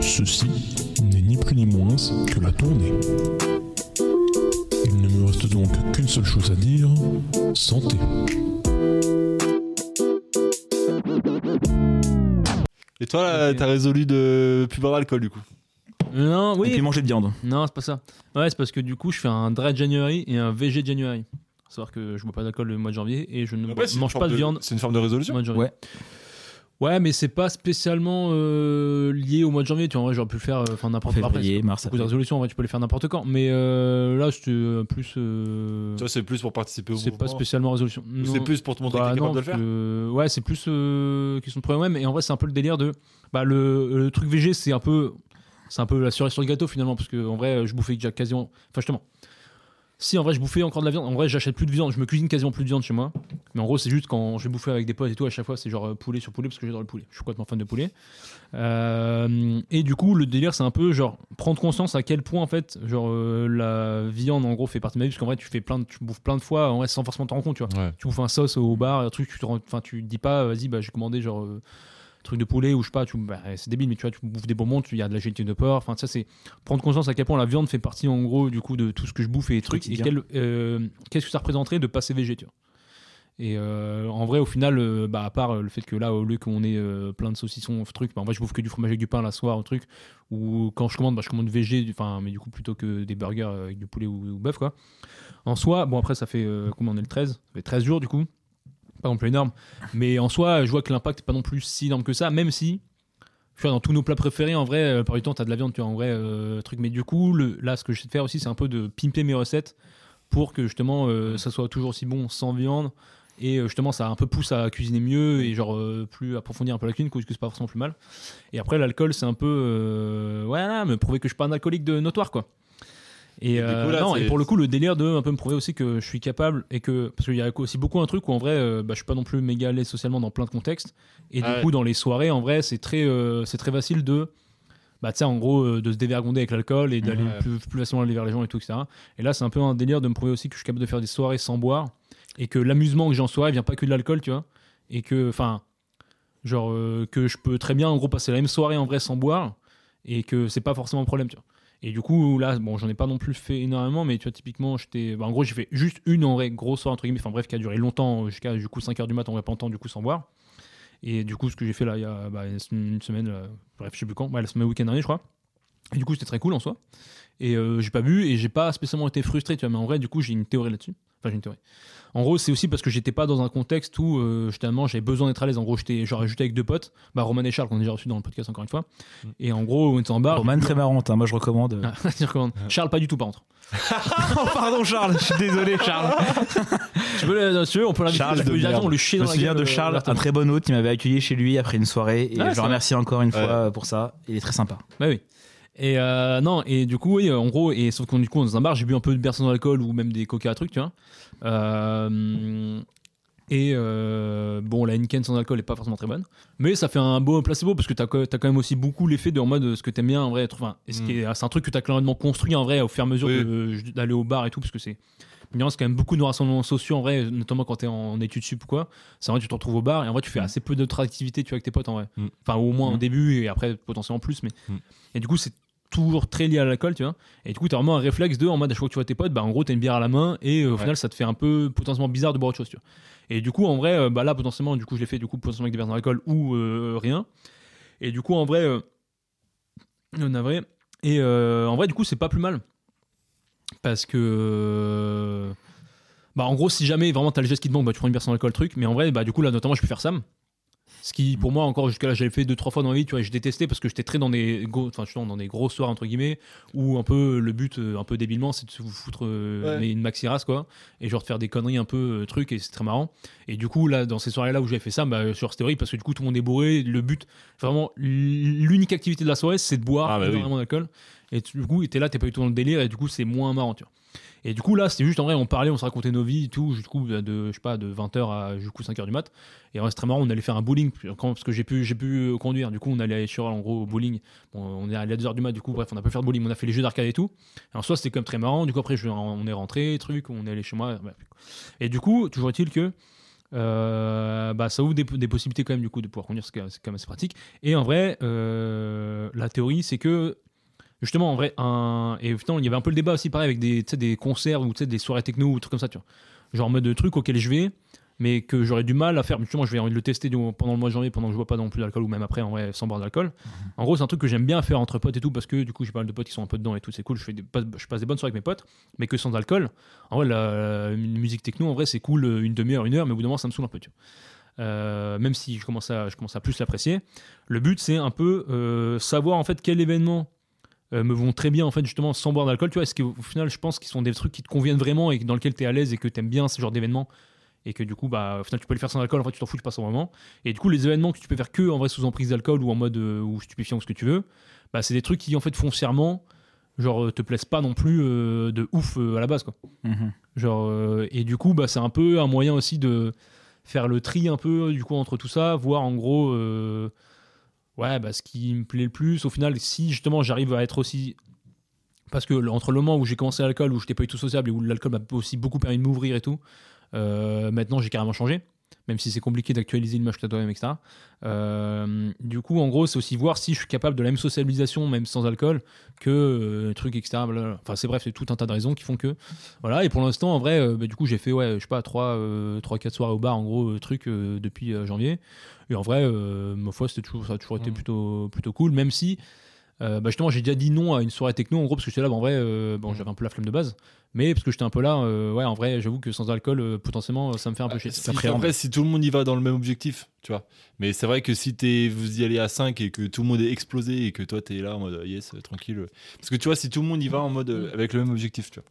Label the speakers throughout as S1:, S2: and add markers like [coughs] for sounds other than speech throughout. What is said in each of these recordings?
S1: Ceci n'est ni plus ni moins que la tournée. Il ne me reste donc qu'une seule chose à dire, santé.
S2: Et toi, là,
S3: Ok.
S2: t'as résolu de plus boire d'alcool du coup.
S3: Non,
S4: Et
S3: oui.
S4: puis manger de viande.
S3: Non, c'est pas ça. Ouais, c'est parce que du coup, je fais un dry January et un VG January. Faut savoir que je bois pas d'alcool le mois de janvier et je ne bois- mange pas de viande
S2: C'est une forme de
S3: le
S2: résolution.
S3: mois de janvier.
S4: Ouais.
S3: Ouais, mais c'est pas spécialement euh, lié au mois de janvier. Tu vois, en vrai, j'aurais pu le faire euh, enfin n'importe quand. Après,
S4: Février, mars.
S3: beaucoup de
S4: avril.
S3: résolutions, en vrai, tu peux les faire n'importe quand. Mais euh, là, c'était euh, plus. euh,
S2: Toi, c'est plus pour participer au
S3: c'est pas
S2: mouvement.
S3: spécialement résolution.
S2: Ou C'est
S3: Non.
S2: plus pour te montrer
S3: Bah
S2: que t'es
S3: non,
S2: capable de le
S3: parce
S2: faire.
S3: que- ouais, c'est plus euh, question de problème. Et en vrai, c'est un peu le délire de. Bah, le, le truc VG, c'est un peu. C'est un peu la cerise sur le gâteau finalement, parce que en vrai, je bouffais déjà quasiment. Enfin, justement. Si en vrai, je bouffais encore de la viande, en vrai, j'achète plus de viande, je me cuisine quasiment plus de viande chez moi. Mais en gros, c'est juste quand je vais bouffer avec des potes et tout, à chaque fois, c'est genre euh, poulet sur poulet, parce que j'adore le poulet. Je suis complètement fan de poulet. Euh, et du coup, le délire, c'est un peu genre prendre conscience à quel point en fait, genre euh, la viande en gros fait partie de ma vie, parce qu'en vrai, tu fais plein de, tu bouffes plein de fois, en vrai, sans forcément te rendre compte, tu vois tu bouffes un sauce au bar, un truc, tu te, rends- enfin, tu te dis pas, vas-y, bah, j'ai commandé genre euh, un truc de poulet ou je sais pas, tu, bah, c'est débile, mais tu vois, tu bouffes des bonbons, tu y a de la gélatine de porc, enfin, ça c'est prendre conscience à quel point la viande fait partie en gros du coup de tout ce que je bouffe et des trucs, et
S4: quotidien.
S3: quel, euh, qu'est-ce que ça représenterait de passer végé, tu vois. Et euh, en vrai, au final, euh, bah, à part euh, le fait que là, au lieu qu'on ait euh, plein de saucissons, trucs, bah, en vrai, je bouffe que du fromage avec du pain la soir, un truc, ou quand je commande, bah, je commande végé, du- enfin, mais du coup, plutôt que des burgers euh, avec du poulet ou, ou bœuf, quoi. En soi, bon, après, ça fait euh, combien on est le 13 Ça fait 13 jours, du coup. Pas non plus énorme. Mais en soi, je vois que l'impact n'est pas non plus si énorme que ça, même si. Tu vois, dans tous nos plats préférés, en vrai, euh, par du temps, t'as de la viande, tu vois, en vrai, euh, truc. Mais du coup, le- là, ce que j'essaie de faire aussi, c'est un peu de pimper mes recettes pour que justement, euh, ça soit toujours aussi bon sans viande. Et euh, justement, ça un peu pousse à cuisiner mieux et genre euh, plus approfondir un peu la cuisine, parce que c'est pas forcément plus mal. Et après, l'alcool, c'est un peu. euh, ouais, me prouver que je suis pas un alcoolique de notoire, quoi. Et,
S2: Et du
S3: euh,
S2: coup, là,
S3: non,
S2: c'est-
S3: et pour le coup, le délire de un peu me prouver aussi que je suis capable et que. Parce qu'il y a aussi beaucoup un truc où en vrai, euh, bah, je suis pas non plus méga à l'aise socialement dans plein de contextes. Et
S2: Ah
S3: du
S2: ouais.
S3: coup, dans les soirées, en vrai, c'est très, euh, c'est très facile de. Bah, tu sais, en gros, euh, de se dévergonder avec l'alcool et d'aller
S2: Ouais.
S3: plus, plus facilement aller vers les gens et tout, etc. Et là, c'est un peu un délire de me prouver aussi que je suis capable de faire des soirées sans boire et que l'amusement que j'ai en soirée vient pas que de l'alcool, tu vois. Et que, enfin, genre, euh, que je peux très bien, en gros, passer la même soirée en vrai sans boire et que c'est pas forcément un problème, tu vois. Et du coup, là, bon, j'en ai pas non plus fait énormément, mais tu vois, typiquement, j'étais. bah, en gros, j'ai fait juste une en vrai grosse soirée, entre guillemets, enfin bref, qui a duré longtemps, euh, jusqu'à du coup 5h du matin, on va pas entendre du coup sans boire. Et du coup, ce que j'ai fait là, il y a bah, une semaine, une semaine, là, bref, je sais plus quand, ouais, la semaine week-end dernier, je crois. Et du coup, c'était très cool en soi. Et euh, j'ai pas bu et j'ai pas spécialement été frustré, tu vois. Mais en vrai, du coup, j'ai une théorie là-dessus. Enfin, j'ai une théorie. En gros, c'est aussi parce que j'étais pas dans un contexte où euh, justement j'avais besoin d'être à l'aise. En gros, j'étais genre juste avec deux potes, bah Roman et Charles qu'on a déjà reçu dans le podcast encore une fois. Et en gros, on était en bar.
S4: Roman, très marrante, hein, moi je recommande. euh.
S3: Ah, [laughs] je recommande. Charles, pas du tout, par contre.
S4: [laughs] Oh, pardon Charles, je suis désolé Charles.
S3: [laughs] Tu veux, euh, si tu veux, on peut l'inviter.
S2: Charles
S3: tu peux
S2: de
S3: lui dire,
S2: merde.
S3: on le chie
S4: Je me
S3: dans la
S4: souviens
S3: gueule,
S4: de
S3: euh,
S4: Charles, un
S3: ouvertement.
S4: très bon hôte, il m'avait accueilli chez lui après une soirée et
S3: Ouais,
S4: je
S3: c'est
S4: le remercie encore une
S2: Ouais.
S4: fois euh, pour ça. Il est très sympa.
S3: Bah oui. Et euh, non, et du coup, oui, euh, en gros, et sauf qu'on du coup, on est dans un bar, j'ai bu un peu de bière sans alcool ou même des coca à truc, tu vois. Euh, et euh, bon, la Henken sans alcool est pas forcément très bonne, mais ça fait un beau placebo parce que t'as as quand même aussi beaucoup l'effet de en mode ce que t'aimes bien en vrai. être- Enfin, et ce qui
S4: Mm.
S3: est- c'est un truc que t'as clairement construit en vrai au fur et à mesure
S2: Oui.
S3: de- d'aller au bar et tout, parce que c'est. mine de rien, C'est quand même beaucoup de nos rassemblements sociaux en vrai, notamment quand t'es en études sup ou quoi. C'est vrai, tu te retrouves au bar et en vrai, tu fais assez peu d'autres activités tu vois, avec tes potes en vrai.
S2: Mm.
S3: Enfin, au moins au
S4: Mm.
S3: début et après potentiellement plus, mais.
S2: Mm.
S3: Et du coup, c'est toujours très lié à l'alcool, tu vois. Et du coup, t'as vraiment un réflexe de en mode à chaque fois que tu vois tes potes, bah en gros, t'as une bière à la main et euh, au
S2: Ouais.
S3: final, ça te fait un peu potentiellement bizarre de boire autre chose, tu vois. Et du coup, en vrai, euh, bah là, potentiellement, du coup, je l'ai fait du coup potentiellement avec des bières sans alcool ou euh, rien. Et du coup, en vrai, euh, navré. Et euh, en vrai, du coup, c'est pas plus mal. Parce que. euh, Bah, en gros, si jamais vraiment t'as le geste qui te manque, bah, tu prends une bière sans alcool, truc. Mais en vrai, bah, du coup, là, notamment, je peux faire Sam. Ce qui, pour moi, encore jusqu'à là, j'avais fait deux, trois fois dans ma vie, tu vois, et je détestais parce que j'étais très dans des, go- enfin, justement, dans des gros soirs, entre guillemets, où un peu le but, euh, un peu débilement, c'est de se foutre euh,
S2: Ouais.
S3: mais une maxi race, quoi, et genre de faire des conneries un peu euh, truc, et c'est très marrant. Et du coup, là, dans ces soirées-là où j'avais fait ça, bah, sur Story, parce que du coup, tout le monde est bourré, le but, vraiment, l- l'unique activité de la soirée, c'est de boire
S2: Ah, bah oui.
S3: énormément d'alcool. Et tu- du coup, t'es là, t'es pas du tout dans le délire, et du coup, c'est moins marrant, tu vois. Et du coup, là, c'était juste en vrai, on parlait, on se racontait nos vies et tout, du coup, bah, de, je sais pas, de 20h à du coup 5h du mat. Et en vrai, c'est très marrant, on allait faire un bowling, puis quand- parce que j'ai pu, j'ai pu euh, conduire. Du coup, on allait sur, en gros, au bowling. Bon, on est allé à 2h du mat, du coup, bref, on a pas faire de bowling, on a fait les jeux d'arcade et tout. Et en soi, c'était quand même très bah, marrant. Du coup, après, je, on est rentré, truc, on est allé chez moi. bref. Et du coup, toujours est-il que euh, bah, ça ouvre des, des possibilités quand même du coup de pouvoir conduire, c'est quand même- c'est quand même assez pratique. Et en vrai, euh, la théorie, c'est que justement, en vrai, un... et putain, il y avait un peu le débat aussi, pareil, avec des, tu sais, des concerts ou tu sais, des soirées techno ou trucs comme ça, tu vois. Genre en mode de truc auquel je vais, mais que j'aurais du mal à faire. Mais Justement, je vais envie de le tester du- pendant le mois de janvier, pendant que je bois pas non plus d'alcool ou même après, en vrai, sans boire d'alcool. En gros, c'est un truc que j'aime bien faire entre potes et tout, parce que du coup, j'ai pas mal de potes qui sont un peu dedans et tout, c'est cool, je, fais des, pas- je passe des bonnes soirées avec mes potes, mais que sans alcool. En vrai, la, la musique techno, en vrai, c'est cool euh, une demi-heure, une heure, mais au bout d'un moment, ça me saoule un peu. Tu vois. Euh, même si je commence à, je commence à plus l'apprécier. Le but, c'est un peu euh, savoir en fait quels événements euh, me vont très bien en fait justement sans boire d'alcool. Tu vois, est-ce qu'au au final, je pense qu'ils sont des trucs qui te conviennent vraiment et dans lesquels tu es à l'aise et que tu aimes bien ce genre d'événements et que du coup, bah, au final, tu peux le faire sans alcool. En fait, tu t'en fous, tu passes un moment. Et du coup, les événements que tu peux faire que en vrai sous emprise d'alcool ou en mode euh, ou stupéfiant ou ce que tu veux, bah, c'est des trucs qui en fait foncièrement, genre, euh, te plaisent pas non plus euh, de ouf euh, à la base quoi.
S4: Mhm.
S3: Genre, euh, et du coup, bah, c'est un peu un moyen aussi de faire le tri un peu du coup entre tout ça, voir en gros euh, ouais, bah, ce qui me plaît le plus. Au final, si justement j'arrive à être aussi. Parce que le- entre le moment où j'ai commencé l'alcool, où j'étais pas du tout sociable et où l'alcool m'a aussi beaucoup permis de m'ouvrir et tout, euh, maintenant j'ai carrément changé. Même si c'est compliqué d'actualiser l'image que t'as toi-même, etc. Euh, du coup, en gros, c'est aussi voir si je suis capable de la même socialisation, même sans alcool, que euh, truc, etc. blablabla. Enfin, c'est bref, c'est tout un tas de raisons qui font que voilà, et pour l'instant, en vrai, euh, bah, du coup, j'ai fait, ouais, je sais pas, 3, 4 soirées au bar, en gros, euh, truc, euh, depuis euh, janvier. Et en vrai, euh, ma foi, c'était toujours, ça a toujours été
S2: Mm.
S3: plutôt, plutôt cool, même si, euh, bah, justement, j'ai déjà dit non à une soirée techno, en gros, parce que j'étais là, bah, en vrai, euh,
S2: Mm.
S3: bon, j'avais un peu la flemme de base, mais parce que j'étais un peu là, euh, ouais, en vrai, j'avoue que sans alcool, euh, potentiellement, ça me fait un peu chier.
S2: Bah, Si-
S4: ça appréhende.
S3: hein.
S2: après, si tout le monde y va dans le même objectif, tu vois. Mais c'est vrai que si t'es, vous y allez à 5 et que tout le monde est explosé et que toi t'es là en mode yes, euh, tranquille. euh. Parce que tu vois, si tout le monde y va en mode euh, avec le même objectif, tu vois.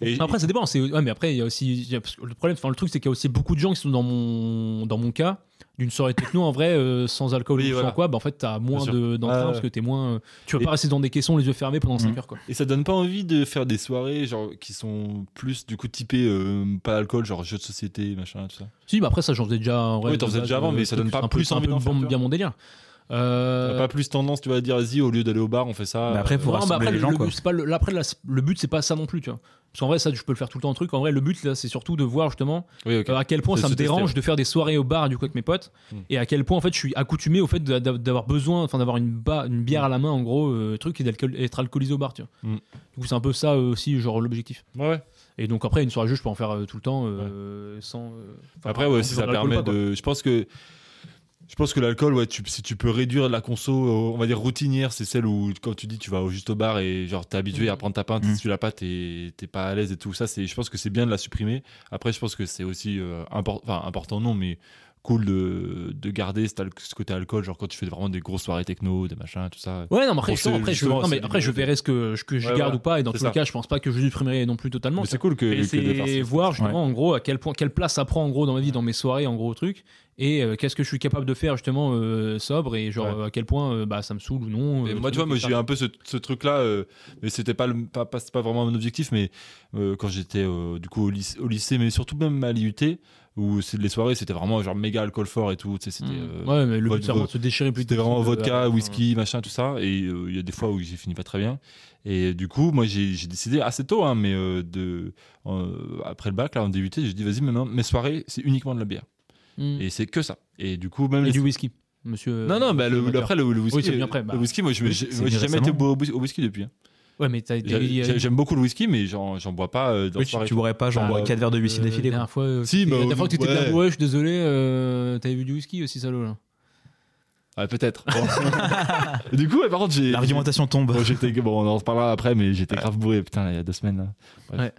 S2: Et,
S3: Après, ça dépend. c'est- Ouais, mais après, il y a aussi. il y a- parce que Le problème, enfin, le truc, c'est qu'il y a aussi beaucoup de gens qui sont dans mon, dans mon cas, d'une soirée techno, en vrai, euh, sans alcool
S2: Oui,
S3: ou
S2: voilà.
S3: sans quoi, bah, en fait, t'as moins
S2: sûr.
S3: de- d'entrain
S2: Ah,
S3: parce
S2: ouais.
S3: que t'es moins. euh, Tu vas
S2: Et- Hum.
S3: pas rester dans des caissons les yeux fermés pendant 5
S4: Mhm.
S3: heures, quoi.
S2: et ça donne pas envie de faire des soirées genre qui sont plus du coup typées euh, pas alcool, genre jeux de société, machin, tout ça.
S3: Si, bah après, ça, j'en faisais déjà. En vrai,
S2: Oui, t'en
S3: de
S2: faisais
S3: base,
S2: déjà avant,
S3: euh,
S2: mais ça
S3: truc,
S2: donne pas
S3: c'est un peu-
S2: plus
S3: c'est un
S2: envie
S3: peu
S2: d'en faire,
S3: bon-
S2: tu vois.
S3: bien mon délire. Euh,
S2: T'as pas plus tendance, tu vas dire vas-y, au lieu d'aller au bar, on fait ça.
S4: Mais après, faut
S3: Non,
S4: rassembler
S3: mais après,
S4: les gens,
S3: le,
S4: quoi.
S3: but, c'est pas le, après, la- le but, c'est pas ça non plus, tu vois. Parce qu'en vrai, ça, je peux le faire tout le temps en truc. En vrai, le but, là, c'est surtout de voir justement
S2: Oui, ok.
S3: euh, à quel point
S2: C'est
S3: ça me
S2: se tester,
S3: dérange
S2: ouais.
S3: de faire des soirées au bar, du coup, avec mes potes.
S2: Mm.
S3: Et à quel point, en fait, je suis accoutumé au fait d'a- d'a- d'avoir besoin, enfin, d'avoir une, ba- une bière à la main, en gros, euh, truc, et d'être alcoolisé au bar, tu vois.
S2: Mm.
S3: Du coup, c'est un peu ça euh, aussi, genre, l'objectif.
S2: Ouais, ouais.
S3: Et donc, après, une soirée à jeu, je peux en faire euh, tout le temps, euh, sans. euh, enfin,
S2: Après,
S3: en
S2: ouais,
S3: buvant
S2: si
S3: de
S2: ça
S3: l'alcool ou
S2: permet
S3: pas, quoi.
S2: de. Je pense que. Je pense que l'alcool, ouais, tu, si tu peux réduire la conso, euh, on va dire routinière, c'est celle où, quand tu dis, tu vas au- juste au bar et genre, t'es habitué à
S3: Mhm.
S2: prendre ta pinte,
S4: Mhm.
S2: si tu l'as pas, t'es t'es pas à l'aise et tout ça. c'est- Je pense que c'est bien de la supprimer. Après, je pense que c'est aussi euh, impor- enfin, important, non, mais cool de, de garder cet al- ce côté alcool, genre quand tu fais vraiment des grosses soirées techno, des machins, tout ça.
S3: Ouais, non, mais après,
S2: Pour
S3: je, non,
S2: ceux,
S3: après, je,
S2: justement,
S3: non, mais
S2: c'est-
S3: après, je verrai ce que, ce que je
S2: Ouais,
S3: garde
S2: voilà.
S3: ou pas, et dans
S2: C'est
S3: tous les
S2: ça.
S3: cas, je pense pas que je supprimerai non plus totalement.
S2: Mais c'est cool que,
S3: Et
S2: que de faire
S3: c'est
S2: ça.
S3: voir justement en gros à quel point quelle place ça prend en gros dans ma vie dans mes soirées en gros truc et euh, qu'est-ce que je suis capable de faire justement euh, sobre et genre
S2: Ouais.
S3: euh, à quel point euh, bah ça me saoule ou non
S2: Mais
S3: euh,
S2: moi, tu vois,
S3: truc,
S2: moi,
S3: etc.
S2: j'ai eu un peu ce, ce truc-là, euh, mais c'était pas, le- pas, pas, c'est pas vraiment mon objectif, mais euh, quand j'étais euh, du coup au, lyc- au lycée, mais surtout même à l'IUT, où c'est- les soirées, c'était vraiment genre méga alcool fort et tout, tu sais, c'était euh,
S3: Mm. ouais mais le but
S2: vodka-
S3: c'est vraiment de se déchirer plus
S2: c'était vraiment
S3: possible,
S2: vodka,
S3: euh,
S2: whisky, machin, tout ça. Et euh, il y a des fois où j'ai fini pas très bien. Et du coup, moi, j'ai j'ai décidé assez tôt, hein, mais euh, de, euh, après le bac, là, en DUT, j'ai dit, vas-y, maintenant, mes soirées, c'est uniquement de la bière.
S3: Mm.
S2: Et c'est que ça. Et du coup, même
S3: et
S2: les-
S3: du whisky euh, monsieur
S2: Non, non, bah, le,
S3: amateur.
S2: après, le, le whisky.
S3: c'est bien après, bah.
S2: Le whisky, moi, je-
S4: Oui,
S2: j'ai
S4: c'est
S2: moi, j'ai jamais
S4: récemment.
S2: été au, au- au whisky depuis. hein.
S3: ouais mais t'as
S2: J'a-
S3: il y a-
S2: j'a- J'aime beaucoup le whisky, mais j'en j'en bois pas euh, dans
S4: Oui,
S2: la
S4: tu,
S2: soirée.
S4: tu boirais pas, genre
S2: Bah,
S4: 4 verres de
S3: euh,
S4: whisky d'affilée.
S3: dernière fois euh,
S2: Si,
S3: la
S2: mais
S3: dernière
S2: au-
S3: fois que t'étais
S2: ouais.
S3: bien bourré je suis désolé euh, t'avais vu du whisky aussi salaud là
S2: Ah,
S3: [laughs]
S2: peut-être. Bon. du coup, ouais, par contre, j'ai.
S4: L'argumentation tombe.
S2: Bon, j'étais- bon, on en reparlera après, mais j'étais grave bourré, putain, il y a deux semaines. Là. Bref.
S3: Ouais. Mm.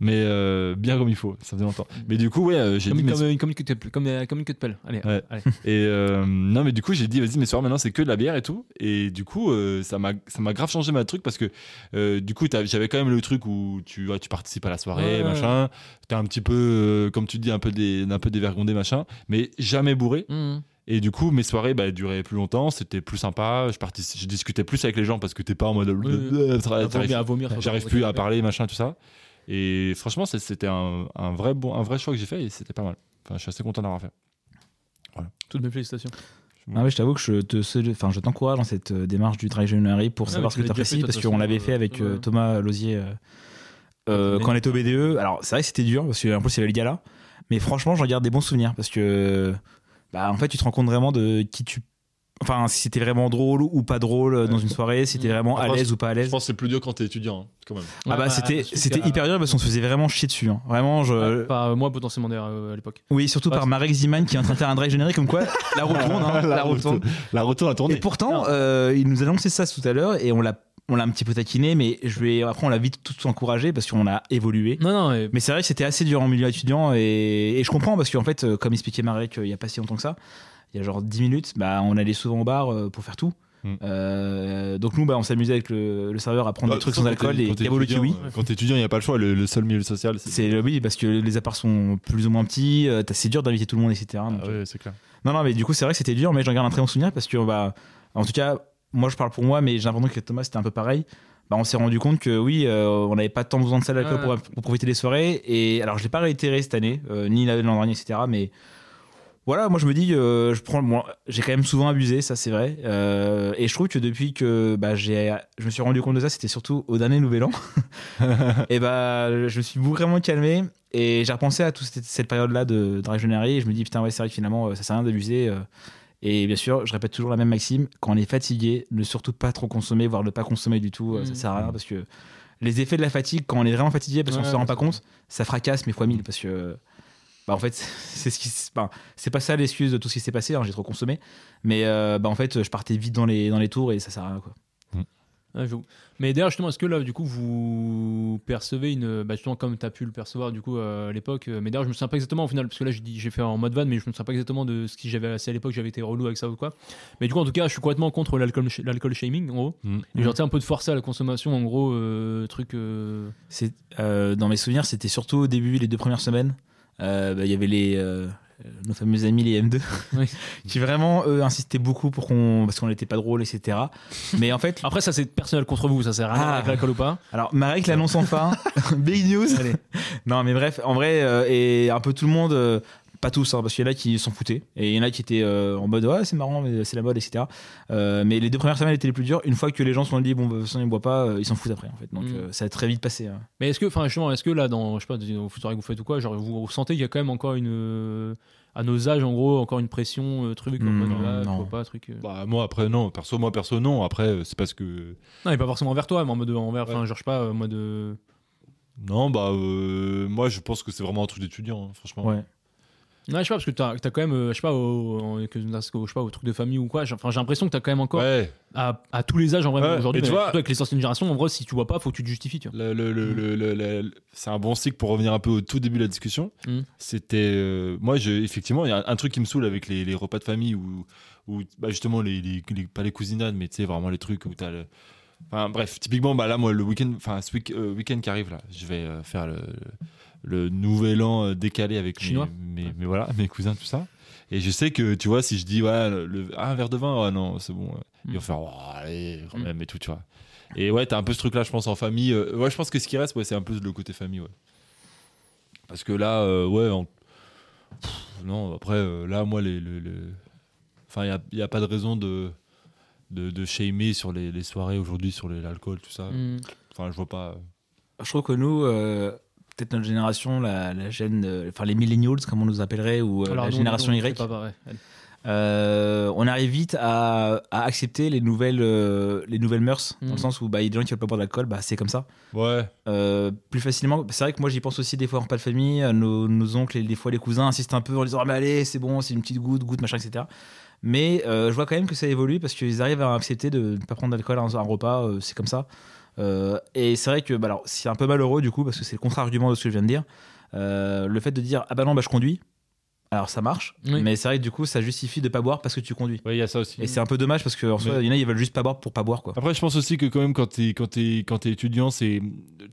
S2: Mais euh, bien comme il faut, ça faisait longtemps. Mais du coup, ouais, euh, j'ai dit.
S3: comme
S2: mes-
S3: comme une comme une queue de pelle- comme euh, comme une queue de pelle allez
S2: Ouais.
S3: allez
S2: Et euh, non, mais du coup, j'ai dit, vas-y, mes soirées maintenant, c'est que de la bière et tout. Et du coup, euh, ça m'a ça m'a grave changé ma truc parce que euh, du coup, t'as- j'avais quand même le truc où tu, ouais, tu participes à la soirée,
S3: Ouais.
S2: machin. T'es un petit peu, euh, comme tu dis, un peu, des, un peu dévergondé, machin, mais jamais bourré.
S3: Mm.
S2: Et du coup, mes soirées bah, duraient plus longtemps, c'était plus sympa. Je, partici- je discutais plus avec les gens parce que t'es pas en mode. [laughs]
S3: oui.
S2: T'arrives-
S3: Vomir, à vomir sur-
S2: J'arrive plus à parler, machin, tout ça. Et franchement, c'est- c'était un, un vrai bon, un vrai choix que j'ai fait et c'était pas mal. Enfin, je suis assez content d'avoir fait.
S3: toutes mes félicitations
S4: Ah ouais, je t'avoue que je te, sol- enfin, je t'encourage dans cette euh, démarche du Dry January pour
S3: Ouais, Ah, mais
S4: savoir
S3: tu
S4: ce que
S3: l'as déjà fait,
S4: t'apprécies
S3: de
S4: parce
S3: toute
S4: qu'on
S3: façon,
S4: l'avait fait
S3: euh,
S4: avec euh,
S3: ouais.
S4: Thomas Lozier euh, euh,
S3: Ouais.
S4: E. quand on était au BDE. Alors c'est vrai que c'était dur parce que en plus il y avait le gala. Mais franchement, j'en garde des bons souvenirs parce que, bah, en fait, tu te rends compte vraiment de qui tu. Enfin, si c'était vraiment drôle ou pas drôle euh, dans une soirée, si t'es
S3: Mm.
S4: vraiment à
S2: Après,
S4: l'aise ou pas à
S2: Je
S4: l'aise.
S2: pense que c'est plus dur quand t'es étudiant, hein, quand même.
S4: Ah bah, c'était c'était hyper dur parce qu'on se faisait vraiment chier dessus. hein. Vraiment, je.
S3: Pas moi potentiellement d'ailleurs euh, à l'époque.
S4: Oui, surtout
S3: Ouais,
S4: par Marek Ziman qui est en train de faire un drive générique comme quoi la roue
S3: [laughs]
S4: tourne, hein, la roue tourne.
S2: Ah, [laughs] La retourne à
S4: Et
S2: tourner.
S4: pourtant, euh, il nous a annoncé ça tout à l'heure et on l'a on l'a un petit peu taquiné, mais je vais après on l'a vite tout encouragé parce qu'on a
S2: Mm.
S4: évolué.
S3: Non, non, mais
S4: Mais c'est vrai que c'était assez dur en milieu étudiant et, et je comprends parce qu'en fait, euh, comme expliquait Marek euh, il n'y a pas si longtemps que ça, il y a genre 10 minutes, bah, on allait souvent au bar euh, pour faire tout.
S2: Mm.
S4: Euh, donc nous, bah, on s'amusait avec le, le serveur à prendre des
S2: Bah,
S4: trucs
S2: quand
S4: sans
S2: t'es-
S4: alcool,
S2: quand
S4: des
S2: t'es
S4: diabolos
S2: étudiant,
S4: kiwi.
S2: euh, Quand t'es étudiant, il n'y a pas le choix. Le, le seul milieu social, c'est.
S4: C'est euh, oui, parce que les apparts sont plus ou moins petits, euh, t'as- c'est dur d'inviter tout le monde, etc.
S2: Ah
S4: Donc, euh,
S2: ouais, c'est clair.
S4: Non, non, mais du coup, c'est vrai que c'était dur, mais j'en garde un très bon souvenir parce que, bah, en tout cas, moi, je parle pour moi, mais j'ai l'impression que Thomas, c'était un peu pareil. Bah, on s'est rendu compte que oui, euh, on n'avait pas tant besoin de salle d'alcool
S3: Ouais.
S4: pour, pour profiter des soirées. Et alors, je l'ai pas réitéré cette année, euh, ni l'an dernier, etc. Mais voilà, moi, je me dis, euh, je prends, moi, j'ai quand même souvent abusé, ça, c'est vrai. Euh, et je trouve que depuis que bah, j'ai, je me suis rendu compte de ça, c'était surtout au dernier Nouvel An. [laughs] et bah, je me suis vraiment calmé. Et j'ai repensé à toute cette, cette période-là de Drag January et je me dis, putain, ouais, c'est vrai que finalement, euh, ça sert à rien d'abuser. euh. Et bien sûr, je répète toujours la même maxime quand on est fatigué, ne surtout pas trop consommer, voire ne pas consommer du tout, euh, ça
S3: Mhm.
S4: sert à rien parce que les effets de la fatigue, quand on est vraiment fatigué parce qu'on
S3: Ouais,
S4: se rend
S3: ouais,
S4: pas
S3: c'est
S4: compte, ça fracasse, mais fois mille parce que. Bah en fait, [laughs] c'est ce qui, se- enfin, c'est pas ça l'excuse de tout ce qui s'est passé. hein, j'ai trop consommé, mais euh, bah en fait, je partais vite dans les dans les tours et ça sert à rien quoi.
S3: Ouais, ah, j'avoue. Mais d'ailleurs, justement, est-ce que là, du coup, vous percevez une. Bah, justement, comme tu as pu le percevoir, du coup, euh, à l'époque. euh, Mais d'ailleurs, je me souviens pas exactement, au final, parce que là, j'ai dit- j'ai fait en mode van, mais je me souviens pas exactement de ce que j'avais. Si à l'époque, j'avais été relou avec ça ou quoi. Mais du coup, en tout cas, je suis complètement contre l'alcool l'alcool shaming, en gros.
S2: Mm.
S3: Et genre, tu sais, un peu de forcer à la consommation, en gros, euh, truc. euh,
S4: C'est euh, dans mes souvenirs, c'était surtout au début, les deux premières semaines. Euh, bah, Il y avait les euh, nos fameux amis les M2
S3: Oui.
S4: [laughs] qui vraiment eux, insistaient beaucoup pour qu'on parce qu'on n'était pas drôle, etc. Mais en [laughs] fait,
S3: Après, ça, c'est personnel contre vous, ça sert à rien
S4: Ah.
S3: avec l'alcool ou pas.
S4: alors Marek l'annonce enfin, [laughs] big news. Non, mais bref, en vrai, euh, et un peu tout le monde, euh, pas tous, hein, parce qu'il y en a qui s'en foutaient, et il y en a qui étaient euh, en mode ouais, c'est marrant, mais c'est la mode, etc. Euh, mais les deux premières semaines étaient les plus dures. Une fois que les gens se sont dit bon, bah, de toute façon, ils ne boivent pas, euh, ils s'en foutent après, en fait. Donc
S3: Mm.
S4: euh, ça a très vite passé. hein.
S3: Mais est-ce que, enfin, justement, est-ce que là, dans, je sais pas, au futur que vous faites ou quoi, genre, vous ressentez qu'il y a quand même encore une. euh, À nos âges, en gros, encore une pression, euh, truc, en
S2: Hmm,
S4: Mm,
S3: mode, ouais,
S4: non.
S3: faut pas, truc. euh.
S2: Bah, moi, après, non. Perso, moi, perso, non. Après, euh, c'est parce que.
S3: Non, mais pas forcément envers toi, mais en mode euh, envers, enfin, genre, je sais pas, en mode. euh,
S2: Non, bah, euh, moi, je pense que c'est vraiment un truc d'étudiant, hein, franchement.
S4: Ouais.
S3: Ouais, je sais pas, parce que t'as as quand même, euh, je sais pas, au, en- que- je sais pas, au truc de famille ou quoi, j'ai enfin, j'ai l'impression que t'as quand même encore,
S2: Ouais,
S3: à, à tous les âges en vrai,
S2: Ouais,
S3: aujourd'hui,
S2: et tu
S3: mais
S2: vois-
S3: surtout avec les anciennes générations, en vrai, si tu vois pas, faut que tu te justifies, tu vois.
S2: le- le- le- le- le- le- le- c'est un bon cycle pour revenir un peu au tout début de la discussion.
S3: Mm.
S2: C'était. euh, moi, je, effectivement, il y a un truc qui me saoule avec les, les repas de famille où, où bah, justement, les, les- les- pas les cousinades, mais tu sais, vraiment les trucs où t'as le. Enfin, bref, typiquement, bah, là, moi, le week-end, enfin, ce week- euh, week-end qui arrive, là, je vais euh, faire le, le nouvel an euh, décalé avec mes,
S3: Chinois.
S2: mes- mes- voilà, [laughs] mes cousins, tout ça. Et je sais que, tu vois, si je dis, ouais, le, le- ah, un verre de vin, ah non, c'est bon. Ils vont faire, oh, allez, quand
S3: Mm.
S2: même, et tout, tu vois. Et ouais, t'as un peu ce truc-là, je pense, en famille. Euh, ouais, je pense que ce qui reste, ouais, c'est un peu le côté famille, ouais. Parce que là, euh, ouais, en- Pff, non, après, euh, là, moi, les. les- les- Enfin, il n'y a, pas de raison de. De, de shamer sur les, les soirées aujourd'hui, sur les- l'alcool, tout ça.
S3: Mm.
S2: Enfin, je vois pas.
S4: Je trouve que nous, euh, peut-être notre génération, la, la gêne, euh, enfin les millennials, comme on nous appellerait, ou euh,
S3: Alors,
S4: la
S3: nous,
S4: génération
S3: nous, on fait
S4: Y,
S3: pas pareil. Elle.
S4: euh, on arrive vite à, à accepter les nouvelles, euh, les nouvelles mœurs, dans
S3: Mm.
S4: le sens où bah, il y a des gens qui veulent pas boire d'alcool, bah, c'est comme ça.
S2: Ouais.
S4: Euh, plus facilement, c'est vrai que moi j'y pense aussi des fois en repas de famille, euh, nos, nos oncles et des fois les cousins insistent un peu en disant ah, mais allez, c'est bon, c'est une petite goutte, goutte, machin, etc. Mais euh, je vois quand même que ça évolue parce qu'ils arrivent à accepter de ne pas prendre d'alcool à un, à un repas, euh, c'est comme ça. Euh, et c'est vrai que bah, alors, c'est un peu malheureux du coup parce que c'est le contre-argument de ce que je viens de dire. Euh, le fait de dire ah bah non, bah je conduis, alors ça marche,
S3: Oui.
S4: mais c'est vrai que du coup ça justifie de pas boire parce que tu conduis.
S2: Ouais, il y a ça aussi.
S4: Et c'est un peu dommage parce qu'en soi,
S2: Mais-
S4: il y en a, ils veulent juste pas boire pour pas boire quoi.
S2: Après, je pense aussi que quand même, quand t'es quand t'es quand t'es étudiant, c'est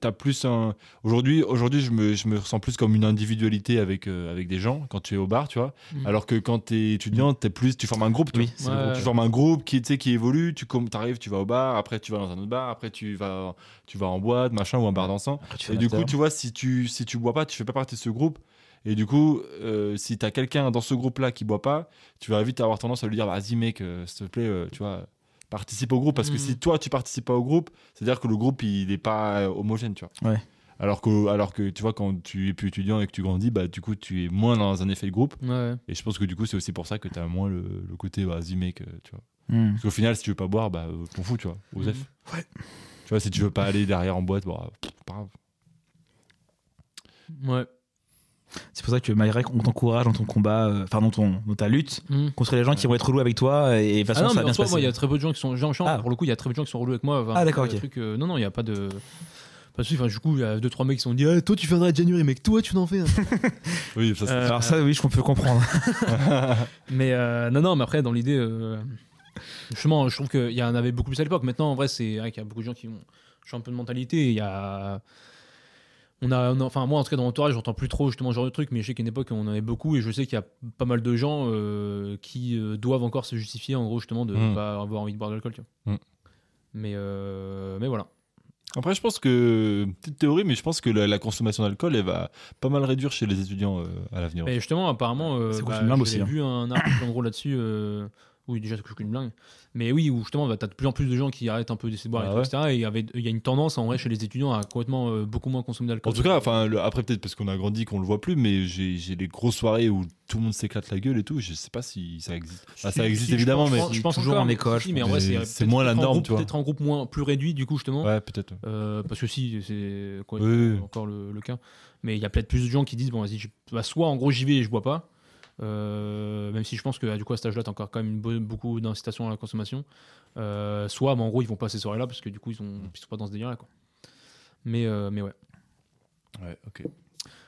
S2: t'as plus un. Aujourd'hui, aujourd'hui, je me je me ressens plus comme une individualité avec euh, avec des gens quand tu es au bar, tu vois.
S3: Mhm.
S2: Alors que quand t'es étudiant, t'es plus, tu formes un groupe. tu
S4: Oui, c'est
S2: vois.
S3: le groupe.
S2: Tu formes un groupe qui tu sais qui évolue. Tu comme t'arrives, tu vas au bar, après tu vas dans un autre bar, après tu vas tu vas en boîte, machin ou un bar dansant.
S4: Après, tu fais
S2: Et du
S4: l'after.
S2: coup, tu vois, si tu si tu bois pas, tu fais pas partie de ce groupe. Et du coup, euh, si t'as quelqu'un dans ce groupe-là qui boit pas, tu vas vite avoir tendance à lui dire vas-y mec, euh, s'il te plaît, euh, tu vois, participe au groupe parce que
S3: Mm.
S2: si toi tu participes pas au groupe, c'est à dire que le groupe il est pas euh, homogène, tu vois.
S4: Ouais.
S2: Alors que, alors que tu vois, quand tu es plus étudiant et que tu grandis, bah, du coup, tu es moins dans un effet de groupe.
S3: Ouais.
S2: Et je pense que du coup, c'est aussi pour ça que tu as moins le, le côté bah, vas-y, mec, euh, tu vois.
S4: Hmm.
S2: Parce qu'au final, si tu veux pas boire, bah, euh, t'en fous, tu vois,
S3: Mm.
S2: Osef.
S4: Ouais.
S2: Tu vois, si tu veux pas aller derrière en boîte, bah, pff, pas grave.
S3: Ouais.
S4: C'est pour ça que malgré qu'on t'encourage dans ton combat, euh, enfin dans, ton, dans ta lutte,
S3: Mm.
S4: contre les gens qui vont être relous avec toi, et de toute
S3: Ah
S4: façon,
S3: non,
S4: ça va
S3: mais en
S4: bien se
S3: soi,
S4: passer.
S3: moi, il y a très peu de gens qui sont. Genre, genre,
S4: Ah.
S3: Pour le coup, il y a très peu de gens qui sont relous avec moi. Enfin,
S4: Ah, d'accord,
S3: euh,
S4: ok.
S3: truc, euh, non, non, il n'y a pas de. Pas de souci. Enfin, du coup, il y a deux, trois mecs qui se sont dit Ah, Toi, tu viendras à January, mec, toi, tu n'en fais. un.
S2: Oui, ça, c'est-
S3: Euh,
S4: Alors ça, oui, je peux comprendre.
S3: Mais euh, non, non, mais après, dans l'idée, euh, justement, je trouve qu'il y en avait beaucoup plus à l'époque. Maintenant, en vrai, c'est vrai qu'il y a beaucoup de gens qui ont changé un peu de mentalité. Il y a. On a, on a- enfin moi en tout cas dans mon entourage j'entends plus trop justement ce genre de truc mais je sais qu'à une époque on en avait beaucoup et je sais qu'il y a pas mal de gens euh, qui euh, doivent encore se justifier en gros justement de ne
S2: Mm.
S3: pas avoir envie de boire de l'alcool tu vois.
S2: Mm.
S3: mais euh, mais voilà
S2: Après, je pense que. Petite théorie, mais je pense que la, la consommation d'alcool, elle va pas mal réduire chez les étudiants euh, à l'avenir.
S3: Mais justement, apparemment, euh,
S4: Ça coûte
S3: bah,
S4: une blinde
S3: j'avais
S4: aussi, hein.
S3: vu un article en gros là-dessus. euh, oui, déjà, ça coûte une blinde. Mais oui, où justement, bah, t'as de plus en plus de gens qui arrêtent un peu d'essayer de boire,
S2: Ah
S3: et tout,
S2: ouais.
S3: etc. Et il y avait- il y a une tendance, en vrai, chez les étudiants à complètement euh, beaucoup moins consommer d'alcool.
S2: En tout cas, enfin, le- après, peut-être parce qu'on a grandi qu'on le voit plus, mais j'ai j'ai des grosses soirées où tout le monde s'éclate la gueule et tout. Je sais pas si ça existe. Ah, ça
S4: Si,
S2: existe
S4: si, je
S2: évidemment, mais.
S4: pense- je pense toujours
S3: encore,
S4: en
S3: mais-
S4: école,
S3: si,
S4: je
S3: mais en
S2: pense. Mais
S3: vrai, c'est
S2: c'est
S3: peut-être
S2: moins la
S3: en
S2: norme,
S3: groupe-
S2: tu vois.
S3: Peut-être en groupe moins, plus réduit, du coup, justement.
S2: Ouais, peut-être. ouais.
S3: Euh, parce que si, c'est quoi,
S2: Oui, oui.
S3: encore le, le cas. Mais il y a peut-être plus de gens qui disent bon, vas-y, je- bah, soit en gros j'y vais et je bois pas. euh, même si je pense que ah, du coup à cet âge-là, t'as encore quand même une bonne- beaucoup d'incitation à la consommation. Euh, soit, bah, en gros, ils vont pas à ces soirées-là parce que du coup, ils, ont, ils sont pas dans ce délire-là. Quoi. Mais, euh, mais ouais.
S2: Ouais, ok.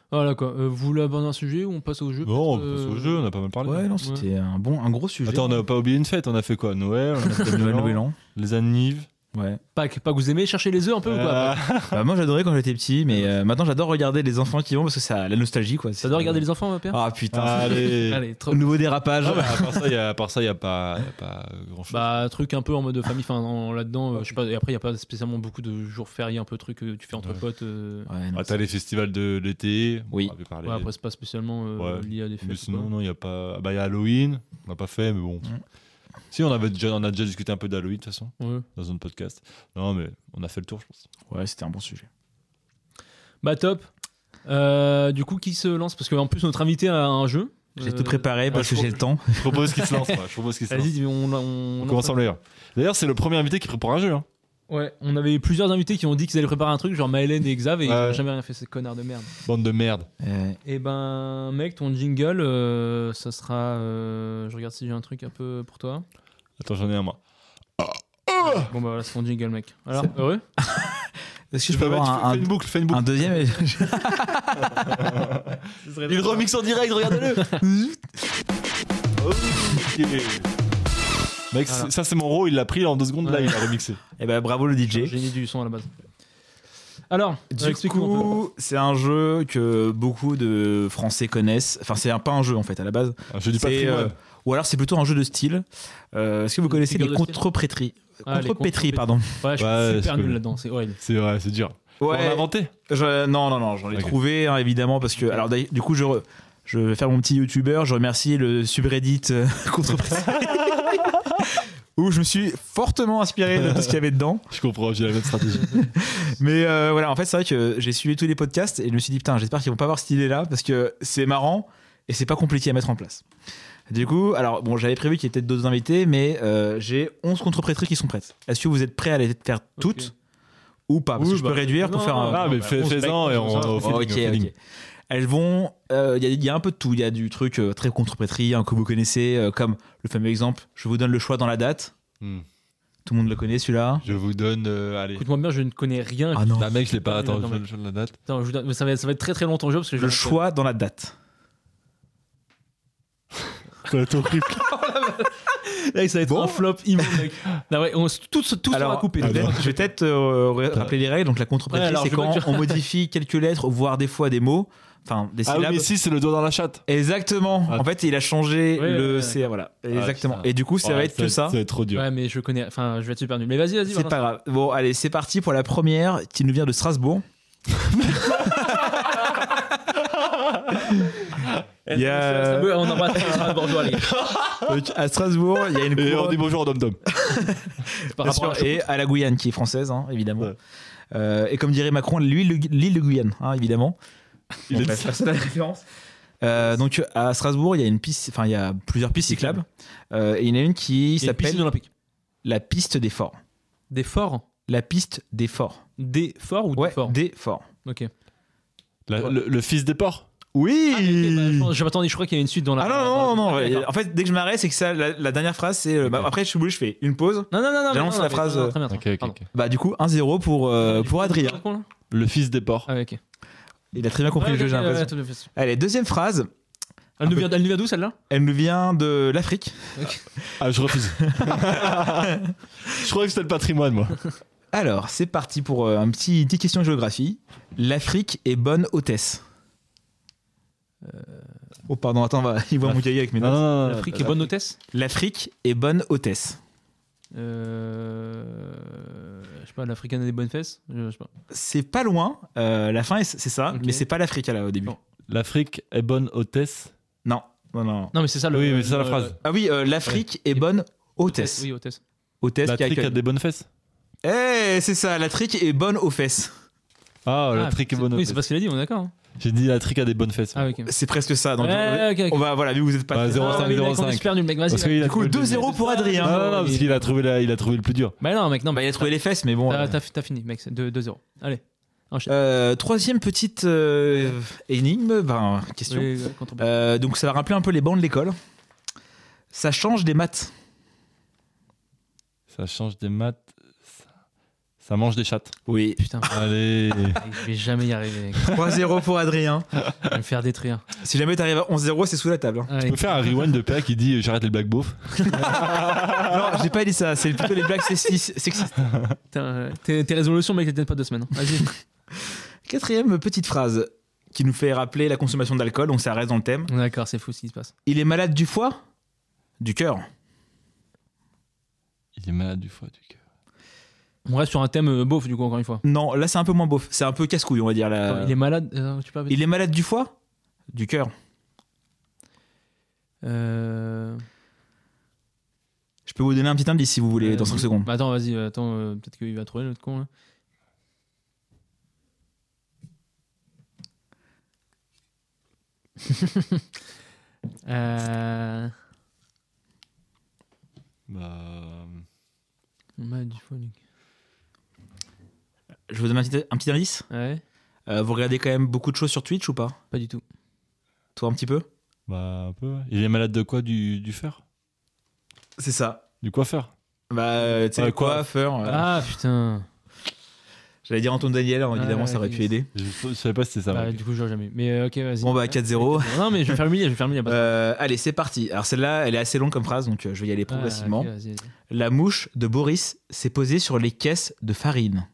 S3: Voilà quoi. Euh, vous voulez aborder un sujet ou on passe au jeu
S2: Bon, on
S3: peut-être,
S2: passe
S3: euh,
S2: au jeu, on a pas mal parlé.
S4: Ouais, non, c'était un bon, un gros sujet.
S2: Attends,
S4: [laughs]
S2: on n'a pas oublié une fête, on a fait quoi Noël, on a fait Nouvel
S4: Noël,
S2: An,
S4: Nouvel An.
S2: les annives.
S4: Ouais.
S3: Pas, que- pas que vous aimez chercher les œufs un peu ou
S2: Euh,
S3: quoi
S4: Bah, moi, j'adorais quand j'étais petit, mais euh, maintenant, j'adore regarder les enfants qui vont parce que ça, la nostalgie, quoi.
S3: Ça doit regarder les enfants, ma père
S4: Ah
S2: [laughs]
S4: putain. [laughs]
S2: Allez.
S3: Allez, trop.
S4: Le Nouveau dérapage.
S2: Ah bah, à part ça, il n'y a, à part ça, y a pas, y a pas grand chose.
S3: Bah, truc un peu en mode famille, enfin en- là-dedans, euh, je sais pas, et après, il n'y a pas spécialement beaucoup de jours fériés, un peu truc que tu fais entre
S2: Ouais.
S3: potes. euh,
S4: Ouais, non,
S2: Ah, t'as les festivals de l'été.
S4: Oui.
S2: On avait parlé.
S3: ouais, après, c'est pas spécialement euh,
S2: Ouais.
S3: lié à des fêtes.
S2: mais
S3: ou
S2: sinon,
S3: quoi.
S2: non, il n'y a pas. Ah Bah, il y a Halloween, on n'a pas fait, mais bon.
S4: Mm.
S2: Si, on, avait déjà, on a déjà discuté un peu d'Halloween, de toute façon,
S3: Ouais.
S2: dans un podcast. Non, mais on a fait le tour, je pense.
S4: ouais, c'était un bon sujet.
S3: Bah, top. Euh, du coup, qui se lance Parce qu'en plus, notre invité a un jeu.
S4: J'ai
S3: Euh,
S4: tout préparé parce
S2: je
S4: que
S2: trouve-
S4: j'ai le temps.
S2: Je propose qu'il se lance, moi, Je propose qu'il se lance.
S3: Vas-y, on, on,
S2: On
S3: on-
S2: commence ensemble d'ailleurs. D'ailleurs, c'est le premier invité qui prépare un jeu. Hein.
S3: Ouais, on avait plusieurs invités qui ont dit qu'ils allaient préparer un truc, genre Maëlène et Xav, et ils
S2: Ouais.
S3: ont jamais rien fait, ces connards de merde.
S2: Bande de merde.
S4: Euh,
S3: Et ben, mec, ton jingle, euh, ça sera. euh, je regarde si j'ai un truc un peu pour toi.
S2: Attends, j'en ai un, moi. Ah.
S3: Bon, bah voilà, c'est ton jingle, mec. Alors, heureux
S4: Est-ce que je
S2: Fais-
S4: peux avoir
S2: fais-
S4: un,
S2: fais une boucle, fais une
S4: un-
S2: boucle.
S4: un deuxième
S2: [laughs] Il remixe en direct, regardez-le. Ok. Mec,
S3: Voilà.
S2: c'est- ça c'est mon rôle, il l'a pris en deux secondes, là
S3: Ouais.
S2: il a remixé.
S4: Et bah bravo le DJ.
S3: J'ai mis du son à la base. Alors,
S4: Du
S3: euh, explique-nous un peu.
S4: coup, c'est un jeu que beaucoup de Français connaissent. Enfin, c'est un, pas un jeu en fait à la base.
S2: Je dis pas
S4: C'est,
S2: patrimoine.
S4: euh, ou alors c'est plutôt un jeu de style. Euh, Est-ce que vous
S3: Une
S4: connaissez
S3: figure
S4: les
S3: de style
S4: contre-pétries
S3: Ah, les contre-pétries.
S4: Contre-pétries, pardon.
S3: Ouais, je suis
S2: Ouais, c'est
S3: super nul
S2: cool.
S3: là-dedans, c'est horrible.
S2: C'est vrai, c'est dur. On l'a inventé.
S4: Je- non, non, non, j'en ai
S2: Ok.
S4: trouvé hein, évidemment parce que. Alors d'ailleurs, du coup, je, re- je vais faire mon petit youtubeur. Je remercie le subreddit euh,
S3: [laughs]
S4: [laughs] contre-pétries. Où je me suis fortement inspiré de tout ce qu'il y avait dedans.
S2: Je comprends, j'ai la même stratégie.
S4: Mais euh, voilà, en fait, c'est vrai que j'ai suivi tous les podcasts et je me suis dit, putain, j'espère qu'ils vont pas avoir cette idée-là parce que c'est marrant et c'est pas compliqué à mettre en place. Du coup, alors, bon, j'avais prévu qu'il y ait peut-être d'autres invités, mais euh, j'ai 11 contre-prêtries qui sont prêtes. Est-ce que vous êtes prêts à les faire toutes
S3: Ok.
S4: ou pas Ah, Parce
S2: Oui,
S4: que je peux
S2: bah,
S4: réduire pour
S3: non,
S4: faire euh, un.
S2: Ah, mais fais-
S3: on se respecte,
S2: fais-en et
S3: on
S2: on.
S3: se respecte.
S2: au
S4: Oh, Ok,
S2: feeling, au feeling.
S4: ok. Elles vont. euh, Il y, a- il y a un peu de tout. Il y a du truc euh, très contre-prêtrie hein, que vous connaissez, euh, comme le fameux exemple je vous donne le choix dans la date.
S2: Hmm.
S4: Tout le monde le connaît celui-là.
S2: Je vous donne. euh, allez.
S3: Écoute-moi bien, je ne connais rien.
S4: Ah non.
S2: Bah, mec, je l'ai pas. Attends,
S3: Attends,
S2: je je donne la date.
S3: Putain, je vous donne- ça, va, ça va être très très long ton jeu parce que je
S4: Le choix dans la date.
S3: Là, ça va être
S4: Bon.
S3: un flop
S4: [laughs]
S3: immense, mec. Non, ouais, on, tout, se- tout sera coupé.
S4: peut-être-
S2: alors.
S4: je vais peut-être euh, ra- rappeler les règles. Donc la
S3: Ah. Ouais,
S4: contre-prêtrie,
S3: alors,
S4: c'est
S3: je
S4: quand
S3: veux que tu-
S4: on modifie quelques lettres, voire des fois des mots, enfin des
S2: Ah oui,
S4: syllabes.
S2: mais si, c'est le doigt dans la chatte.
S4: Exactement.
S2: Ah.
S4: En fait, il a changé
S3: Ouais,
S4: le
S3: ouais, Ah,
S4: c'est voilà. Exactement.
S2: putain.
S4: Et du coup, ça va
S2: Ouais,
S4: être que
S2: Ça
S4: ça.
S2: va être trop dur.
S3: Ouais, mais je connais. Enfin, je vais être super nul. Mais vas-y, vas-y.
S4: C'est
S3: Valentin.
S4: pas grave. Bon, allez, c'est parti pour la première qui nous vient
S3: [laughs]
S4: de Strasbourg. Il y a-
S3: Ouais, on embrasse on embrasse [laughs] Bordeaux,
S4: [laughs]
S3: allez.
S4: Donc, à Strasbourg, il y a une
S2: Et on
S4: couronne-
S2: dit bonjour à Dom Dom.
S3: Par
S4: Bien
S3: rapport à
S4: sûr, et à la Guyane qui est française, hein, évidemment.
S2: Ouais.
S4: Euh, et comme dirait Macron, l'huile de- l'île de Guyane, hein, évidemment. Il est personne à la référence. Euh, donc à Strasbourg, il y a une piste, enfin il y a plusieurs pistes cyclables. Euh, et il y en a une qui
S3: Il y a une piscine
S4: s'appelle
S3: olympique.
S4: la piste des forts.
S3: Des forts
S4: La piste des forts.
S3: Des forts ou
S4: ouais,
S3: des forts
S4: des Ah, forts.
S3: Ok.
S2: La-
S4: Ouais.
S2: le, le fils des porcs
S4: Oui.
S3: Ah, ok, bah, je pense- je m'attendais, je crois qu'il y a une suite dans la.
S4: Ah non, non, non, non.
S3: Ah, d'accord.
S4: En fait, dès que je m'arrête, c'est que ça, la, la dernière phrase, c'est. euh, bah, après, je suis obligé, je fais une pause.
S3: Non, non, non, non. mais
S4: J'annonce
S3: non,
S4: la
S3: mais-
S4: phrase,
S3: non, non, très bien, très
S2: Ok,
S3: bien.
S2: ok,
S3: Pardon.
S2: ok.
S4: Bah, du coup, 1-0 pour, euh,
S3: Du
S4: pour
S3: coup,
S4: Adrien.
S3: tu racontes, là
S2: Le fils des porcs.
S3: Ah, ouais, ok.
S4: Il a très bien compris
S3: Ouais,
S4: le jeu,
S3: ok,
S4: j'ai
S3: ouais,
S4: l'impression.
S3: tout à fait.
S4: Allez, deuxième phrase.
S3: Elle
S4: Un
S3: nous
S4: peu-
S3: vient elle nous vient d'où celle-là
S4: Elle nous vient de
S3: [laughs]
S4: l'Afrique.
S2: Ah, je refuse. je croyais que c'était le patrimoine, moi.
S4: Alors, c'est parti pour euh, un petit, une petite question de géographie. L'Afrique est bonne hôtesse. Oh, pardon, attends, va, il voit mon cahier avec mes
S2: Non,
S4: notes.
S2: non, non. non.
S3: L'Afrique est bonne hôtesse
S4: L'Afrique est bonne hôtesse.
S3: Euh, Je sais pas, l'Africaine a des bonnes fesses Je sais pas.
S4: C'est pas loin, euh, la fin, est- c'est ça,
S3: Ok.
S4: mais c'est pas l'Afrique là au début.
S3: Non.
S2: L'Afrique est bonne hôtesse.
S4: Non, non, non. non.
S3: Non, mais c'est ça le.
S2: Oui, mais c'est ça la
S3: le-
S2: phrase.
S4: Ah oui, euh, l'Afrique est bonne hôtesse.
S3: Oui, hôtesse.
S4: Hôtesse qui
S2: L'Afrique
S4: accueille.
S2: a des bonnes fesses.
S4: Eh, c'est ça, l'Afrique est bonne aux fesses.
S2: Ah,
S3: Ah,
S2: l'Afrique est
S3: c'est-
S2: bonne
S3: Oui,
S2: hôtesse.
S3: c'est parce qu'il a dit, on est d'accord. hein.
S2: J'ai dit l'Afrique a des bonnes fesses.
S3: Ah, ok.
S4: C'est presque ça. Donc,
S3: Ouais, ok, ok.
S4: on va, voilà, vu que vous êtes pas.
S2: Bah, zéro. 0,5,
S3: Ah, mais il a
S2: 0,5.
S3: répondu super nul, mec, vas-y.
S2: Parce qu'il a
S4: Du coup,
S2: trouvé le-
S4: 2-0 pour Adrien.
S2: Non, non, non, parce qu'il a trouvé la- il a trouvé le plus dur.
S3: Bah non, mec, non,
S4: Bah, il a trouvé les fesses, mais
S2: Ah,
S4: bon.
S3: T'as
S4: euh,
S3: t'as fi- t'as fini, mec, c'est 2-0. Allez. Enchaîne.
S4: Euh, troisième petite euh, énigme, ben, question.
S3: Oui, oui, contre-
S4: Euh, donc ça va rappeler un peu les bancs de l'école. Ça change des maths.
S2: Ça change des maths. Ça, ça mange des chattes.
S4: Oui.
S2: [laughs]
S3: Putain,
S2: Allez.
S3: je vais jamais y arriver, mec.
S4: 3-0 pour Adrien.
S3: Je vais me faire détruire.
S4: Si jamais t'arrives à 11-0, c'est sous la table. hein.
S2: Je
S3: Allez.
S2: peux faire un rewind de PA qui dit j'arrête les black beauf.
S4: Non, j'ai pas dit ça, c'est plutôt les blagues sexis- [laughs] sexistes.
S3: Putain, euh, Tes tes résolutions, mec, elles tiennent pas deux semaines. hein. Vas-y.
S4: Quatrième petite phrase qui nous fait rappeler la consommation d'alcool, donc ça reste dans le thème.
S3: D'accord, c'est fou ce qui se passe.
S4: Il est malade du foie Du cœur.
S2: Il est malade du foie du cœur.
S3: On reste sur un thème euh, beauf, du coup, encore une fois.
S4: Non, là c'est un peu moins beau. C'est un peu casse-couille, on va dire. Là.
S3: Attends, Il est malade. euh, tu peux pas-
S4: Il est malade du foie Du cœur.
S3: Euh,
S4: Je peux vous donner un petit indice si vous voulez, dans 5 secondes.
S3: bah attends, vas-y, euh, attends, euh, peut-être qu'il va trouver notre [laughs] con. là. euh...
S2: Bah.
S3: Malade du foie, Luc.
S4: Je vous donne un petit, un petit indice
S3: Ouais,
S4: Euh, Vous regardez quand même beaucoup de choses sur Twitch ou pas
S3: pas du tout.
S4: Toi un petit peu
S2: Bah, un peu, ouais. Il est malade de quoi du, du fer
S4: C'est ça.
S2: Du coiffeur
S4: Bah, tu sais,
S2: Ouais,
S4: le
S2: quoi.
S4: coiffeur. euh,
S3: Ah putain.
S4: J'allais dire Antoine Daniel, hein, évidemment,
S3: Ah,
S4: ça aurait
S3: oui.
S4: pu aider.
S2: Je, je savais pas si c'était ça.
S3: Bah,
S2: ouais.
S3: du coup, j'aurais jamais. Mais euh, ok, vas-y.
S4: Bon, bah, 4-0.
S3: [laughs] Non, mais je vais faire humilier, je vais faire humilier. pas-
S4: Euh, allez, c'est parti. Alors, celle-là, elle est assez longue comme phrase, donc euh, je vais y aller
S3: Ah, ok,
S4: progressivement.
S3: vas-y, vas-y.
S4: La mouche de Boris s'est posée sur les caisses de farine.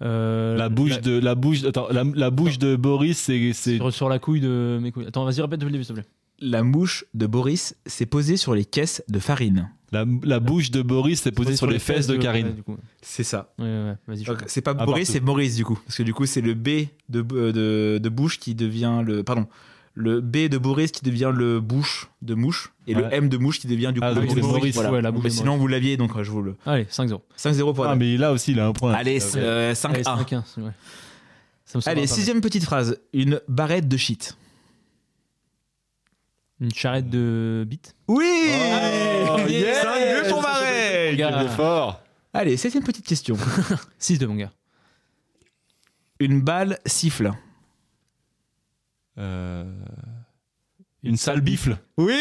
S3: Euh,
S2: La bouche de la bouche attends, la, la bouche de Boris c'est c'est
S3: Sur, sur la couille de mes couilles. Attends, vas-y, répète depuis le début, s'il te plaît.
S4: La mouche de Boris s'est posée sur les caisses de farine.
S2: la, la bouche de Boris s'est posée sur les fesses de
S3: Ouais,
S2: Karine.
S3: du coup.
S4: C'est ça.
S3: Ouais, ouais, ouais, vas-y. je
S4: Donc,
S3: comprends.
S4: c'est pas
S2: Ah,
S4: Boris,
S2: partout.
S4: c'est Maurice du coup. Parce que du coup, c'est le B de, euh, de, de Bush qui devient le. Pardon. Le B de Boris qui devient le Bush de Mouche. Et le
S2: Ouais.
S4: M de Mouche qui devient du coup
S2: Ah,
S4: le
S2: donc
S4: Bush
S2: c'est
S4: de
S2: Maurice,
S4: Voilà.
S3: ouais, la
S4: Bon,
S3: bouche
S4: bah,
S3: de
S4: sinon, vous l'aviez donc euh, je vous le.
S3: Allez, 5-0.
S4: 5-0 pour
S2: Ah,
S4: Adam.
S2: mais là aussi il a un point.
S4: Allez,
S2: Ah, ouais.
S4: euh,
S3: Allez,
S4: 5-1.
S3: 5-1. ouais. Ça me semble
S4: Allez,
S3: pas mal.
S4: sixième petite phrase. Une barrette de shit.
S3: Une charrette de bite.
S4: Oui
S2: Oh, yes
S4: 5-2 pour Barrette
S2: Quel effort
S4: Allez, septième petite question.
S3: 6 de mon gars.
S4: Une balle siffle.
S2: Euh, une sale bifle.
S4: Oui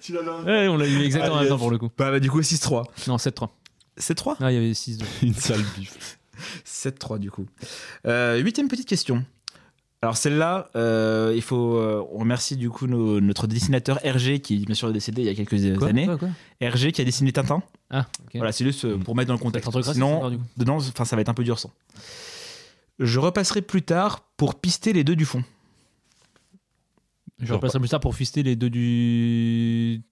S2: Tu l'avais un...
S3: Ouais, on l'a eu exactement en
S2: Ah,
S3: même
S2: yes.
S3: temps pour le coup.
S4: [laughs] Bah, bah, du coup, 6-3.
S3: Non, 7-3.
S4: 7-3
S3: Ah, il y avait 6 2
S2: [laughs] Une sale bifle.
S4: 7-3 du coup. Euh, huitième petite question. Alors celle-là, euh, il faut euh, on remercie du coup nos- notre dessinateur Hergé qui bien sûr est décédé il y a quelques
S3: Quoi,
S4: années.
S3: quoi, quoi
S4: Hergé qui a dessiné Tintin.
S3: Ah, ok.
S4: Voilà, c'est juste euh, pour mettre dans le
S3: Peut-être
S4: contexte.
S3: un truc raciste,
S4: Sinon,
S3: alors, du coup.
S4: dedans, enfin ça va être un peu dur sans. Je repasserai plus tard pour pister les deux du fond.
S3: Je repasserai plus tard pour fister les deux du.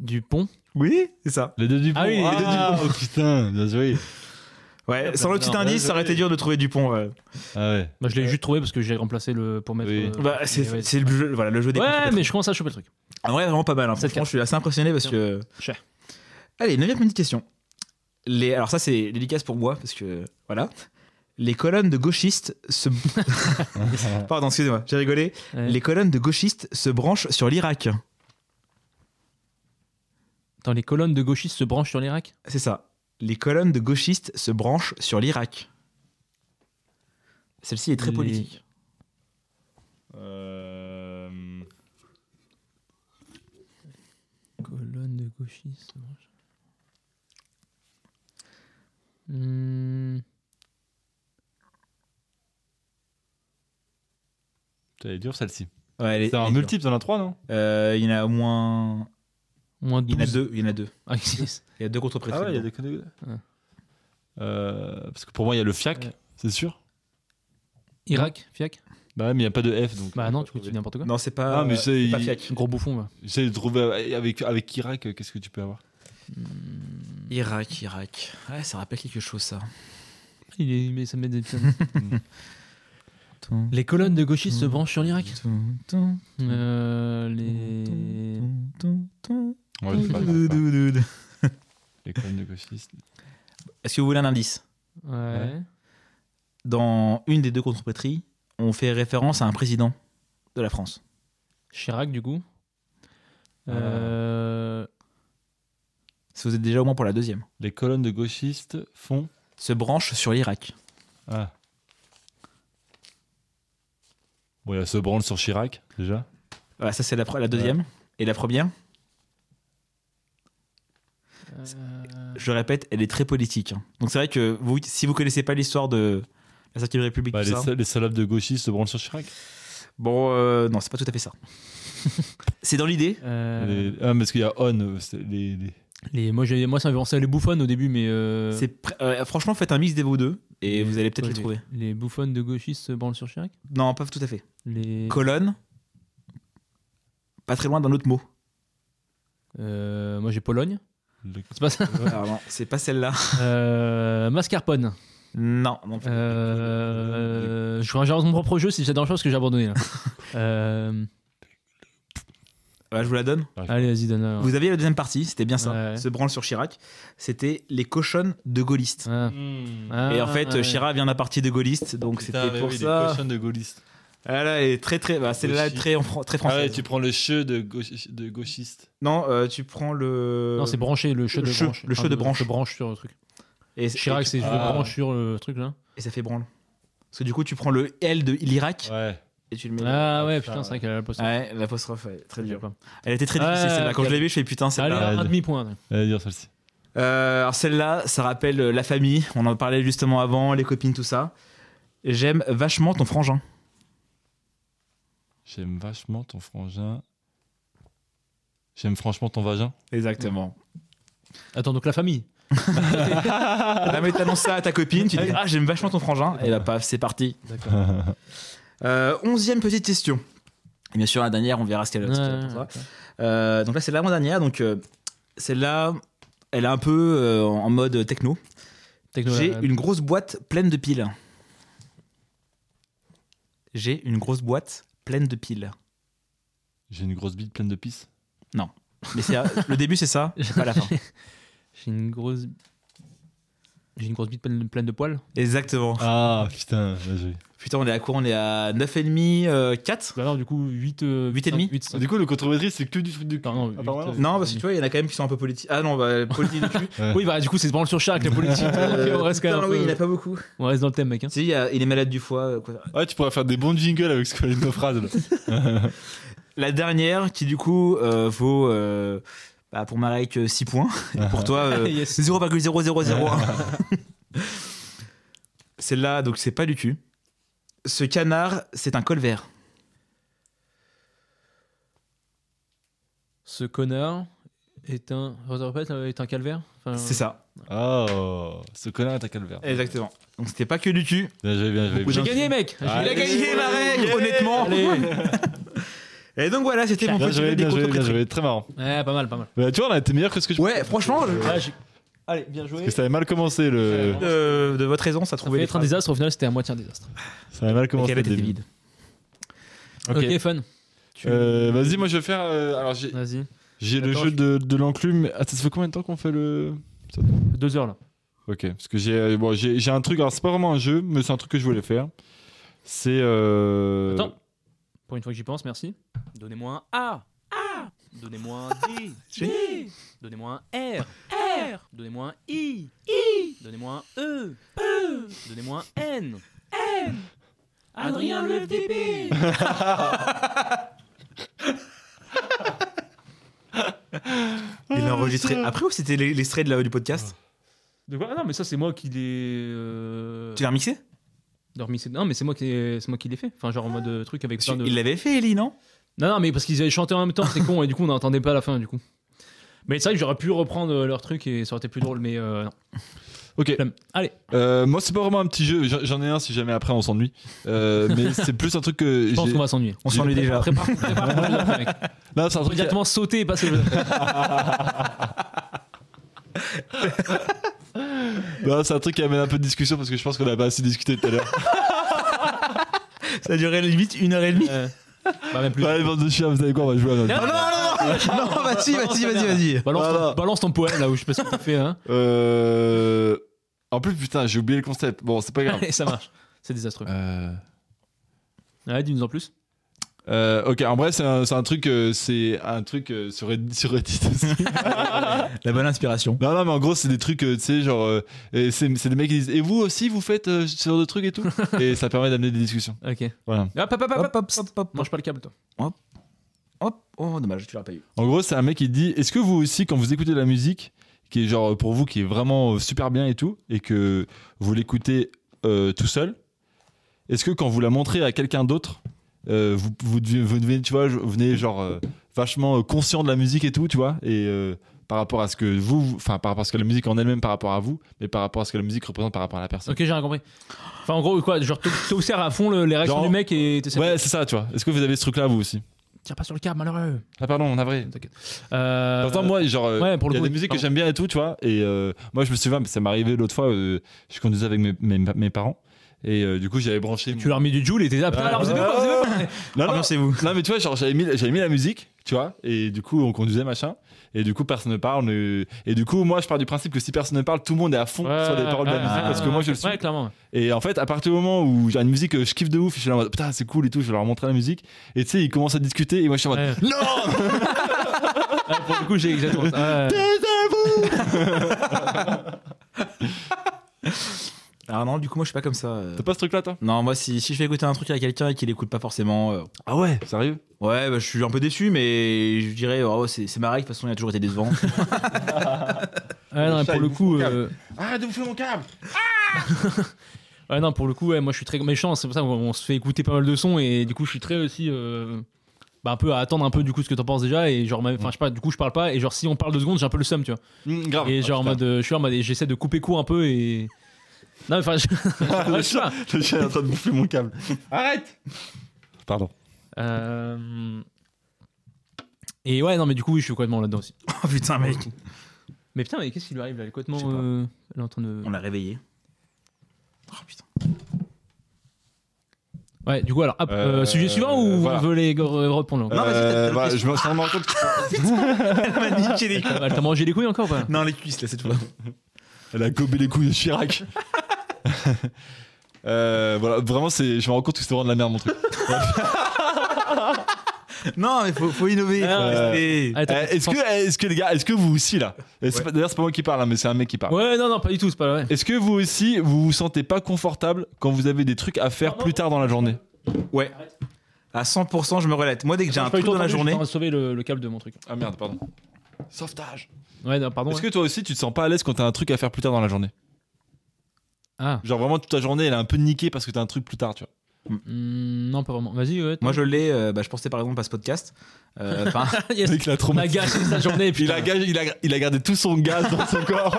S3: du pont.
S4: Oui, c'est ça.
S2: Les deux du
S3: Ah oui, les deux du
S2: oh putain, bien joué.
S4: Ouais,
S3: Ah,
S4: sans
S3: bah,
S4: le petit
S3: non,
S4: indice,
S2: ouais,
S4: ça aurait
S2: ouais.
S4: été dur de trouver Dupont. ouais.
S2: Ah ouais.
S3: Moi, je l'ai juste trouvé parce que j'ai remplacé le. pour mettre.
S2: Oui.
S3: euh,
S4: Bah, c'est
S3: mais ouais.
S4: c'est le jeu, voilà le jeu des.
S3: Ouais, mais je commence à choper le truc.
S4: Ah En vrai, vraiment pas mal. Hein. Franchement,
S3: 7-4.
S4: je suis assez impressionné parce que.
S3: Cher.
S4: Allez, neuvième petite question. les, alors ça c'est délicat pour moi parce que voilà, les colonnes de gauchistes [laughs] se, pardon excusez-moi, j'ai rigolé.
S3: Ouais.
S4: Les colonnes de gauchistes se branchent sur l'Irak.
S3: Attends, les colonnes de gauchistes se branchent sur l'Irak
S4: C'est ça. Les colonnes de gauchistes se branchent sur l'Irak. Celle-ci est très
S3: Les-
S4: politique.
S2: Euh,
S3: Colonne de gauchistes se branchent. Hmm,
S2: Elle est dure celle-ci.
S4: Ouais, elle est-
S2: C'est un
S4: elle est
S2: multiple, t'en as trois, non
S4: dure. Euh, il y en a au moins.
S3: Moins
S4: Il y en a
S3: 12.
S4: deux. Il y en a deux.
S3: Ah, six.
S4: Il y a deux contre
S2: Ah ouais, il y a des conneries.
S3: Ouais.
S2: Euh, parce que pour moi, il y a le FIAC,
S3: Ouais.
S2: c'est sûr.
S3: Irak, FIAC
S2: Bah, ouais, mais il n'y a pas de F. Donc, euh,
S3: Bah non,
S2: je
S3: tu dis n'importe quoi.
S4: Non, c'est pas.
S2: Ah, mais c'est-
S4: c'est pas
S2: il-
S4: fiac.
S3: Gros bouffon, va.
S2: J'essaie de trouver euh, avec, avec Irak, euh, qu'est-ce que tu peux avoir
S4: Irak, Irak. Ouais, ça rappelle quelque chose, ça.
S3: Il est, mais ça met des...
S4: [laughs] Tum,
S3: les colonnes de gauchistes se
S4: Mmh.
S3: branchent sur l'Irak
S4: tum, tum,
S3: Euh, les...
S4: tum, tum, tum,
S2: Ouais, je sais pas, je
S4: dou,
S2: sais pas.
S4: dou, dou, dou.
S2: Les colonnes de gauchistes.
S4: Est-ce que vous voulez un indice
S3: Ouais.
S4: Dans une des deux contreprétries, on fait référence à un président de la France.
S3: Chirac, du coup.
S2: Ah.
S3: Euh,
S4: Si vous êtes déjà au moins pour la deuxième.
S2: Les colonnes de gauchistes font.
S4: Se branche sur l'Irak.
S2: Ah. Bon, il y a ce branle sur Chirac, déjà.
S4: Voilà, ça c'est la, pre- la deuxième. Et la première,
S3: euh,
S4: je le répète, elle est très politique. hein. Donc c'est vrai que vous, si vous connaissez pas l'histoire de la 5 République,
S2: Bah,
S4: tout
S2: les,
S4: ça,
S2: sa- les salopes de gauchistes se branlent sur Chirac.
S4: bon, euh, non, c'est pas tout à fait ça. [laughs] c'est dans l'idée.
S3: euh, les...
S2: Les- Ah, mais parce qu'il y a on. euh, c'est Les, les-
S3: moi, j'avais- moi, ça me fait penser à les bouffonnes au début, mais. euh,
S4: C'est pr- euh, franchement, faites un mix des vos deux et
S3: les-
S4: vous allez peut-être
S3: quoi,
S4: les trouver.
S3: Les bouffonnes de gauchistes se branlent sur Chirac
S4: Non, pas tout à fait.
S3: Les.
S4: Colonne, pas très loin d'un autre mot.
S3: Euh, moi, j'ai Pologne.
S2: les-
S3: C'est pas ça
S4: Alors, non, c'est pas celle-là.
S3: Euh, Mascarpone.
S4: Non, non.
S3: Euh, je regarde mon propre jeu si c'est dangereux parce que j'ai abandonné. [laughs] là. Euh,
S4: Ouais, je vous la donne.
S3: Allez, vas-y, donne. la-
S4: Vous aviez la deuxième partie, c'était bien ça.
S3: Ouais.
S4: Se branle sur Chirac. C'était les cochonnes de gaullistes.
S3: Ah. Ah,
S4: Et en fait,
S3: ouais.
S4: Chirac vient d'un parti de gaulliste, donc
S2: Hmm. Putain, mais
S4: c'était pour
S2: oui, Les
S4: ça.
S2: cochons de gaullistes.
S4: Ah là, elle est très très, bah, c'est là
S2: Gauchiste.
S4: très en Fran- très
S2: Ah
S4: française.
S2: ouais, tu prends le che de, gauch- de gauchiste.
S4: Non, euh, tu prends le.
S3: Non, c'est branché, le cheveu
S4: euh, le
S3: de
S4: cheveu-
S3: branche.
S4: le cheveu de branche.
S3: Se branche sur le truc.
S4: Et,
S3: Chirac,
S4: et, tu-
S3: c'est je
S2: Ah.
S3: branche sur le truc là.
S4: et ça fait branle. Parce que du coup, tu prends le L de l'Irak
S2: Ouais.
S4: et tu le mets.
S3: Ah ouais,
S2: putain,
S3: putain, c'est vrai qu'elle a la poste.
S4: Ouais, l'apostrophe, ouais, très dur.
S3: Allez,
S4: Elle était très
S3: Ah,
S4: difficile celle-là. Quand je
S3: ok.
S4: l'ai vue, je fais putain, c'est pas.
S3: un demi-point.
S2: Allez, dire celle-ci.
S4: Euh, alors celle-là, ça rappelle euh, la famille. On en parlait justement avant, les copines, tout ça. J'aime vachement ton frangin.
S2: J'aime vachement ton frangin. J'aime franchement ton [laughs] vagin.
S4: Exactement.
S3: Attends, donc la famille.
S4: Là, mais t'annonces ça à ta copine, tu dis ah j'aime vachement ton frangin. Et bah paf, c'est parti.
S3: D'accord.
S4: Euh, onzième petite question. Et bien sûr, la dernière, on verra ce qu'elle ce qu'elle répondra. Euh, donc là, c'est l'avant-dernière. Donc euh, celle-là, elle est un peu euh, en mode techno. J'ai
S3: euh,
S4: une grosse boîte pleine de piles. J'ai une grosse boîte pleine de piles.
S2: J'ai une grosse bite pleine de pisse.
S4: Mais c'est euh, le début,
S3: [laughs]
S4: c'est ça, c'est pas la fin.
S3: J'ai une grosse. J'ai une grosse bite pleine pleine de poils.
S4: Exactement.
S2: Ah putain, bien joué.
S4: Putain, on est à quoi On est à 9,5, euh, 4
S3: Bah alors, du coup, 8.
S4: Huit et demi
S2: Ah, Du coup, le controversie, c'est que du truc de
S3: non,
S2: Ah, pardon,
S3: huit, euh,
S4: Non, parce que tu vois, il y en a quand même qui sont un peu politiques. Ah non, bah, politique du cul.
S3: Oui, bah, du coup, c'est branle sur Chirac, la politique. [laughs]
S4: Euh,
S3: Ok, on reste quand même.
S4: putain,
S3: un
S4: oui, il y en
S3: peu-
S4: a pas beaucoup.
S3: On reste dans le thème, mec. hein.
S4: Si, il, y a- il est malade du foie. euh, quoi.
S2: Ouais, tu pourrais faire des bons jingles avec ce que les nos phrases. là.
S4: La dernière, qui du coup euh, vaut euh, bah, pour Marek 6 points, et [laughs] pour toi
S3: [laughs]
S4: euh,
S3: Yes.
S4: 0,0001. [laughs] Celle-là, donc c'est pas du cul. Ce canard, c'est un colvert.
S3: Ce connard est un. Je répète, euh, est un calvaire. Enfin,
S4: C'est ça,
S2: [laughs] Oh, ce connard est un calvaire.
S4: exactement. Donc c'était pas que du cul.
S2: Bien joué, bien joué.
S4: Beaucoup
S3: J'ai
S2: bien
S4: de-
S2: joué.
S3: gagné, mec J'ai
S2: Allez.
S4: Il a gagné, Marek,
S2: Yeah
S4: honnêtement.
S3: Allez.
S4: [laughs] Et donc voilà, c'était mon
S2: Bien
S4: petit jeu
S2: joué,
S4: des
S2: bien joué,
S4: contre
S2: bien joué. Très marrant.
S3: Ouais, pas mal, pas mal.
S2: Bah, tu vois, on a été meilleur que ce que je
S4: Ouais, franchement, je-
S3: Allez, bien
S2: Parce
S3: joué.
S2: que ça avait mal commencé le.
S4: euh, de votre raison, ça
S3: Ça pouvait
S4: trouvait
S3: être un désastre, au final c'était à moitié un désastre.
S2: Ça avait mal commencé
S4: Quelle
S2: le
S4: était
S2: début.
S4: vide.
S3: Ok, fun. Tu-
S2: Euh, Vas-y, moi je vais faire. euh, alors j'ai
S3: Vas-y.
S2: j'ai le
S3: Attends,
S2: jeu
S3: je-
S2: de, de l'enclume. Ah, ça fait combien de temps qu'on fait le.
S3: Deux heures là.
S2: Ok, parce que j'ai euh, bon, j'ai j'ai un truc, alors c'est pas vraiment un jeu, mais c'est un truc que je voulais faire. C'est. euh,
S3: Attends. Pour une fois que j'y pense, merci. Donnez-moi un A. A. Donnez-moi un [laughs] D. D. Donnez-moi un R. R. Donnez-moi un I. I. Donnez-moi un E. E. Donnez-moi un N. N. Adrien le [laughs] FDP.
S4: Il l'a enregistré après ou c'était l'e- l'extrait de la- du podcast
S3: De quoi Ah non, mais ça, c'est moi qui l'ai. Euh...
S4: Tu l'as remixé
S3: dormi, c'est- Non, mais c'est moi qui l'ai- c'est moi qui l'ai fait. Enfin, genre en mode euh, truc avec plein de.
S4: Il l'avait fait, Ellie, non
S3: Non, non, mais parce qu'ils avaient chanté en même temps, c'est con, et du coup, on n'entendait pas la fin, du coup. Mais c'est vrai que j'aurais pu reprendre euh, leur truc et ça aurait été plus drôle, mais euh, non.
S2: Ok.
S3: Flemme. Allez,
S2: Euh, moi, c'est pas vraiment un petit jeu. J'en- J'en ai un si jamais après on s'ennuie. Euh,
S3: [laughs]
S2: mais c'est plus un truc que.
S3: je pense
S2: j'ai-
S3: qu'on va s'ennuyer.
S4: On s'ennuie déjà.
S3: Prépare, prépare pour le jeu
S4: [laughs]
S3: d'après, mec.
S2: Là, c'est un truc.
S3: On peut
S2: qui a-
S3: directement sauter et passer le jeu d'après.
S2: Non, c'est un truc qui amène un peu de discussion parce que je pense qu'on a pas assez discuté tout à
S3: [laughs]
S2: l'heure.
S4: Ça a duré limite une heure
S3: [laughs]
S4: et demie. Oh,
S3: Euh, Bah, même plus.
S2: Ouais, les bandes de chiens, vous savez quoi On va jouer à notre.
S3: Non,
S4: Non, non, non, non, non, vas-y, vas-y, vas-y, vas-y.
S3: Balance,
S2: Voilà.
S3: ton, balance ton poème là où je sais pas ce que t'as fait.
S4: [laughs]
S3: Hein.
S2: Euh... En plus, putain, j'ai oublié le concept. Bon, c'est pas grave.
S3: Allez, ça marche. C'est désastreux.
S2: Euh,
S3: Ouais, dis-nous en plus.
S2: euh, ok, en vrai, c'est un, c'est un truc, euh, c'est un truc euh, sur, Reddit- sur Reddit aussi.
S4: La bonne inspiration.
S2: non, non, mais en gros, c'est des trucs, euh, tu sais, genre, euh, et c'est c'est des mecs qui disent, et vous aussi, vous faites euh, ce genre de trucs et tout. et ça permet d'amener des discussions.
S3: Ok.
S2: Voilà.
S4: Ah,
S3: Hop, hop, hop, hop,
S4: Hop, hop, hop, hop, hop,
S3: Mange pas le câble, toi.
S4: hop. Oh, dommage, tu l'as pas eu.
S2: En gros, c'est un mec qui dit Est-ce que vous aussi, quand vous écoutez de la musique, qui est genre pour vous, qui est vraiment euh, super bien et tout, et que vous l'écoutez euh, tout seul, est-ce que quand vous la montrez à quelqu'un d'autre, euh, vous, vous, devez- vous devenez, tu vois, je- vous venez genre euh, vachement euh, conscient de la musique et tout, tu vois, et euh, par rapport à ce que vous, vous- enfin, par rapport à ce que la musique en elle-même par rapport à vous, mais par rapport à ce que la musique représente par rapport à la personne.
S3: Ok, j'ai rien compris. Enfin, en gros, quoi, genre, t'observes à fond le- les réactions
S2: Genre-
S3: du mec et t'essaies.
S2: Ouais, c'est ça, tu vois. Est-ce que vous avez ce truc-là, vous aussi
S3: Tire pas sur le câble, malheureux.
S2: Ah, pardon, on a vrai.
S3: Euh,
S2: Pourtant, moi, genre, euh, il
S3: ouais, pour le
S2: y a
S3: coup,
S2: des musiques que
S3: pardon.
S2: j'aime bien et tout, tu vois. Et euh, moi, je me souviens, mais ça m'est arrivé l'autre fois, euh, je conduisais avec mes, mes, mes parents. Et euh, du coup, j'avais branché. mon-
S3: Tu leur as mis du Joule et t'es là, putain,
S2: Ah,
S3: alors vous aimez
S2: ouais.
S3: pas, vous aimez pas
S2: Non, non,
S4: Ambiancez-vous.
S2: non, mais tu vois, genre, j'avais mis, j'avais mis la musique, tu vois. Et du coup, on conduisait, machin. Et du coup, personne ne parle. euh, Et du coup, moi, je pars du principe que si personne ne parle, tout le monde est à fond [laughs] sur les paroles de la
S3: ouais,
S2: musique
S3: ouais,
S2: parce que
S3: ouais,
S2: moi, je le suis.
S3: Ouais, clairement.
S2: Et en fait, à partir du moment où j'ai une musique que je kiffe de ouf, je suis là en mode putain, c'est cool et tout, je vais leur montrer la musique. Et tu sais, ils commencent à discuter et moi, je suis en mode [laughs]
S3: Ouais.
S2: non,
S3: Ouais, pour le coup, j'ai
S2: [laughs]
S3: exactement ça. Ouais.
S2: taisez-vous
S4: Alors, non, du coup, moi, je suis pas comme ça. euh.
S2: T'as pas ce truc là, toi
S4: Non, moi, si, si je fais écouter un truc à quelqu'un et qu'il écoute pas forcément, euh,
S2: Ah ouais, sérieux
S4: ouais, bah, je suis un peu déçu, mais je dirais, oh, c'est c'est ma règle, de toute façon, il a toujours été décevant.
S3: Ouais, non, mais
S2: chat,
S3: pour
S2: il
S3: le
S2: bouffe
S3: coup.
S2: mon câble.
S3: euh, Ah
S2: Arrête de bouffer mon câble
S3: [laughs] Ouais, non, pour le coup, ouais, moi je suis très méchant, c'est pour ça qu'on on se fait écouter pas mal de sons et du coup, je suis très aussi. euh, Bah, un peu à attendre un peu du coup ce que t'en penses déjà et genre, même- enfin, je sais pas, du coup, je parle pas et genre, si on parle deux secondes, j'ai un peu le seum, tu vois.
S2: Mmh, grave.
S3: Et genre, en mode, euh, je suis en mode, et j'essaie de couper court un peu et. [laughs] Non, mais enfin, je. [laughs]
S2: Ah,
S3: je sais pas.
S2: Le chien est en train de bouffer mon câble. Arrête Pardon.
S3: Euh, Et ouais, non, mais du coup, oui, je suis complètement là-dedans aussi.
S4: [laughs] oh putain, mec.
S3: Mais putain, mais qu'est-ce qui lui arrive là Elle est complètement.
S4: Je sais pas.
S3: euh, Elle est en train de.
S4: On l'a réveillé. Oh putain.
S3: Ouais, du coup, alors, hop,
S2: Euh,
S3: euh, sujet suivant ou euh,
S2: voilà.
S3: on veut les re- reprendre là
S4: Non, vas-y, t'as- t'as
S2: bah,
S4: une
S2: je me suis rendu compte [laughs]
S4: Elle m'a niqué les couilles.
S3: Ah bah, T'as mangé les couilles encore ou pas
S4: Non, les cuisses, là, cette fois.
S2: qu'elle a gobé les couilles de Chirac. [laughs] Euh, voilà, vraiment, c'est, je me rends compte que c'était vraiment de la merde mon truc.
S4: Non, mais faut, faut innover. faut
S3: Euh,
S4: rester.
S3: Allez, t'as-
S2: Euh, est-ce, que, est-ce que les gars, est-ce que vous aussi là et c'est
S4: Ouais.
S2: pas- D'ailleurs, c'est pas moi qui parle, hein, mais c'est un mec qui parle.
S3: Ouais, non, non, pas du tout, c'est pas vrai.
S2: Est-ce que vous aussi, vous vous sentez pas confortable quand vous avez des trucs à faire plus tard dans la journée
S4: Ouais. À 100%, je me relate. Moi, dès que j'ai un
S3: pas eu
S4: truc
S3: le temps
S4: dans la
S3: d'entendu,
S4: journée.
S3: j'étais en train de sauver le, le câble de mon truc.
S2: Ah merde, pardon. Sauvetage.
S3: Ouais, non, pardon.
S2: Est-ce
S3: hein.
S2: que toi aussi, tu te sens pas à l'aise quand t'as un truc à faire plus tard dans la journée
S3: Ah,
S2: Genre vraiment toute ta journée, elle est un peu niquée parce que t'as un truc plus tard, tu vois.
S3: hmm, non, pas vraiment. Vas-y, ouais.
S4: Moi, je l'ai. euh, bah, je pensais par exemple à ce podcast. [laughs] Euh, enfin,
S3: [laughs] yes.
S2: Avec la
S3: On a gâché sa journée.
S2: Il
S3: putain.
S2: a, gagé- il, a, il a gardé tout son gaz dans son
S3: [laughs]
S2: corps.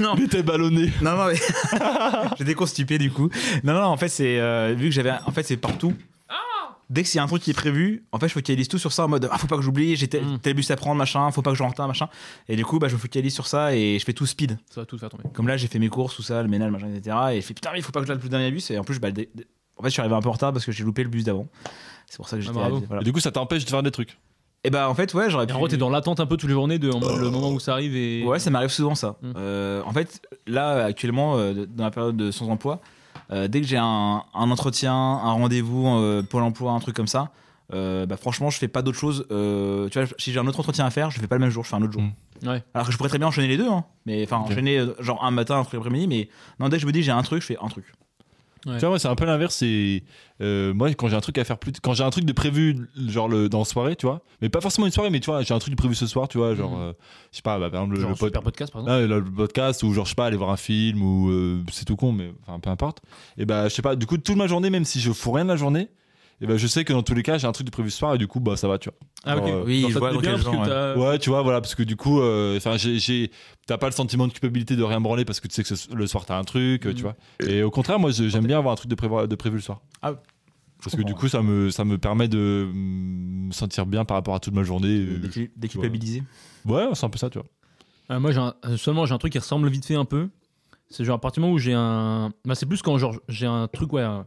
S4: Non.
S2: Il était ballonné.
S4: non, non, mais [laughs] j'étais constipé du coup. Non, non, en fait, c'est euh, vu que j'avais, en fait, c'est partout. Dès que s'il y a un truc qui est prévu, en fait, je focalise tout sur ça en mode ah faut pas que j'oublie, j'ai tel,
S3: Mm.
S4: tel bus à prendre, machin, faut pas que je rentre un, machin. Et du coup, bah, je focalise sur ça et je fais tout speed.
S3: Ça va tout faire tomber.
S4: Comme là, j'ai fait mes courses, tout ça, le ménage, machin, etc. Et je fais putain, mais il faut pas que je rate le dernier bus. Et en plus, bah, dé- dé- en fait, je suis arrivé un peu en retard parce que j'ai loupé le bus d'avant. C'est pour ça que j'étais.
S3: Ah, bravo.
S4: voilà.
S2: Et du coup, ça t'empêche de faire des trucs.
S4: Et bah en fait, ouais, j'aurais
S3: Et
S4: pu.
S3: en gros, t'es dans l'attente un peu tous les journées de en mode, le moment où ça arrive et.
S4: Ouais, ça m'arrive souvent ça.
S3: Mm.
S4: Euh, en fait, là, actuellement, euh, de- dans la période de sans emploi, euh, dès que j'ai un, un entretien, un rendez-vous, euh, Pôle emploi, un truc comme ça, euh, bah, franchement, je fais pas d'autre chose. euh, tu vois, si j'ai un autre entretien à faire, je fais pas le même jour, je fais un autre jour.
S3: Mm. Ouais.
S4: Alors que je pourrais très bien enchaîner les deux, hein. mais enfin,
S2: Ok.
S4: enchaîner euh, genre un matin, un truc l'après-midi, mais non, dès que je me dis j'ai un truc, je fais un truc.
S2: Tu vois, moi, c'est un peu l'inverse. C'est euh, moi quand j'ai un truc à faire plus, quand j'ai un truc de prévu, genre le dans la soirée, tu vois. Mais pas forcément une soirée, mais tu vois, j'ai un truc de prévu ce soir, tu vois, genre,
S3: Mhm.
S2: euh, je sais pas, bah, par exemple le,
S3: Genre
S2: le pod-
S3: super podcast, par exemple.
S2: Ah, le podcast ou genre je sais pas aller voir un film ou euh, c'est tout con mais enfin peu importe et bah je sais pas du coup toute ma journée même si je fous rien de la journée et ben je sais que dans tous les cas j'ai un truc de prévu ce soir et du coup bah ça va tu vois
S3: Ah, ok.
S2: Genre, euh,
S4: Oui,
S3: Genre,
S4: je
S3: ça te
S4: vois
S3: plaît
S4: dans
S3: bien
S4: quel
S3: parce
S4: genre,
S3: que t'as-
S2: ouais tu vois voilà parce que du coup euh, enfin j'ai- j'ai t'as pas le sentiment de culpabilité de rien branler parce que tu sais que ce- le soir t'as un truc euh, tu vois et au contraire moi je- j'aime bien avoir un truc de prévu de prévu le soir
S4: Ah,
S2: parce que du coup ça me ça me permet de mm, me sentir bien par rapport à toute ma journée euh,
S4: Décu- Déculpabiliser.
S2: ouais c'est un peu ça tu vois
S3: Ah, moi, j'ai un- euh, seulement, j'ai un truc qui ressemble vite fait un peu. C'est genre à partir du moment où j'ai un. Bah, c'est plus quand genre j'ai un truc, ouais. un-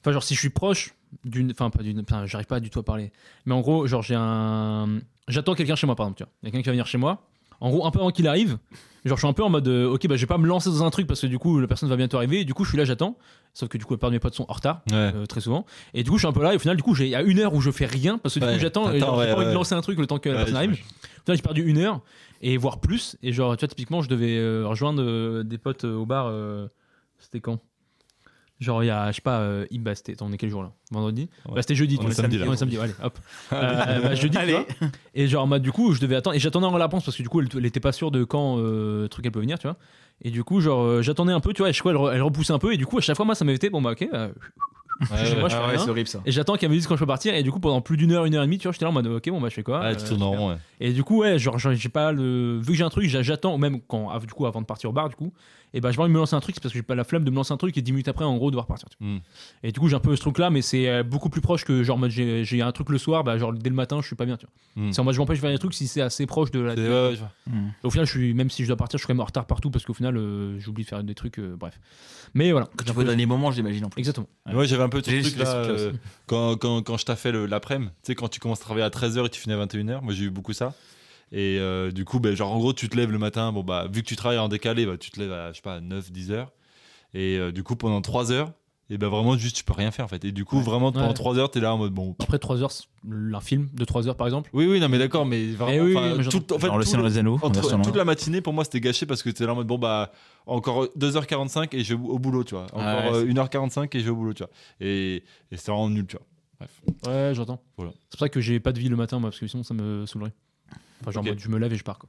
S3: Enfin, genre si je suis proche d'une. Enfin, pas d'une. Enfin, j'arrive pas du tout à parler. Mais en gros, genre j'ai un. J'attends quelqu'un chez moi, par exemple, tu vois. Il y a quelqu'un qui va venir chez moi. En gros, un peu avant qu'il arrive, genre je suis un peu en mode, euh, ok, bah je vais pas me lancer dans un truc parce que du coup, la personne va bientôt arriver. Et du coup, je suis là, j'attends. Sauf que du coup, la part de mes potes sont en retard.
S2: ouais
S3: euh, très souvent et du coup je suis un peu là et au final du coup j'ai- il y a une heure où je fais rien parce que du
S2: Ouais,
S3: coup j'attends et
S2: t'attends,
S3: genre,
S2: ouais,
S3: j'ai pas envie de
S2: ouais.
S3: lancer un truc le temps que la
S2: Ouais,
S3: personne arrive
S2: j'imagine.
S3: Putain, j'ai perdu une heure et voire plus. Et genre, tu vois, typiquement, je devais euh, rejoindre euh, des potes euh, au bar. euh, c'était quand Genre, il y a, je sais pas, euh, il- bah, c'était, attends, on est quel jour là Vendredi
S2: Ouais.
S3: Bah, c'était jeudi.
S2: On
S3: tu
S2: est
S3: vois.
S2: samedi, là.
S3: On est samedi, ouais, allez,
S2: [laughs]
S3: hop. Euh, bah, jeudi, tu vois. Et genre, bah, du coup, je devais attendre. Et j'attendais en réponse parce que du coup, elle, elle était pas sûre de quand euh, truc elle peut venir, tu vois. Et du coup, genre, euh, j'attendais un peu, tu vois, et je crois elle, re- elle repoussait un peu. Et du coup, à chaque fois, moi, ça m'évitait, bon, bah, ok, bah,
S2: Ouais,
S3: moi,
S2: ouais.
S3: je fais
S4: Ah ouais,
S3: rien.
S4: c'est horrible ça.
S3: et j'attends qu'elle me dise quand je peux partir. Et du coup, pendant plus d'une heure, une heure et demie, tu vois, j'étais là en mode, ok, bon, bah, je fais quoi
S2: Ouais, tu
S3: Euh,
S2: tournes en
S3: je fais
S2: rond ouais.
S3: et du coup, ouais, genre, genre, j'ai pas le. Vu que j'ai un truc, j'a- j'attends, ou même quand, av- du coup, avant de partir au bar, du coup, et ben, j'ai pas envie de me lancer un truc, c'est parce que j'ai pas la flemme de me lancer un truc et 10 minutes après, en gros, devoir partir. tu vois.
S2: Mm.
S3: Et du coup, j'ai un peu ce truc-là, mais c'est euh, beaucoup plus proche que, genre, mode, j'ai j'ai un truc le soir, bah, genre, dès le matin, je suis pas bien, tu vois.
S2: Mm.
S3: C'est en mode, je m'empêche de faire des trucs si c'est assez proche de la.
S2: C'est- ouais, ouais, je vois.
S4: Mm.
S3: Au final, je suis, même si je dois partir, je suis quand même en retard partout, parce qu'au final, euh, j'oublie de faire des trucs, euh, bref. Mais voilà.
S4: Quand tu peux donner les moments, j'imagine en plus.
S3: Exactement.
S2: Mais Moi j'avais un peu tout
S4: J'ai
S2: truc
S4: juste
S2: là,
S4: les
S2: euh, quand, quand, quand je t'ai fait le- l'après-midi, tu sais quand tu commences à travailler à 13h et tu finis à 21h, moi j'ai eu beaucoup ça. Et euh, du coup, ben, genre en gros tu te lèves le matin, bon bah vu que tu travailles en décalé, bah, tu te lèves à je sais pas 9 10h et euh, du coup pendant 3 heures, et ben vraiment juste tu peux rien faire en fait. Et du coup vraiment pendant
S3: Ouais.
S2: 3 heures, tu es là en mode bon.
S3: Après 3 heures, c'est- un film de 3 heures, par exemple.
S2: Oui oui, non mais d'accord, mais
S3: Eh
S2: vraiment
S3: oui,
S2: enfin,
S3: oui, mais
S2: tout- en fait,
S4: Genre le
S2: tout
S4: Seigneur
S2: le-
S4: des Anneaux. en version
S2: entre,
S4: longue.
S2: toute la matinée pour moi c'était gâché parce que t'es là en mode bon bah encore 2h45 et je vais au boulot tu vois encore
S4: Ah ouais,
S2: euh, 1h45 et je vais au boulot tu vois et, et c'est vraiment nul tu vois
S3: Ouais, j'entends.
S2: Voilà.
S3: C'est pour ça que j'ai pas de vie le matin, moi, parce que sinon, ça me saoulerait. Enfin, genre,
S2: Ok.
S3: mode, je me lève et je pars, quoi.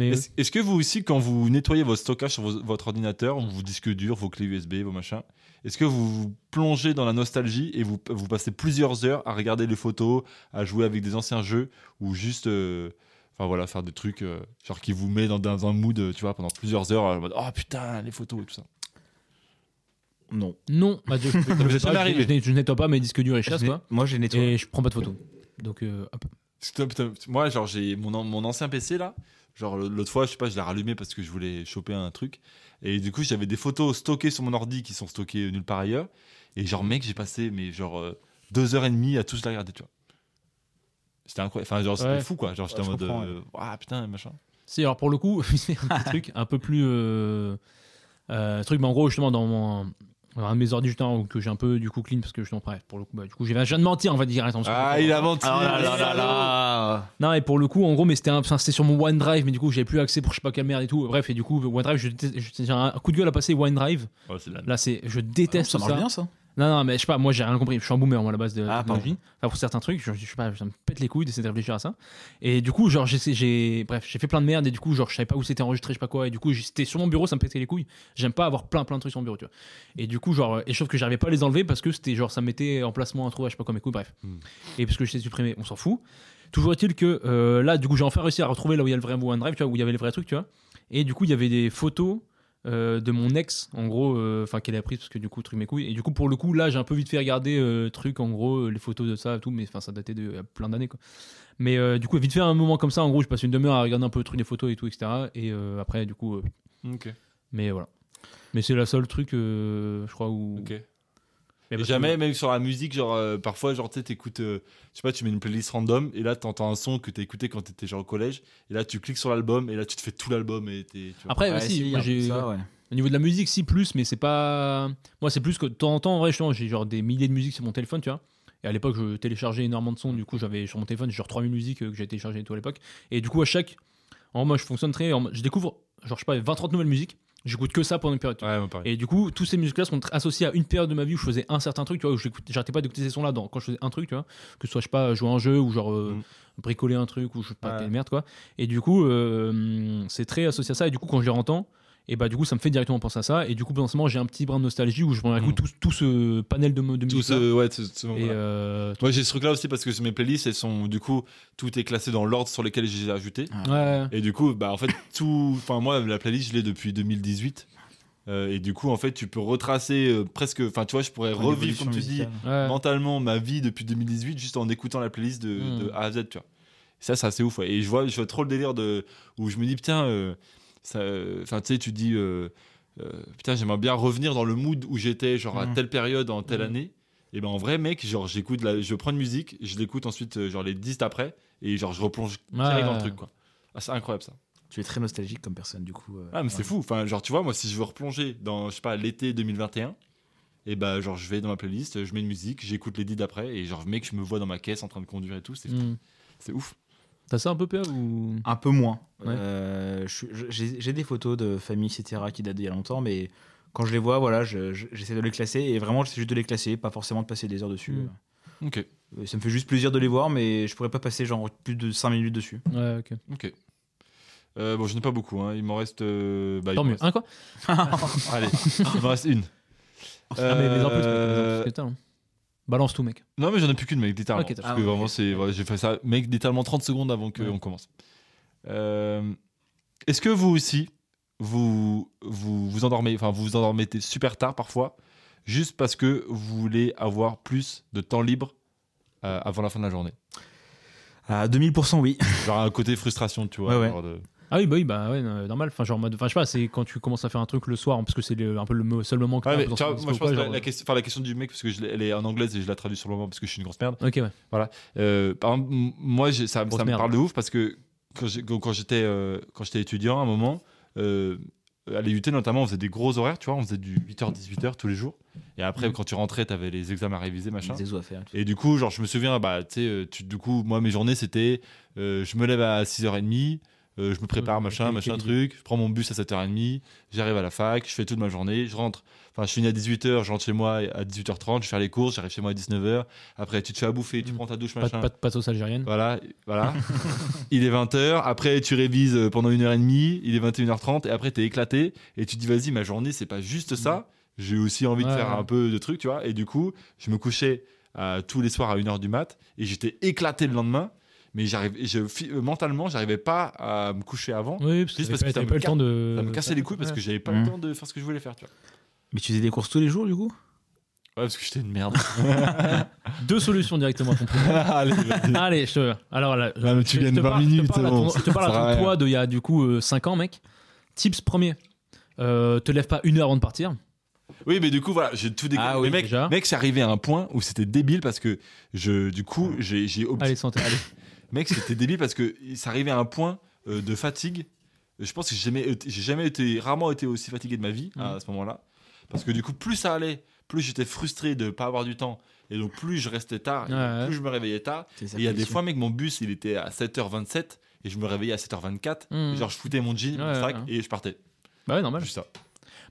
S3: Mais, euh,
S2: Est-ce est-ce que vous aussi, quand vous nettoyez vos stockages sur vos- votre ordinateur, vos disques durs, vos clés USB, vos machins, est-ce que vous vous plongez dans la nostalgie et vous, vous passez plusieurs heures à regarder les photos, à jouer avec des anciens jeux ou juste. euh, Enfin voilà, faire des trucs euh, genre qui vous met dans, dans un mood, euh, tu vois, pendant plusieurs heures, en mode oh putain, les photos et tout ça.
S4: Non.
S3: Non, bah,
S2: [laughs]
S3: je, je- je-
S2: vous est
S3: je-
S2: jamais
S3: je-
S2: arrivé.
S3: je- je nettoie pas mes disques durs et chasses,
S4: Je n'ai-
S3: quoi.
S4: Moi, j'ai nettoyé.
S3: Et je prends pas de photos. Donc, euh, hop.
S2: Parce que, putain, putain, Moi, genre, j'ai mon, an- mon ancien PC là. Genre, le- l'autre fois, je sais pas, je l'ai rallumé parce que je voulais choper un truc. Et du coup, j'avais des photos stockées sur mon ordi qui sont stockées euh, nulle part ailleurs. Et genre, mec, j'ai passé, mais genre, euh, deux heures et demie à tous la regarder, tu vois. C'était incroyable. Enfin, genre, c'était
S3: Ouais.
S2: fou quoi. Genre, j'étais
S4: Ouais,
S2: en
S4: je
S2: mode.
S4: comprends,
S2: euh, Ah putain, machin.
S3: Si, alors pour le coup, [laughs] c'est un petit truc un peu plus. euh, euh, truc, mais en gros, justement, dans mon. dans un de mes ordi justement, que j'ai un peu du coup clean parce que je pareil pour le coup bah, du coup j'ai je viens de mentir on va dire attends, parce que-
S2: Ah, il a menti.
S4: Ah là là
S2: les
S4: là là
S3: non et pour le coup en gros mais c'était un- enfin, c'était sur mon OneDrive mais du coup j'avais plus accès pour je sais pas quelle merde et tout bref et du coup OneDrive je déteste- je- j'ai un coup de gueule à passer OneDrive
S2: salauds. Oh, c'est de la merde.
S3: là c'est je déteste
S4: Ah Ça marche bien ça.
S3: Non, non, mais je sais pas, moi j'ai rien compris. Je suis un boomer, moi, à la base de la
S4: Ah,
S3: technologie. Enfin, pour certains trucs, je, je sais pas, ça me pète les couilles d'essayer de réfléchir à ça. Et du coup, genre, j'ai- j'ai. Bref, j'ai fait plein de merde et du coup, genre, je savais pas où c'était enregistré, je sais pas quoi. Et du coup, j- c'était sur mon bureau, ça me pétait les couilles. J'aime pas avoir plein, plein de trucs sur mon bureau, tu vois. Et du coup, genre, et sauf que j'arrivais pas à les enlever parce que c'était genre, ça mettait en placement introuvable, je sais pas quoi, mes couilles, bref.
S2: Hmm.
S3: Et parce que je sais supprimer, on s'en fout. Toujours est-il que euh, là, du coup, j'ai enfin réussi à retrouver là où il y a le vrai OneDrive, tu vois, où il y avait les vrais trucs, tu vois. Et du coup, il y avait des photos euh, de mon ex, en gros, euh, enfin qu'elle a prise parce que du coup, truc mes couilles. Et du coup, pour le coup, là, j'ai un peu vite fait regarder euh, truc, en gros, euh, les photos de ça et tout, mais enfin, ça datait de euh, plein d'années, quoi. Mais euh, du coup, vite fait un moment comme ça, en gros, je passe une demi-heure à regarder un peu le truc, les photos et tout, etc. Et euh, après, du coup, euh,
S2: Ok.
S3: mais voilà. Mais c'est la seule truc, euh, je crois, où.
S2: Ok.
S3: Mais
S2: Et
S3: parce que-
S2: jamais, même sur la musique, genre euh, parfois, genre tu sais, t'écoutes, euh, je sais pas, tu mets une playlist random et là t'entends un son que t'as écouté quand t'étais genre au collège et là tu cliques sur l'album et là tu te fais tout l'album et t'es. tu vois.
S3: Après,
S4: Ouais,
S3: aussi,
S4: si,
S3: moi,
S4: un peu
S3: j'ai-
S4: ça, ouais.
S3: au niveau de la musique, si plus, mais c'est pas. Moi, c'est plus que de temps en temps, en vrai, je- j'ai genre des milliers de musiques sur mon téléphone, tu vois. Et à l'époque, je téléchargeais énormément de sons, du coup, j'avais sur mon téléphone genre 3000 musiques euh, que j'ai téléchargées et tout à l'époque. Et du coup, à chaque. En moi, je fonctionne très. en- Je découvre, genre, je sais pas, 20-30 nouvelles musiques, j'écoute que ça pendant une période. tu vois.
S2: Ah, Ouais, moi, pareil.
S3: Et du coup, tous ces musiques-là sont tr- associées à une période de ma vie où je faisais un certain truc, tu vois, où j'écoute- j'arrêtais pas d'écouter ces sons-là dans- quand je faisais un truc, tu vois, que ce soit, je sais pas, jouer à un jeu ou genre euh, bricoler un truc ou je sais pas,
S2: Mm. Ouais.
S3: quelle merde, quoi. Et du coup, euh, c'est très associé à ça. Et du coup, quand je les entends, et bah, du coup, ça me fait directement penser à ça. Et du coup, potentiellement, j'ai un petit brin de nostalgie où je me réécoute tout, tout ce panel de, mo- de
S2: Tout
S3: musique.
S2: ce, ouais, tout Mm. ce-
S3: Et
S2: voilà.
S3: euh,
S2: Moi j'ai ce truc là aussi parce que mes playlists elles sont du coup tout est classé dans l'ordre sur lequel j'ai ajouté
S3: ouais.
S2: et du coup bah en fait [laughs] tout enfin moi la playlist je l'ai depuis 2018 Euh, et du coup en fait tu peux retracer euh, presque enfin tu vois je pourrais revivre comme tu dis
S3: ouais.
S2: mentalement ma vie depuis 2018 juste en écoutant la playlist de,
S3: Hmm.
S2: de A à Z tu vois ça c'est assez ouf ouais. et je vois je vois trop le délire de où je me dis putain euh, ça euh, enfin tu sais tu dis euh, euh, putain j'aimerais bien revenir dans le mood où j'étais genre à
S4: Hmm.
S2: telle période en telle
S3: Hmm.
S2: année et ben en vrai mec genre j'écoute la- je prends une musique je l'écoute ensuite euh, genre les 10 après et genre je replonge direct
S3: Ouais.
S2: dans le truc quoi Ah, c'est incroyable ça
S4: Tu es très nostalgique comme personne, du coup. euh,
S2: ah mais c'est
S4: ouais.
S2: fou. Enfin genre tu vois moi si je veux replonger dans je sais pas l'été 2021 et bah genre je vais dans ma playlist, je mets une musique, j'écoute les dix d'après et genre mec je me vois dans ma caisse en train de conduire et tout, c'est
S3: Hmm.
S2: c'est ouf.
S3: T'as ça un peu, PA ou...
S4: Un peu moins.
S3: Ouais.
S4: Euh, je suis- je- J'ai j'ai des photos de famille, etc., qui datent d'il y a longtemps, mais quand je les vois, voilà, je- je- j'essaie de les classer. Et vraiment, j'essaie juste de les classer, pas forcément de passer des heures dessus.
S3: Mm.
S2: OK.
S4: Euh, Ça me fait juste plaisir de les voir, mais je pourrais pas passer genre plus de 5 minutes dessus.
S3: Ouais, ok.
S2: OK. Euh, bon, je n'ai pas beaucoup, hein. il m'en reste. euh, bah, il
S3: Tant
S2: m'en
S3: mieux. Hein, quoi
S2: reste- Allez, [laughs] il m'en reste une.
S3: Ah, mais les impôts, tu peux-
S2: Euh,
S3: parce que t'as, hein. Balance tout, mec.
S2: Non, mais j'en ai plus qu'une, mec, littéralement.
S3: Ok,
S2: parce
S4: ah
S2: que
S4: ouais,
S2: vraiment,
S4: ok.
S2: c'est. voilà, j'ai fait ça, mec, littéralement 30 secondes avant qu'on
S3: Ouais.
S2: commence. Euh, Est-ce que vous aussi, vous vous, vous endormez, enfin, vous vous endormez super tard parfois, juste parce que vous voulez avoir plus de temps libre euh, avant la fin de la journée
S4: À 2000%, oui.
S2: Genre un côté frustration, tu vois.
S4: Ouais, ouais.
S2: genre de-
S3: Ah oui, bah oui, bah ouais, euh, normal. Enfin, genre, en mode- enfin, je sais pas, c'est quand tu commences à faire un truc le soir, hein, parce que c'est le- un peu le mo- seul moment que
S2: Ouais,
S4: Ah,
S3: t'as
S2: mais
S3: pour
S2: tu vois,
S3: sortir
S2: moi, je
S3: dispo ou
S2: pense que
S3: pas,
S2: la, la question, enfin, la question du mec, parce que je l'ai- elle est en anglaise et je la traduis sur le moment parce que je suis une grosse merde.
S3: genre, Ok, ouais.
S2: Euh, par exemple, m- moi, j'ai- ça,
S3: Grosse
S2: ça me
S3: merde.
S2: parle de ouf parce que quand j'ai- quand quand j'étais euh, quand j'étais étudiant, à un moment, euh, à l'EUT notamment, on faisait des gros horaires, tu vois, on faisait du 8h-18h tous les jours. Et
S3: Mm.
S2: après, quand tu rentrais, t'avais les examens à réviser, machin.
S4: Des os à faire. et tout.
S2: Et du coup, genre, je me souviens, bah, tu sais, euh, tu- du coup, moi, mes journées, c'était euh, je me lève à 6h30, euh, je me prépare,
S3: Ouais,
S2: machin,
S3: quelle-
S2: machin,
S3: quelle
S2: truc, je prends mon bus à 7h30, j'arrive à la fac, je fais toute ma journée, je rentre, enfin, je finis à 18h, je rentre chez moi à 18h30, je fais les courses, j'arrive chez moi à 19h, après, tu te fais à bouffer, tu
S3: Mm.
S2: prends ta douche,
S3: Pas, de-
S2: machin.
S3: pas de pas de sauce algérienne.
S2: Voilà, [laughs] voilà. il est 20h, après tu révises euh, pendant une heure et demie, il est 21h30, et après t'es éclaté, et tu te dis vas-y, ma journée c'est pas juste ça, j'ai aussi envie de
S3: Ouais,
S2: faire
S3: ouais.
S2: un peu de trucs, tu vois, et du coup, je me couchais euh, tous les soirs à 1h du mat, et j'étais éclaté le lendemain, mais j'arrive, je, fi- euh, mentalement, j'arrivais pas à me coucher avant,
S3: Oui, parce que
S2: Juste
S3: t'avais
S2: parce que
S3: pas,
S2: ça
S3: t'avais
S2: me
S3: pas le
S2: casse-
S3: temps de.
S2: ça me cassait les couilles parce que j'avais pas
S3: Mm.
S4: Ouais.
S2: le temps de faire ce que je voulais faire, tu vois.
S4: Mais tu faisais des courses tous les jours, du coup
S2: Ouais, parce que j'étais une merde.
S3: Deux solutions directement à ton problème.
S2: [laughs] Allez, [laughs] vas-y.
S3: Allez, je te. Alors là.
S2: Non, mais tu
S3: je- je
S2: gagnes
S3: te
S2: 20
S3: parle-
S2: minutes,
S3: Je te parle à
S2: c'est
S3: ton-
S2: bon.
S3: je te parle
S2: Ça
S3: à
S2: va.
S3: ton toi d'il y a du coup 5 ans, mec. Tips premier. Euh, te lève pas une heure avant de partir.
S2: Oui, mais du coup, voilà, j'ai tout découvert.
S3: Ah oui,
S2: mais mec,
S3: déjà.
S2: mec, c'est arrivé à un point où c'était débile parce que je, du coup, j'ai, j'ai obti-
S3: Ah. Allez, santé. Allez.
S2: Mec, c'était débile parce que ça arrivait à un point euh, de fatigue. Je pense que j'ai jamais, été- j'ai jamais été, rarement été aussi fatigué de ma vie
S3: Mm.
S2: à ce moment-là. Parce que du coup, plus ça allait, plus j'étais frustré de pas avoir du temps. Et donc, plus je restais tard, et donc
S3: Ouais, ouais.
S2: plus je me réveillais tard.
S4: C'est ça,
S2: Et il y a des
S4: pollution.
S2: fois, mec, mon bus, il était à 7h27 et je me réveillais à 7h24.
S3: Mm.
S2: Et Genre, je foutais mon jean, mon
S3: Ouais,
S2: sac
S3: ouais.
S2: et je partais.
S3: Bah ouais, normal.
S2: Juste ça.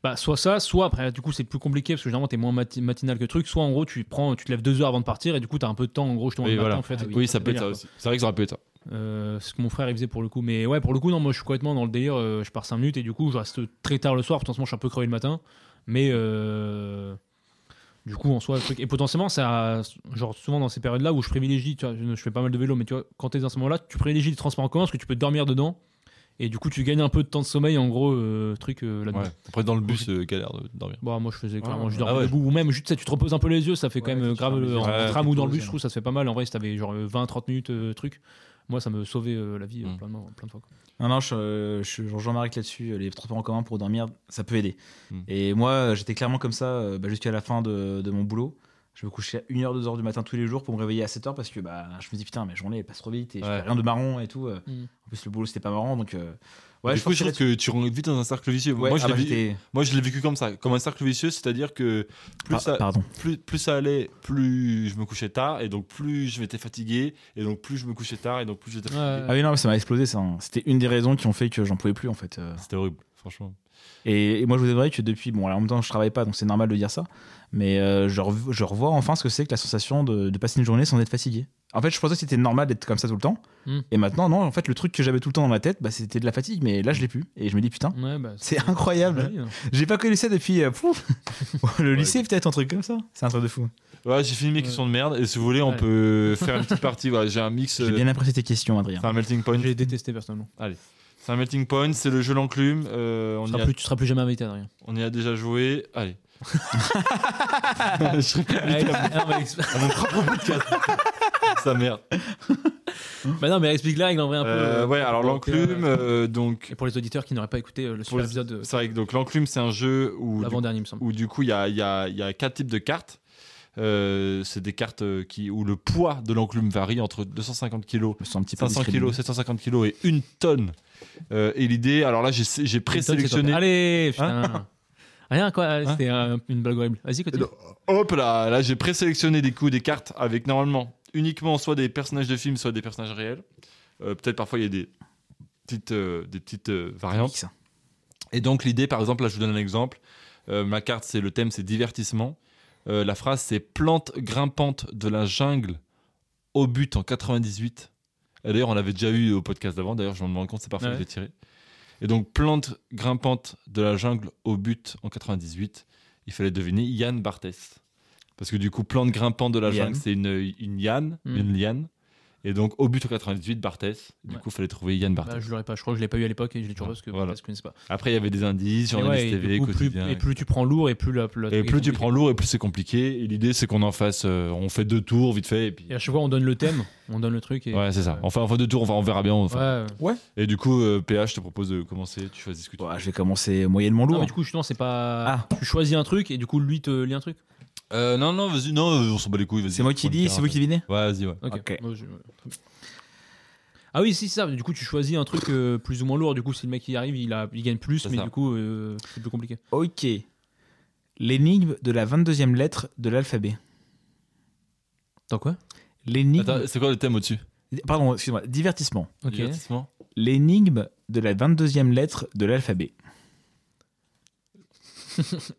S3: Bah, soit ça, soit après, du coup, c'est plus compliqué parce que généralement, t'es moins mati- matinal que le truc. Soit en gros, tu prends, tu te lèves deux heures avant de partir et du coup, t'as un peu de temps en gros, justement,
S2: Oui,
S3: le matin,
S2: voilà. Ah
S3: en fait.
S2: Oui, ça peut être
S3: Délire,
S2: ça
S3: quoi.
S2: aussi. C'est vrai que ça aurait pu être ça.
S3: Euh, ce que mon frère il faisait pour le coup. Mais ouais, pour le coup, non, moi je suis complètement dans le délire. euh, je pars 5 minutes et du coup, je reste très tard le soir. Potentiellement, je suis un peu crevé le matin. Mais euh, du coup, en soi, le truc. Et potentiellement, ça. Genre, souvent dans ces périodes-là où je privilégie, tu vois, je je fais pas mal de vélo, mais tu vois, quand t'es dans ce moment-là, tu privilégies le transport en commun parce que tu peux dormir dedans. Et du coup, tu gagnes un peu de temps de sommeil, en gros, euh, truc euh, là-dedans.
S2: Ouais. Après, dans le bus, euh, galère de dormir.
S3: Bon, Bah, moi je faisais clairement,
S4: ouais.
S3: je dormais
S2: Ah ouais.
S3: debout, ou même juste ça, tu te reposes un peu les yeux, ça fait quand
S4: Ouais,
S3: même
S4: tu
S3: euh,
S4: te fermes
S3: grave
S4: les
S3: euh,
S4: yeux,
S3: en
S2: ouais,
S3: tram
S4: tu
S3: ou
S4: te
S3: dans le
S4: poses,
S3: bus, je trouve ça se fait pas mal. En vrai, si t'avais genre euh, 20-30 minutes euh, truc, moi, ça me sauvait euh, la vie euh,
S2: Mm.
S3: plein, de, moments, plein de fois. quoi.
S4: Non, non, je, euh, je, je rejoins Marek là-dessus. euh, Les transports en commun pour dormir, ça peut aider.
S2: Mm.
S4: Et moi, euh, j'étais clairement comme ça euh, bah, jusqu'à la fin de, de mon boulot. Je me couchais à 1h, 2h du matin tous les jours pour me réveiller à 7h parce que bah, je me dis putain, ma journée elle passe trop vite et je
S2: Ouais.
S4: fais rien de marrant et tout. euh.
S3: Mm.
S4: En plus, le boulot c'était pas marrant donc. euh, Ouais,
S2: du coup, je
S4: sortirais
S2: trouve que tu rentres vite dans un cercle vicieux.
S4: de- Ouais,
S2: moi, je
S4: ah
S2: l'ai
S4: bah,
S2: vi-
S4: j'étais-
S2: moi, je l'ai vécu comme ça, comme un cercle vicieux, c'est-à-dire que plus,
S4: Par-
S2: ça,
S4: Pardon.
S2: plus, plus ça allait, plus je me couchais tard, et donc plus je m'étais fatigué, et donc plus je me couchais tard, et donc plus j'étais fatigué.
S3: Ouais.
S4: Ah oui, non, mais ça m'a explosé ça. hein. C'était une des raisons qui ont fait que j'en pouvais plus en fait. euh.
S2: C'était horrible, franchement.
S4: Et, et moi, je vous avouerai que depuis, bon, alors, en même temps, je travaille pas, donc c'est normal de dire ça, mais euh, je, rev- je revois enfin ce que c'est que la sensation de, de passer une journée sans être fatigué. En fait, je pensais que c'était normal d'être comme ça tout le temps,
S3: Mm.
S4: et maintenant, non, en fait, le truc que j'avais tout le temps dans ma tête, bah, c'était de la fatigue, mais là, je l'ai plus, et je me dis, putain,
S3: Ouais, bah,
S4: c'est incroyable.
S3: Ouais,
S4: J'ai pas connu ça depuis euh, pouf, le lycée, peut-être un truc comme ça. C'est un truc de fou.
S2: Ouais, j'ai fini mes
S3: Ouais.
S2: questions de merde, et si vous voulez, on
S3: Ouais.
S2: peut faire une petite partie. Voilà, j'ai un mix.
S4: J'ai
S2: euh,
S4: bien apprécié tes questions, Adrien.
S2: C'est un melting point.
S3: J'ai détesté personnellement.
S2: C'est un melting point, c'est le jeu l'enclume. euh, on,
S3: Tu
S2: y
S3: seras,
S2: a,
S3: plus, tu seras plus jamais invité
S2: [laughs]
S3: à rien.
S2: on y a déjà joué.
S4: [laughs]
S2: Allez. [laughs] je serais plus invité
S3: Ah,
S2: [laughs] à mon propre podcast. Sa merde.
S3: bah non, mais explique la règle en vrai un peu.
S2: Euh,
S3: euh,
S2: ouais, alors
S3: pour-
S2: l'enclume,
S3: euh,
S2: euh, donc.
S3: Et pour les auditeurs qui n'auraient pas écouté euh, le
S2: pour
S3: super
S2: les-
S3: épisode, euh,
S2: C'est vrai que donc l'enclume, c'est un jeu où. du
S3: l'avant-dernier, il me semble.
S2: où du coup il y a, il y a- il y a quatre types de cartes. Euh, c'est des cartes euh, qui, où le poids de l'enclume varie entre 250 kg,
S4: Je me sens un petit peu
S2: 500
S4: discriminé.
S2: kg, 750 kg et une tonne. Euh, et l'idée, alors là j'ai j'ai présélectionné. Hein
S3: Allez, putain. Rien quoi, c'était euh, une blague horrible. Vas-y, continue.
S2: Hop là, là j'ai présélectionné des coups, des cartes avec normalement uniquement soit des personnages de films, soit des personnages réels. Euh, Peut-être parfois il y a des petites, euh, des petites euh, variantes.
S4: Mix.
S2: Et donc l'idée, par exemple, là je vous donne un exemple. Euh, ma carte, c'est le thème, c'est divertissement. Euh, la phrase, c'est plante grimpante de la jungle au but en 98. Et D'ailleurs, on l'avait déjà eu au podcast d'avant. D'ailleurs, je m'en rends compte, c'est parfait,
S3: Ouais.
S2: je l'ai tiré. Et donc, plante grimpante de la jungle au but en 98. Il fallait deviner Yann Barthès. Parce que du coup, plante grimpante de la
S4: Yann.
S2: jungle, c'est une, une Yann,
S3: Mm.
S2: une liane. Et donc, au but en 98, Barthès. Du
S3: Ouais.
S2: coup, il fallait trouver Yann Barthès.
S3: Bah, je l'aurais pas, je crois que je l'ai pas eu à l'époque et je l'ai toujours
S2: Ouais,
S3: parce que
S2: voilà.
S3: je connaissais pas.
S2: Après, il y avait des indices,
S3: Et,
S2: journaliste
S3: ouais, et
S2: TV,
S3: du coup, plus,
S2: quotidien.
S3: et plus tu prends lourd et plus la, la-
S2: Et
S3: la-
S2: plus tu prends lourd et plus c'est compliqué. Et l'idée c'est qu'on en fasse, euh, on fait deux tours vite fait. Et puis...
S3: Et à chaque fois, on donne le thème, on donne le truc. Et...
S2: Ouais, c'est ça. Enfin, on fait deux tours, enfin, on verra bien. enfin.
S3: Ouais.
S2: Et du coup, euh, PH, je te propose de commencer, tu choisis ce que tu
S4: Ouais, je vais commencer moyennement
S3: Non,
S4: lourd.
S3: mais du coup, justement, c'est pas.
S4: Ah.
S3: Tu choisis un truc et du coup, lui te lit un truc.
S2: Euh, non, non, vas-y, non, euh, on s'en bat les couilles. vas-y.
S4: c'est moi qui
S2: On
S4: dis,
S2: verra
S4: c'est vous
S2: après.
S4: qui devinez
S2: Ouais, vas-y, ouais.
S3: Ok.
S4: Ok.
S3: Moi, je- ouais, très bien. Ah oui, si, c'est ça. Du coup, tu choisis un truc euh, plus ou moins lourd. Du coup, si le mec il arrive, il, a, il gagne plus,
S2: C'est
S3: mais
S2: ça.
S3: du coup, euh, c'est plus compliqué.
S4: Ok. L'énigme de la 22e lettre de l'alphabet.
S3: Attends, quoi
S4: L'énigme.
S2: Attends, c'est quoi le thème au-dessus
S4: Pardon, excuse-moi. Divertissement.
S3: Ok.
S2: Divertissement
S4: L'énigme de la 22e lettre de l'alphabet.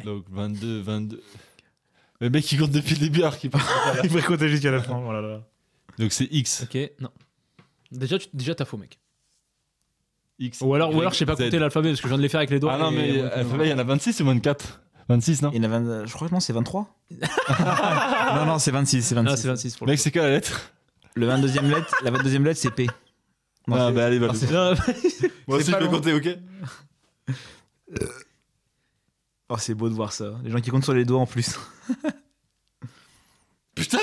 S2: Donc 22, 22. Le mec qui compte depuis le début, alors qu'il parle.
S4: Il faudrait compter jusqu'à la
S3: Oh,
S4: fin.
S2: Donc c'est X.
S3: Ok, non. Déjà, tu- déjà t'as faux, mec.
S2: X.
S3: Ou alors, ou
S2: Y,
S3: alors je sais pas
S2: Z.
S3: compter l'alphabet parce que je viens de les faire avec les doigts.
S2: Ah non,
S3: et-
S2: mais
S3: ouais,
S2: alphabet, il y en a 26 ou 24 26, non
S4: Il y en a 20 Je crois que non, c'est 23. [laughs] non, non, c'est 26. Ah, C'est
S3: Non,
S4: 26.
S3: c'est 26 pour le
S2: Mec, c'est quoi la lettre
S4: Le 22e lettre, la 22e lettre, c'est P. Non,
S2: Ah,
S4: c'est-
S2: bah allez, va.
S3: coup. Non,
S2: Moi aussi, je
S4: c'est pas
S2: peux
S4: long.
S2: compter, ok
S4: Oh, c'est beau de voir ça. Les gens qui comptent sur les doigts en plus.
S2: Putain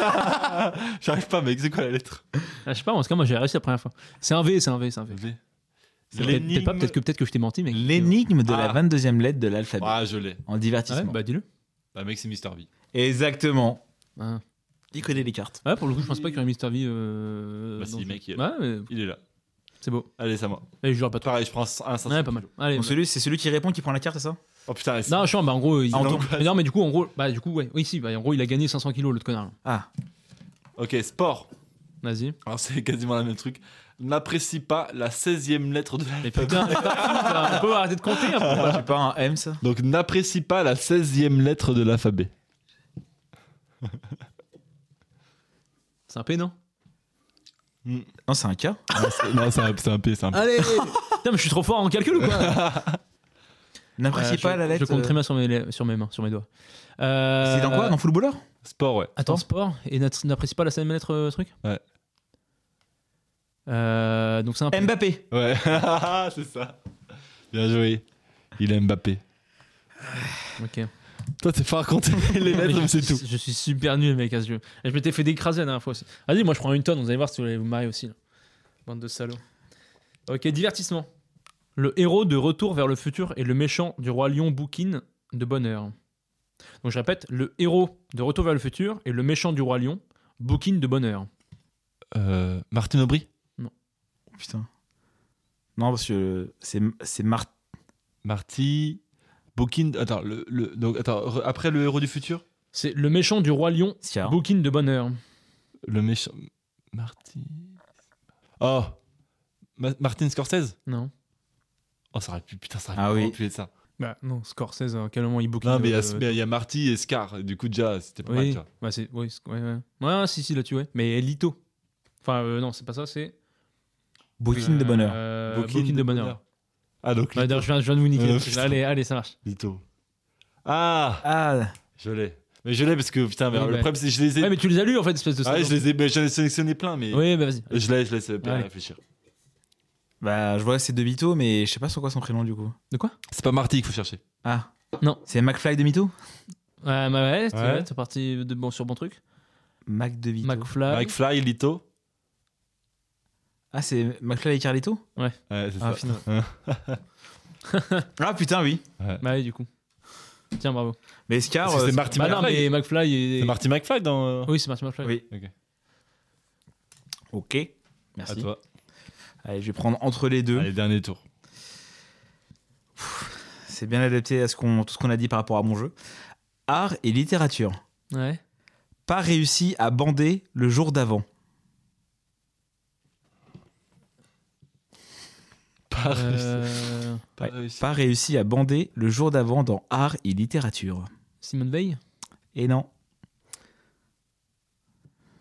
S2: [laughs] J'arrive pas, mec, c'est quoi la lettre
S3: Ah, je sais pas, en tout cas, moi j'ai réussi la première fois. C'est un V, c'est un V, c'est un V.
S2: C'est
S3: Peut-être peut-être pas, peut-être que, peut que je t'ai menti, euh, mec.
S4: L'énigme de
S2: Ah.
S4: la 22e lettre de l'alphabet.
S2: Ah, je l'ai.
S4: En
S3: Ouais,
S4: divertissement.
S3: bah dis-le.
S2: Bah, mec, c'est Mister V.
S4: Exactement.
S3: Ah.
S4: Il connaît les cartes.
S3: Ouais, pour le coup, je pense pas qu'il y aurait Mister V. Euh,
S2: Bah, si,
S3: dans-
S2: mec, il-
S3: Ouais, mais
S2: Il est là.
S3: c'est beau.
S2: Allez, c'est à moi.
S3: Et je jure pas tout.
S2: Pareil, je prends un 500
S3: Ouais, pas mal. Allez, bah.
S4: Donc celui, c'est celui qui répond qui prend la carte, c'est ça
S2: Oh putain, c'est-
S3: Non, je suis en- bah, en gros, il...
S4: Ah, en
S3: non,
S2: tout cas-
S3: mais non, mais du coup, en gros, bah, du coup, ouais, oui, si, bah, en gros, il a gagné 500 kilos, l'autre connard. là.
S4: Ah.
S2: Ok, sport.
S3: Vas-y.
S2: Alors, c'est quasiment le même truc. N'apprécie pas la 16ème lettre de
S3: Mais
S2: l'alphabet.
S3: putain, [laughs] mais putain, on peut arrêter de compter hein, un peu.
S4: C'est pas un M, ça
S2: [laughs] Donc, n'apprécie pas la 16ème lettre de l'alphabet.
S3: C'est un P, non
S4: Non, c'est un K.
S2: Ah, c'est- non, c'est un, c'est un P, c'est un P.
S3: Allez Putain, mais je suis trop fort en calcul ou quoi
S4: N'apprécie
S3: Euh,
S4: pas
S3: je,
S4: la lettre.
S3: Je compte très bien sur mes, sur mes mains, sur mes doigts. Euh,
S4: C'est dans quoi Dans footballeur
S2: Sport, ouais.
S3: Attends, sport et n'att- n'apprécie pas la scène lettre euh, truc
S2: Ouais.
S3: Euh, donc c'est un P.
S4: Mbappé.
S2: Ouais, [laughs] c'est ça. Bien joué. Il est Mbappé.
S3: Ok.
S2: Toi, t'es pas à
S3: [laughs]
S2: compter les
S3: Mais
S2: lettres, mais
S3: je,
S2: c'est tout.
S3: Ah Je suis super nul, mec, à ce jeu. Et je m'étais fait décraser la dernière fois aussi. Vas-y, moi je prends une tonne, vous allez voir si vous allez vous marrer aussi. là. Bande de salauds. Ok, divertissement. Le héros de Retour vers le futur est le méchant du roi lion Bouquin de Bonheur. Donc je répète, le héros de Retour vers le futur est le méchant du roi lion Bouquin de Bonheur.
S2: Euh, Martin Aubry
S4: Putain. Non, parce que euh, c'est c'est Mar-
S2: Marty. Bokin. Attends, le, le- donc, attends, re- après le héros du futur
S3: C'est le méchant du roi lion
S4: Sia.
S3: Bouquin de Bonheur.
S2: Le méchant. Marty. Oh Ma- Martin Scorsese
S3: Non.
S2: Oh, ça aurait pu. Putain, ça aurait
S4: Ah
S2: pu
S4: oui.
S2: vraiment pu être ça.
S3: Bah non, Scorsese, à quel moment il bouquine
S2: Non, mais il y,
S3: euh,
S2: a- mais il y a Marty et Scar. Du coup, déjà, c'était pas mal.
S3: Oui,
S2: tu vois.
S3: bah c'est, oui, c'est- ouais, ouais. Ouais, si, si, là-dessus, ouais. Mais Lito. Enfin, euh, non, c'est pas ça, c'est.
S4: Booking de bonheur.
S3: Euh,
S2: Booking
S3: Booking de bonheur.
S2: Ah, donc.
S3: Ouais, d'ailleurs, je, viens, je viens de vous niquer.
S2: Euh, putain.
S3: allez, allez, ça marche.
S2: Lito. Ah
S4: Ah,
S2: Je l'ai. Mais je l'ai parce que, putain, mais
S3: Oui,
S2: le
S3: bah.
S2: problème, c'est que je les ai.
S3: Ouais, mais tu les as lus en fait, espèce de.
S2: Ah,
S3: salaud.
S2: je les ai. mais J'en ai sélectionné plein, mais.
S3: Oui, bah vas-y.
S2: Je l'ai, je laisse bien
S3: Allez.
S2: réfléchir.
S4: bah je vois c'est de Mito, mais je sais pas sur quoi son prénom du coup.
S3: De quoi
S2: C'est pas Marty qu'il faut chercher.
S4: Ah.
S3: Non.
S4: C'est McFly de Mito
S3: Ouais, bah ouais, c'est
S2: Ouais.
S3: ouais, t'es parti de bon sur bon truc.
S4: Mac de Vito.
S3: McFly.
S2: McFly, Ah Lito.
S4: Ah, c'est McFly et Carlito
S2: Ouais, c'est
S3: Ah,
S2: ça.
S3: finalement.
S4: Ah putain, oui.
S3: Bah ouais, du coup. Tiens, bravo.
S4: Mais Scar.
S2: Parce que
S4: euh,
S2: c'est Marty
S3: Bah non,
S2: McFly.
S3: mais McFly et.
S2: C'est Marty McFly dans. euh,
S3: Oui, c'est Marty McFly.
S4: Oui.
S2: Ok.
S4: Ok. Merci.
S2: À toi.
S4: Allez, je vais prendre entre les deux.
S2: Allez, dernier tour.
S4: C'est bien adapté à ce qu'on, tout ce qu'on a dit par rapport à mon jeu. Art et littérature.
S2: [laughs]
S3: Ouais.
S4: Pas réussi à bander le jour d'avant.
S2: Pas réussi.
S3: Euh,
S2: Pas
S4: ouais.
S2: réussi.
S4: Pas réussi à bander le jour d'avant dans art et littérature.
S3: Simone Veil
S4: Et non.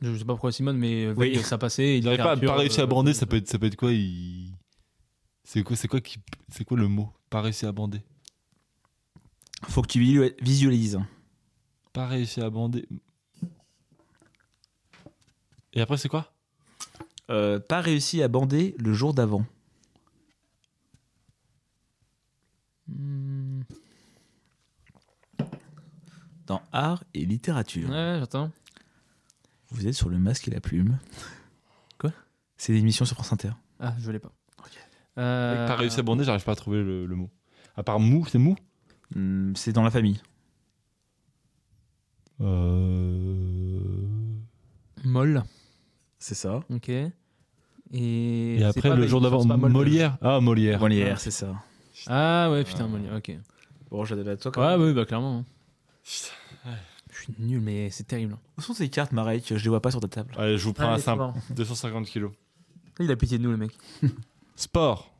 S3: Je sais pas pourquoi Simone, mais euh,
S4: Oui.
S3: Veil, ça passait.
S2: Il
S3: n'aurait
S2: n'aurait pas, pas réussi
S3: euh,
S2: à bander, ça peut être, ça peut être quoi il... C'est quoi, c'est quoi, qui... c'est quoi le mot Pas réussi à bander.
S4: Faut que tu visu- visualises.
S2: Pas réussi à bander. Et après, c'est quoi
S4: Euh, pas réussi à bander le jour d'avant.
S3: Hmm.
S4: Dans art et
S3: Ouais,
S4: littérature.
S3: ouais, j'attends.
S4: Vous êtes sur le masque et la plume.
S3: Quoi
S4: C'est une émission sur France Inter.
S3: Ah, je l'ai pas.
S4: Ok.
S3: Euh,
S2: Pas réussi à bander, j'arrive pas à trouver le, le mot. À part mou, c'est mou
S4: Hmm, c'est dans la famille.
S2: euh...
S3: Molle,
S4: C'est ça.
S3: ok. Et,
S2: Et
S3: c'est
S2: après,
S3: pas
S2: le
S3: Veil,
S2: jour d'avant,
S3: c'est pas Molle.
S2: Molière. Ah, Molière.
S4: Molière, c'est ça.
S3: Ah ouais, putain, Molière, ok. Ouais,
S4: Bon, je la donne à toi quand
S3: bah
S4: même.
S3: oui, bah clairement. hein. Je suis nul, mais c'est terrible.
S4: Où sont ces cartes, Marek Je les vois pas sur ta table.
S2: Allez, je vous prends
S3: Allez,
S2: un
S3: Ah, c'est
S2: simple.
S3: marrant.
S2: 250 kilos.
S3: Il a pitié de nous, le mec.
S2: Sport.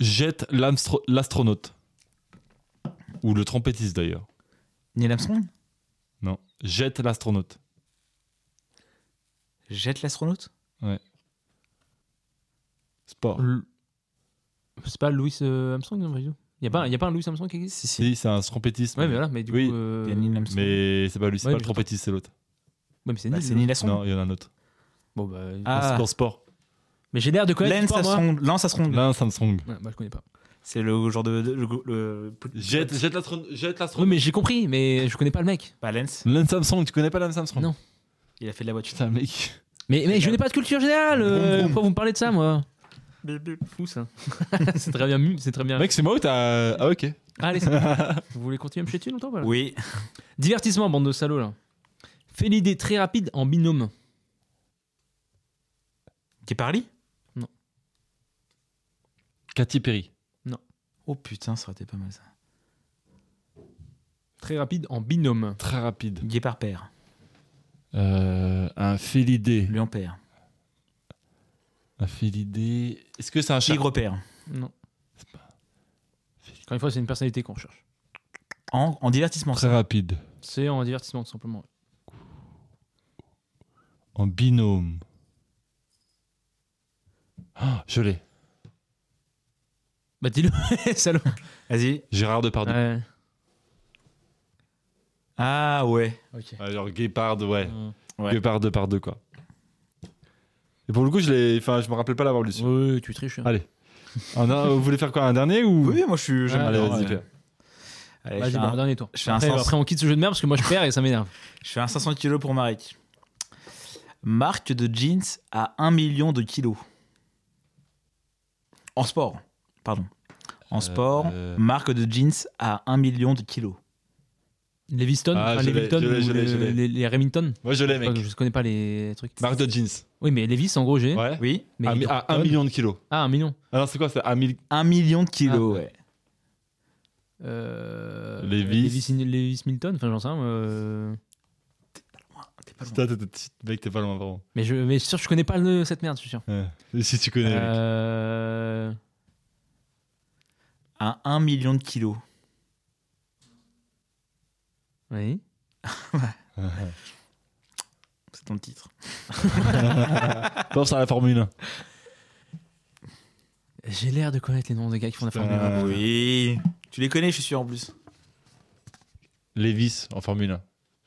S2: Jette l'amstro- l'astronaute. Ou le trompettiste d'ailleurs.
S4: Neil Armstrong
S2: Non. Jette l'astronaute.
S4: Jette l'astronaute Mm.
S2: Sport.
S3: L- C'est pas Louis euh, Armstrong, non, pas du tout. Il n'y a, pas un Louis Armstrong qui existe
S4: Si, si.
S2: Si, c'est un trompettiste.
S3: Ouais, mais voilà, mais du
S2: Oui,
S3: coup. euh,
S4: Il y a Neil Armstrong.
S2: Mais c'est pas lui, c'est
S3: Ouais,
S2: pas
S3: mais
S2: le trompettiste, c'est l'autre.
S3: Ouais, mais c'est
S4: Bah,
S3: nul.
S4: c'est Neil Armstrong.
S2: Non, il y en a un autre.
S3: Bon, bah.
S4: Ah.
S2: Dans sport.
S3: Mais j'ai l'air de connaître.
S4: Lance
S3: l'histoire, moi.
S4: Armstrong. Lance Armstrong.
S2: Là, un Samsung.
S3: Ouais, bah, je connais pas.
S4: C'est le genre de. de- le, le-
S2: Jette, jette l'astronaute. Jette
S3: Oui,
S2: l'astronaute.
S3: mais j'ai compris, mais je connais pas le mec.
S4: Pas Lance.
S2: Lance Samsung, tu connais pas Lance Samsung
S3: Non.
S4: Il a fait de la voiture.
S2: Putain, mec.
S3: Mais, mais je n'ai pas de culture générale. euh,
S4: Vroom, vroom.
S3: pourquoi vous me parlez de ça, moi Fou, ça. [laughs] c'est très bien. mu- C'est très bien.
S2: Mec, c'est moi ou t'as. Ah, ok.
S3: [laughs] Allez, c'est parti. Vous voulez continuer à me chier longtemps voilà.
S4: Oui.
S3: Divertissement, bande de salauds, là. Fais l'idée très rapide en binôme.
S4: Qui est parli
S2: Katy Perry.
S4: Oh putain, ça aurait été pas mal ça.
S3: Très rapide en binôme.
S2: Très rapide.
S4: Guépard père.
S2: Euh, un félidé.
S4: Lion père.
S2: Un félidé. Est-ce que c'est un chat
S4: Tigre père.
S3: Non.
S2: C'est
S3: Encore une fois, c'est une personnalité qu'on cherche.
S4: En, en divertissement,
S2: Très
S4: ça.
S2: rapide.
S3: C'est en divertissement, tout simplement.
S2: En binôme. Ah, je l'ai.
S3: Bah, dis-le, [laughs] salaud.
S4: Vas-y.
S2: Gérard Depardieu.
S3: Ouais.
S4: Ah ouais.
S2: Ah, genre Guépard, ouais.
S3: Ouais.
S4: Ouais.
S2: Guépard Depardieu, quoi. Et pour le coup, je l'ai. Enfin, je me rappelle pas l'avoir lu. celui-là.
S3: Ouais, tu triches. hein.
S2: Allez. Un- un- Ah, euh, vous voulez faire quoi Un dernier ou
S4: Oui, moi je suis. j'aime
S2: Allez,
S4: bien,
S2: Ah, vas-y,
S4: ouais.
S2: fais.
S4: Allez, je
S3: Vas-y,
S4: fais
S3: bah,
S4: un-
S3: dernier tour.
S4: je fais un
S3: Après,
S4: sens.
S3: après, on quitte ce jeu de merde parce que moi je perds et ça m'énerve.
S4: Je fais un 500 kg pour Marek. Marque de jeans à 1 million de kilos. En sport, pardon. En
S2: Euh,
S4: sport,
S2: euh.
S4: marque de jeans à 1 million de kilos.
S3: Les Viston,
S2: Ah,
S3: enfin,
S2: je
S3: les
S2: l'ai,
S3: Wilton,
S2: je l'ai,
S3: ou
S2: je l'ai,
S3: le-
S2: je l'ai.
S3: les, les Remington.
S2: Moi, je l'ai,
S3: Je sais
S2: mec.
S3: pas, Je connais pas les trucs.
S2: Marque de jeans.
S3: Oui, mais Levis, en gros, j'ai.
S2: Ouais.
S4: Oui,
S3: Mais
S2: à, mi- à un
S3: Hilton-
S2: million de kilos.
S3: Ah, un million.
S2: Alors, c'est quoi C'est un mille-
S4: 1 million de kilos,
S3: Ah.
S4: ouais.
S3: Euh,
S2: Levis.
S3: Levis, Levis Milton, enfin, j'en sais rien. euh,
S4: T'es pas loin.
S2: Ah Putain, t'es- t'es- t'es- Mec, t'es pas loin, vraiment.
S3: Mais je, mais je suis sûr, je connais pas le- cette merde, je suis sûr.
S2: Ouais. Si tu connais. mec.
S3: Euh,
S4: À 1 million de kilos.
S3: Oui.
S4: C'est ton titre.
S2: Pense à la Formule 1.
S3: J'ai l'air de connaître les noms des gars qui font la Formule 1.
S2: Euh,
S4: oui. Tu les connais, je suis sûr en plus.
S2: Lévis en Formule 1.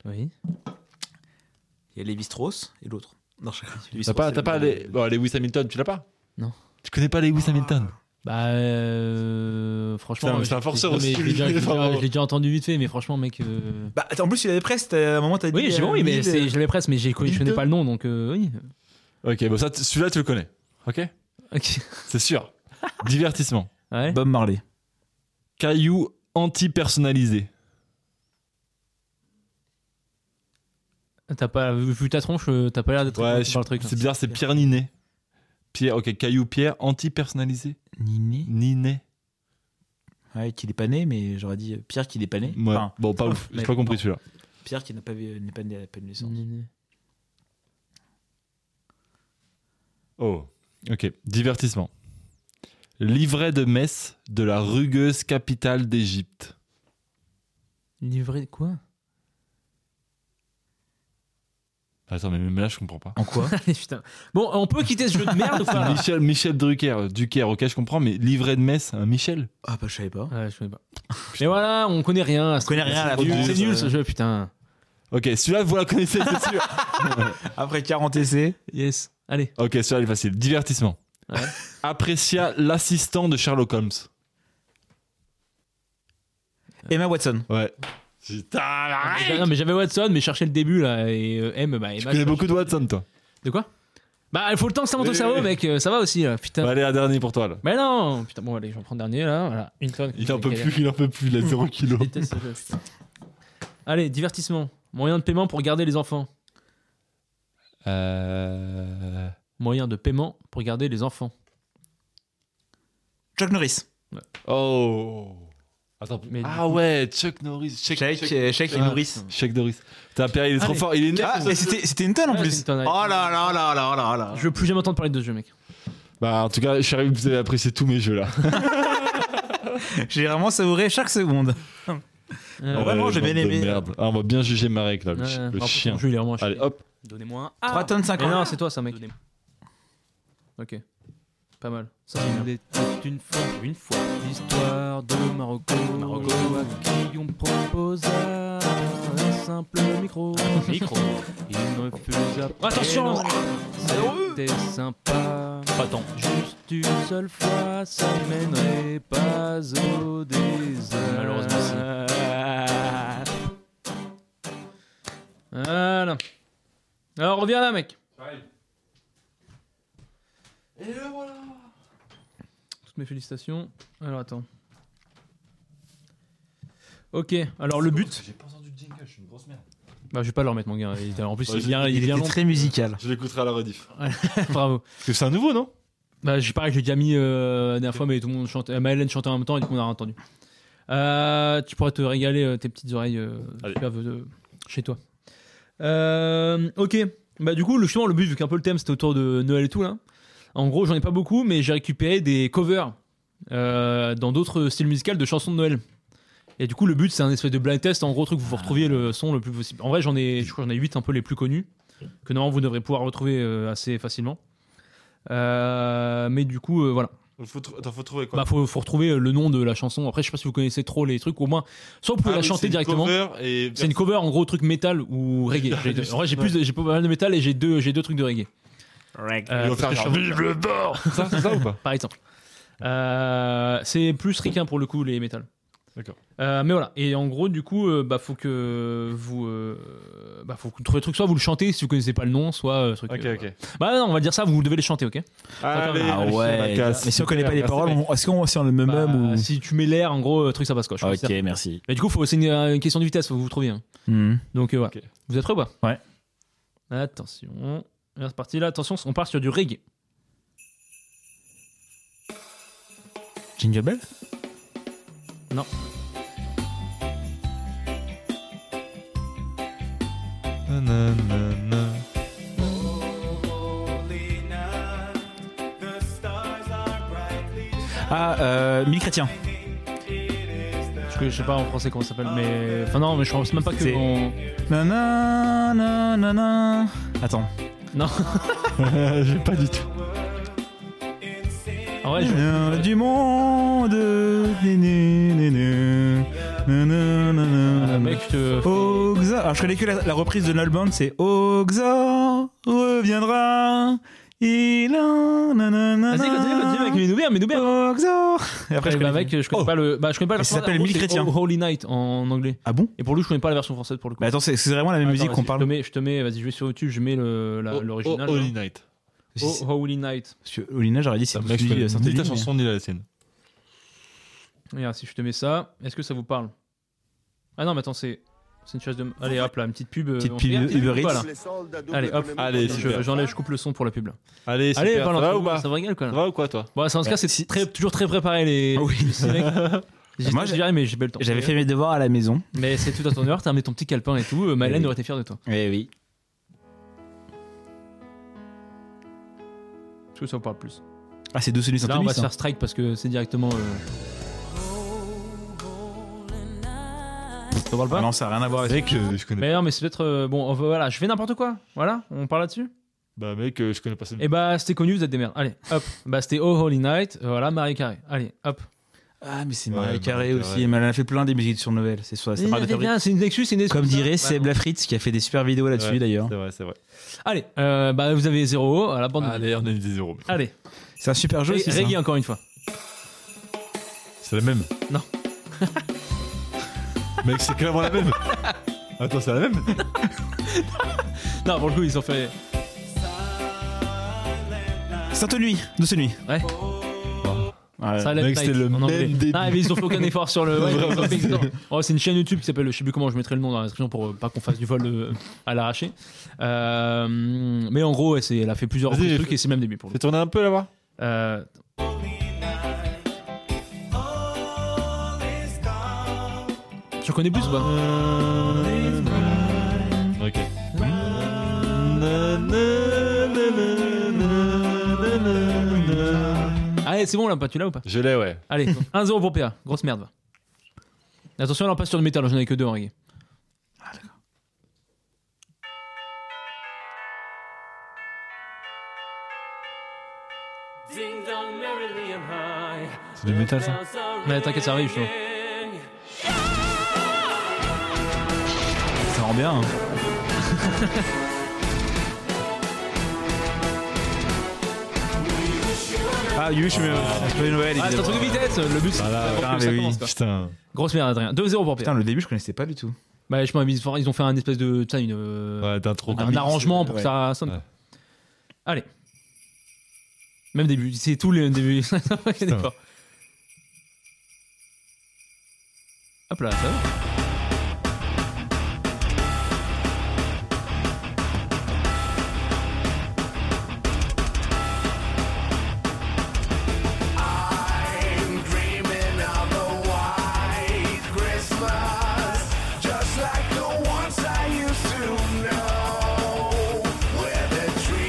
S3: Oui.
S4: Il y a Lévi Strauss et l'autre. Non, je
S2: T'as pas, t'as pas les... Bon, Lewis Hamilton, tu l'as pas
S3: Non.
S2: Tu connais pas Lewis Hamilton
S3: Bah, euh,
S2: Putain,
S3: franchement.
S2: mais c'est un
S3: je-
S2: forceur
S3: non, mais
S2: aussi,
S3: Je
S2: lui, [laughs]
S3: l'ai déjà- je l'ai
S2: vraiment.
S3: déjà- je l'ai déjà entendu vite fait, mais franchement, mec. euh,
S4: Bah, attends, en plus, il avait presque. t'as- À un moment, t'as
S3: Oui,
S4: dit.
S3: j'ai
S4: euh,
S3: oui, mais
S4: mille,
S3: c'est-
S4: euh,
S3: je l'avais presque, mais j'ai- je connais
S4: Milton.
S3: pas le nom, donc euh, oui.
S2: Ok, bon, ça, tu- celui-là, tu le connais. Ok
S3: Ok.
S2: C'est [laughs] sûr. Divertissement.
S3: Ouais.
S4: Bob Marley.
S2: Caillou anti-personnalisé.
S3: T'as pas vu vu ta tronche, euh, t'as pas l'air d'être
S2: Ouais,
S3: convaincu
S2: je-
S3: par le truc. hein.
S2: c'est bizarre, c'est Pierre Ninet. Pierre, ok, Caillou Pierre anti-personnalisé.
S4: Niné.
S2: Ninet.
S4: Ouais, qu'il est pas né, mais j'aurais dit euh, Pierre qu'il est pas né.
S2: Ouais.
S4: Enfin,
S2: bon, pas ouf. J'ai
S4: mais-
S2: pas compris celui-là.
S4: Pierre qui n'a pas vu- n'est pas né à la peine de naissance.
S2: Oh. Ok, divertissement. Livret de messe de la rugueuse capitale d'Égypte.
S3: Livré quoi [laughs]
S2: Ah, Attends, mais même là, je comprends pas.
S4: En quoi
S3: Allez, putain. Bon, on peut
S2: [laughs]
S3: quitter ce jeu de merde ou pas là
S2: Michel, Michel Drucker, euh, Drucker, ok, je comprends, mais livret de messe, un Michel
S4: [laughs] Ah, bah, je savais pas.
S3: Ouais, je connais pas. Mais voilà, on connaît rien. On
S4: connaît rien à la France,
S3: C'est nul
S4: euh.
S3: ce jeu, putain.
S2: Ok, celui-là, vous la connaissez, c'est sûr.
S4: [laughs] Après 40 essais.
S3: Yes. Allez.
S2: ok, celui-là, il est facile. Divertissement.
S3: Ouais.
S2: Apprécia l'assistant de Sherlock Holmes.
S4: Emma Watson.
S2: Ouais. Putain, arrête
S3: non, Ah, mais j'avais Watson, mais je cherchais le début là. Et euh, M, bah,
S2: Tu
S3: Emma,
S2: connais
S3: je-
S2: beaucoup de Watson, toi.
S3: De quoi Bah, il faut le temps que ça monte au
S2: Oui,
S3: cerveau,
S2: oui.
S3: mec. euh, Ça va aussi, là. Putain.
S2: Bah, allez, un dernier pour toi, là.
S3: Mais non Putain, bon, allez, j'en prends le dernier là. Voilà. Une tonne.
S2: Il en peut
S3: Galère.
S2: plus, il en peut plus, il a 0
S3: [laughs]
S2: kg.
S3: Je déteste ce jeu, putain. Allez, divertissement. Moyen de paiement pour garder les enfants.
S2: Euh...
S3: Moyen de paiement pour garder les enfants.
S4: Chuck Norris.
S2: Oh Attends,
S3: Mais-
S2: ah ouais, Chuck Norris. Chuck,
S4: Chuck,
S2: Chuck-
S4: euh, Chuck et
S2: Ah.
S4: Norris.
S2: Chuck Norris. T'as Pierre, il est trop
S3: Allez.
S2: fort, il est né.
S4: Ah, et c'était c'était une tonne en
S3: Ouais,
S4: plus.
S3: c'est une tonne, ouais.
S2: Ah.
S4: Oh là là là là là là.
S3: Je
S4: [laughs]
S3: veux plus jamais entendre parler de ce jeu, mec.
S2: Bah, en tout cas, je suis arrivé, vous avez apprécié tous mes jeux, là.
S4: J'ai vraiment savouré chaque seconde.
S3: Euh,
S4: Ouais, vraiment, j'ai
S2: bande
S4: bien
S2: de
S4: aimé.
S2: Merde. Ah, on va bien juger Marek, là, le,
S3: ouais,
S2: chi-
S3: ouais,
S2: le
S3: enfin,
S2: chien.
S3: ton jeu, il est vraiment chiant.
S2: Allez, hop.
S3: Donnez-moi un. Ah.
S4: 3 tonnes
S3: Mais
S4: 50.
S3: non, c'est toi ça, mec. Ok. Pas mal. Ça, c'est bien.
S5: Il était une fois, une fois, l'histoire de Marocco,
S3: Marocco.
S5: à qui on proposa un simple
S3: [laughs]
S5: micro. micro. Il me fusa.
S3: Oh, Attention
S5: C'était sympa. Attends. Juste une seule fois, ça mènerait pas au désastre.
S3: Malheureusement, si. Voilà. Alors, reviens là, mec. Toutes mes félicitations. Alors, attends. Ok, alors le but.
S2: J'ai pas entendu le jingle, je suis une grosse merde.
S3: Bah, je vais pas le remettre, mon gars. Il- En plus,
S2: Ouais,
S3: il vient, il
S4: Il
S3: vient
S4: était
S3: long.
S4: très musical.
S2: Je l'écouterai à la rediff.
S3: Bravo.
S2: Parce que c'est un nouveau, non
S3: Bah, je pareil, j'ai déjà mis euh, la dernière fois, mais tout le monde chantait. Maëlène chantait en même temps et du coup, on a rien entendu. Euh, tu pourras te régaler euh, tes petites oreilles euh,
S2: Allez.
S3: suaves, euh, chez toi. Euh, ok. Bah, du coup, le, justement, le but, vu qu'un peu le thème c'était autour de Noël et tout, là. En gros, j'en ai pas beaucoup, mais j'ai récupéré des covers euh, dans d'autres styles musicaux de chansons de Noël. Et du coup, le but, c'est un espèce de blind test. En gros, truc, vous vous retrouviez le son le plus possible. En vrai, j'en ai, je crois, que j'en ai 8 un peu les plus connus, que normalement vous devrez pouvoir retrouver euh, assez facilement. Euh, mais du coup, euh, voilà.
S2: faut tr- Attends, faut trouver quoi
S3: Bah, faut, faut retrouver euh, le nom de la chanson. Après, je sais pas si vous connaissez trop les trucs. Au moins, soit vous
S2: Ah
S3: pouvez la
S2: oui, c'est
S3: chanter
S2: une
S3: directement.
S2: cover et-
S3: C'est une cover, en gros, truc métal
S2: [laughs]
S3: ou reggae. J'ai- En vrai, j'ai plus, de- j'ai pas mal de métal et j'ai deux, j'ai deux trucs de reggae. Euh,
S2: Ils vont faire
S3: parce que
S2: genre,
S3: je-
S2: vive le bord Ça, [laughs] c'est ça ou pas
S3: par exemple. Euh, c'est plus ricain pour le coup les métal.
S2: D'accord.
S3: Euh, mais voilà. Et en gros, du coup, euh, bah, faut que vous. euh, bah, faut que vous trouviez le truc. Soit vous le chantez si vous connaissez pas le nom, soit. euh, truc,
S2: Ok,
S3: euh,
S2: ok.
S3: voilà. Bah, non, on va dire ça, vous devez le chanter, ok
S2: Allez,
S4: Ah
S2: allez,
S4: ouais.
S2: la
S4: les gars.
S2: casse.
S4: Mais si on connaît pas
S2: Ah,
S4: les paroles, on- est-ce qu'on si on le même
S3: Bah,
S4: ou.
S3: Si tu mets l'air, en gros, euh, truc, ça passe quoi. je pense.
S4: Ok, merci.
S3: Mais du coup, faut- c'est une, une question de vitesse, faut que vous trouviez. hein.
S4: Hmm.
S3: Donc euh, voilà.
S2: Ok.
S3: Vous êtes prêts ou pas
S4: Ouais.
S3: Attention. Là, C'est parti là, attention, on part sur du reggae.
S4: Jingle Bell
S3: Non.
S2: Nanana.
S4: Ah, euh, Mille Chrétiens.
S3: Parce que je sais pas en français comment ça s'appelle, mais. Enfin non, mais je pense même pas que.
S4: C'est-
S3: on-
S4: Nanana, nanana. Attends. [laughs]
S3: Non.
S2: J'ai pas du tout.
S3: En vrai, Ah, je-
S4: Euh, du monde. Né, né, né, né. Nanana, nanana.
S3: Euh, mec, je te.
S4: Oxor. Alors, Ah, je connais que la, la reprise de Nolband, c'est Oxor reviendra. Il a. nanana.
S3: Vas-y, continue, continue avec mes nouvelles, mes nouvelles.
S4: Oxor. Et après, Ah, je connais.
S3: bah, mec, je connais
S4: Oh.
S3: pas le. Bah, je connais pas la
S4: Et ça
S3: version-
S4: s'appelle
S3: en gros,
S4: Mille
S3: c'est
S4: Chrétiens.
S3: Holy Night en anglais.
S4: Ah bon
S3: Et pour lui, je connais pas la version française pour le coup.
S4: Bah attends, c'est c'est vraiment la même
S3: Attends,
S4: musique qu'on
S3: vas-y, Je
S4: parle.
S3: te mets, je te mets vas-y, je vais sur YouTube, je mets le- la- l'original.
S2: Oh,
S3: là.
S2: Holy Night.
S4: Si, si,
S3: Oh, Holy Night.
S4: Parce que Olina, j'aurais dit c'est
S2: Mec, je
S4: Sophie,
S2: connais
S4: euh,
S2: ni
S4: Saint-Élie,
S2: ta
S4: mais-
S2: chanson ni la sienne.
S3: Regarde, si je te mets ça, est-ce que ça vous parle Ah non, mais attends, c'est. C'est une chasse de. Allez, hop là, une petite pub. euh,
S4: Petite
S3: on
S4: pub
S3: fait-
S4: Uber Eats.
S3: Voilà. Allez,
S6: Allez,
S3: hop.
S6: hop.
S2: Allez,
S3: Je-
S2: super.
S3: J'enlève, je coupe le son pour la pub. là.
S2: Allez, super.
S3: Allez,
S2: ça
S3: parle
S2: va
S3: entre
S2: ou
S3: vous,
S2: pas
S3: ça vous régale quoi.
S2: Ça
S3: là.
S2: va ou quoi, toi
S3: Bon, ça, en tout cas, c'est
S4: Si-
S3: très- toujours très préparé les.
S4: Ah oui.
S3: [laughs] les
S4: [laughs]
S3: mecs. J'ai
S4: Moi,
S3: Moi, j'ai mais j'ai pas eu le temps.
S4: J'avais fait mes devoirs à la maison.
S3: Mais c'est tout à ton heure, t'as mis ton petit calepin et tout. euh, Madeleine
S4: Oui.
S3: aurait été fière de toi.
S4: Eh oui.
S3: Je trouve que ça vous parle plus.
S4: Ah, c'est deux celui
S3: Là, on
S4: Saint-Élie.
S3: va se
S4: ça.
S3: faire strike parce que c'est directement. euh, Ça vous parle
S4: Ah
S3: pas
S4: non, ça n'a rien à voir avec.
S2: Mec, euh, je connais.
S3: Mais non, mais c'est peut-être. euh, bon, on va- voilà, je fais n'importe quoi. Voilà, on parle là-dessus.
S2: Bah, mec, euh, je connais pas ça.
S3: Et bah, c'était connu, vous êtes des merdes. Allez, hop. Bah, c'était Oh Holy Night. euh, Voilà, Marie Carré. Allez, hop.
S4: Ah, mais c'est
S2: Ouais,
S4: Marie
S2: Mariah
S4: Carré
S2: Carey.
S4: aussi. Mais Elle a fait plein des musiques sur Noël. C'est soit ça parle de fabrique.
S3: bien, c'est une Nexus, c'est une
S4: Comme
S3: Nexus.
S4: dirait
S3: Ouais,
S4: Seb
S3: non.
S4: Lafritz qui a fait des super vidéos là-dessus
S2: Ouais.
S4: d'ailleurs.
S2: C'est vrai, c'est vrai.
S3: Allez, euh, bah, vous avez 0 à la bande. de-
S2: Allez, on a mis des zéros.
S3: Allez,
S4: C'est un super jeu
S3: Et
S4: aussi. ça.
S3: reggae encore une fois.
S2: C'est la même.
S3: Non.
S2: [laughs] Mec, c'est clairement la même. Attends, c'est la même
S3: Non, pour le coup, ils ont fait.
S4: Sainte-Nuit, de celui.
S3: Ouais.
S4: Ouais.
S3: Silent
S2: Euh, mec, c'était
S3: Night,
S2: le
S3: en
S2: même
S3: anglais.
S2: début.
S3: Ah, mais ils ont fait aucun effort
S2: [laughs]
S3: sur le. ouais, ils ont fait aucun effort. Oh, c'est une chaîne YouTube qui s'appelle, je sais plus comment, je mettrai le nom dans la description pour euh, pas qu'on fasse du vol euh, à l'arraché. Euh, mais en gros, ouais, c'est- elle a fait plusieurs
S2: Vas-y,
S3: reprises de
S2: fais-
S3: trucs et c'est le même début pour le
S2: Fais tourner un peu là-bas.
S3: coup. Euh, Tu reconnais plus ou pas
S2: Euh. Ok.
S3: Allez, Ah, c'est bon là, pas tu l'as ou pas
S2: Je l'ai, ouais.
S3: Allez, 1-0 pour PA, grosse merde. va. Attention, alors on passe sur le métal, hein, j'en ai que deux en reggae.
S2: C'est du métal ça.
S3: Mais t'inquiète, ça arrive, justement.
S4: Ça rend bien. hein. ah, You Wish Me a Joyeux Noël.
S3: Ah, c'est un
S4: évidemment.
S3: truc de vitesse, le but c'est
S2: Voilà.
S3: pour que
S4: Putain,
S3: ça
S4: mais oui.
S3: commence, quoi.
S2: Putain.
S3: Grosse merde, Adrien. 2-0 pour PA.
S4: Putain, le début je connaissais pas du tout.
S3: Bah, je pense ils ont- ils ont fait un espèce de. tu sais, une, euh,
S2: Ouais, t'as trop
S3: un arrangement pour
S4: ouais.
S3: que ça sonne.
S2: Ouais.
S3: Allez. Même début, c'est tout le [laughs]
S4: [laughs]
S3: début. D'accord. Hop là, ça va.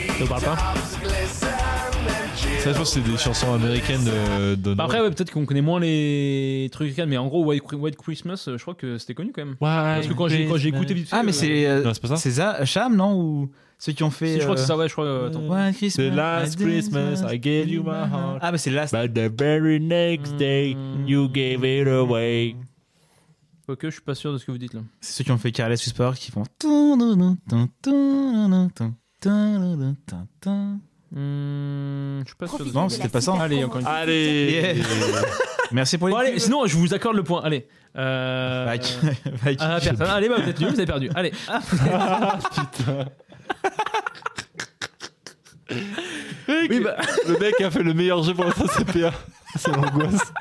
S3: Ça vous parle pas
S2: Ça, je pense que c'est des chansons américaines euh, de.
S3: Bah Après, ouais, peut-être qu'on connaît moins les trucs américains, mais en gros, White, White Christmas, euh, je crois que c'était connu quand même. Parce que quand j'ai quand j'ai écouté vite fait,
S4: Ah, mais
S3: euh,
S4: c'est. euh,
S2: Non, c'est pas ça
S4: C'est ça, Cham, non Ou ceux qui ont fait.
S3: Si, je crois que
S4: euh,
S3: c'est ça, ouais, je crois. euh, attends.
S4: One Christmas,
S2: The last Christmas, I gave you my heart. Bah.
S4: Ah, mais c'est Last.
S2: But the very next day, you gave it away.
S3: Quoique, je suis pas sûr de ce que vous dites là.
S4: C'est ceux qui ont fait Careless Whisper qui font. Tum, tum, tum, tum, tum, tum, tum, tum, tum, tum, tum.
S3: Hmm, je suis pas sûr. de-
S4: Non, c'était pas ça.
S3: Allez, encore une
S2: Ah,
S3: fois.
S2: Allez
S4: Yeah. Merci pour les
S3: Bon, allez,
S4: pubs.
S3: sinon, je vous accorde le point. Allez. Euh,
S4: Bah, qui- bah, qui-
S3: [laughs] Ah, personne. Allez, bah, vous êtes nuls, vous avez perdu. Allez. Ah,
S2: Oui, bah, Le mec a fait le meilleur jeu pour l'instant, c'est PA. C'est l'angoisse.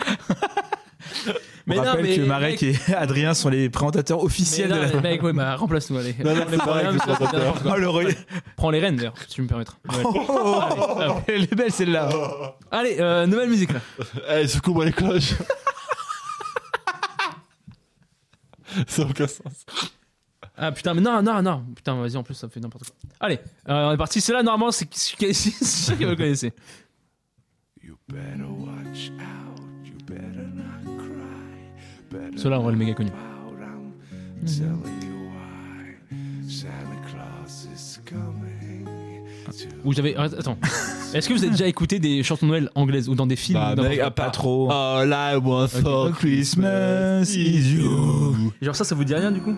S4: On
S3: mais non,
S4: rappelle
S3: mais
S4: que
S3: les
S4: Marek et [laughs] Adrien sont les présentateurs
S3: mais
S4: officiels
S3: non,
S4: de la.
S3: mais mec, ouais, bah, remplace-nous, allez.
S2: Non, non,
S3: Prends les
S2: c'est pareil,
S3: programmes,
S2: je suis
S3: ça, c'est
S2: content.
S3: bien.
S4: Oh, le relais.
S3: Prends les rênes, d'ailleurs, si tu me permettras. Ouais.
S4: [laughs] Elle est belle celle-là.
S3: Allez, euh, nouvelle musique, là.
S2: Allez, Eh, secoue-moi les cloches. Ça n'a aucun sens.
S3: Ah putain, mais non, non, non. Putain, vas-y, en plus, ça me fait n'importe quoi. Allez, euh, on est parti. Celle-là, normalement, c'est [laughs] c'est sûr que vous connaissez. Cela, on va le méga connu. Ou j'avais. Attends. Est-ce que vous avez déjà écouté des chansons de Noël anglaises ou dans des films ou dans-
S4: pas trop.
S2: All I want
S3: for
S4: Christmas is you.
S3: Genre ça, ça vous dit rien du coup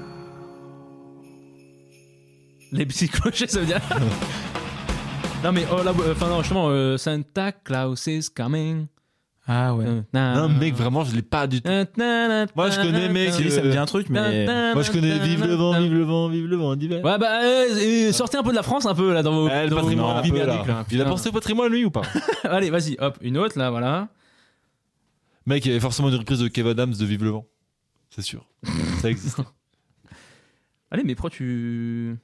S3: Les petits clochers, ça veut dire. non mais oh là, euh, enfin non, justement, euh, Santa Claus is coming.
S4: Ah ouais.
S3: Euh, na-
S2: Non, mec, vraiment, je l'ai pas du tout.
S3: Euh, na- na-
S2: Moi, je connais, mec,
S3: na-
S4: Si, ça me dit un truc,
S3: na-
S4: euh, mais.
S3: na-
S2: Moi, je connais
S3: na-
S2: Vive le
S3: na-
S2: vent,
S3: na-
S2: vive le vent, vive le vent, d'hiver.
S3: Ouais bah euh, euh, sortez un peu de la France un peu là dans vos.
S2: Eh, le
S3: dans vos-
S2: patrimoine, un
S3: dans vos
S2: peu, là.
S3: bibliothèques, là.
S2: Il a
S3: Putain.
S2: pensé au patrimoine, lui, ou pas
S3: Allez vas-y hop une autre là voilà.
S2: Mec, il y avait forcément une reprise de Kev Adams de Vive le vent. C'est [laughs] sûr. Ça existe.
S3: Allez mais pourquoi tu.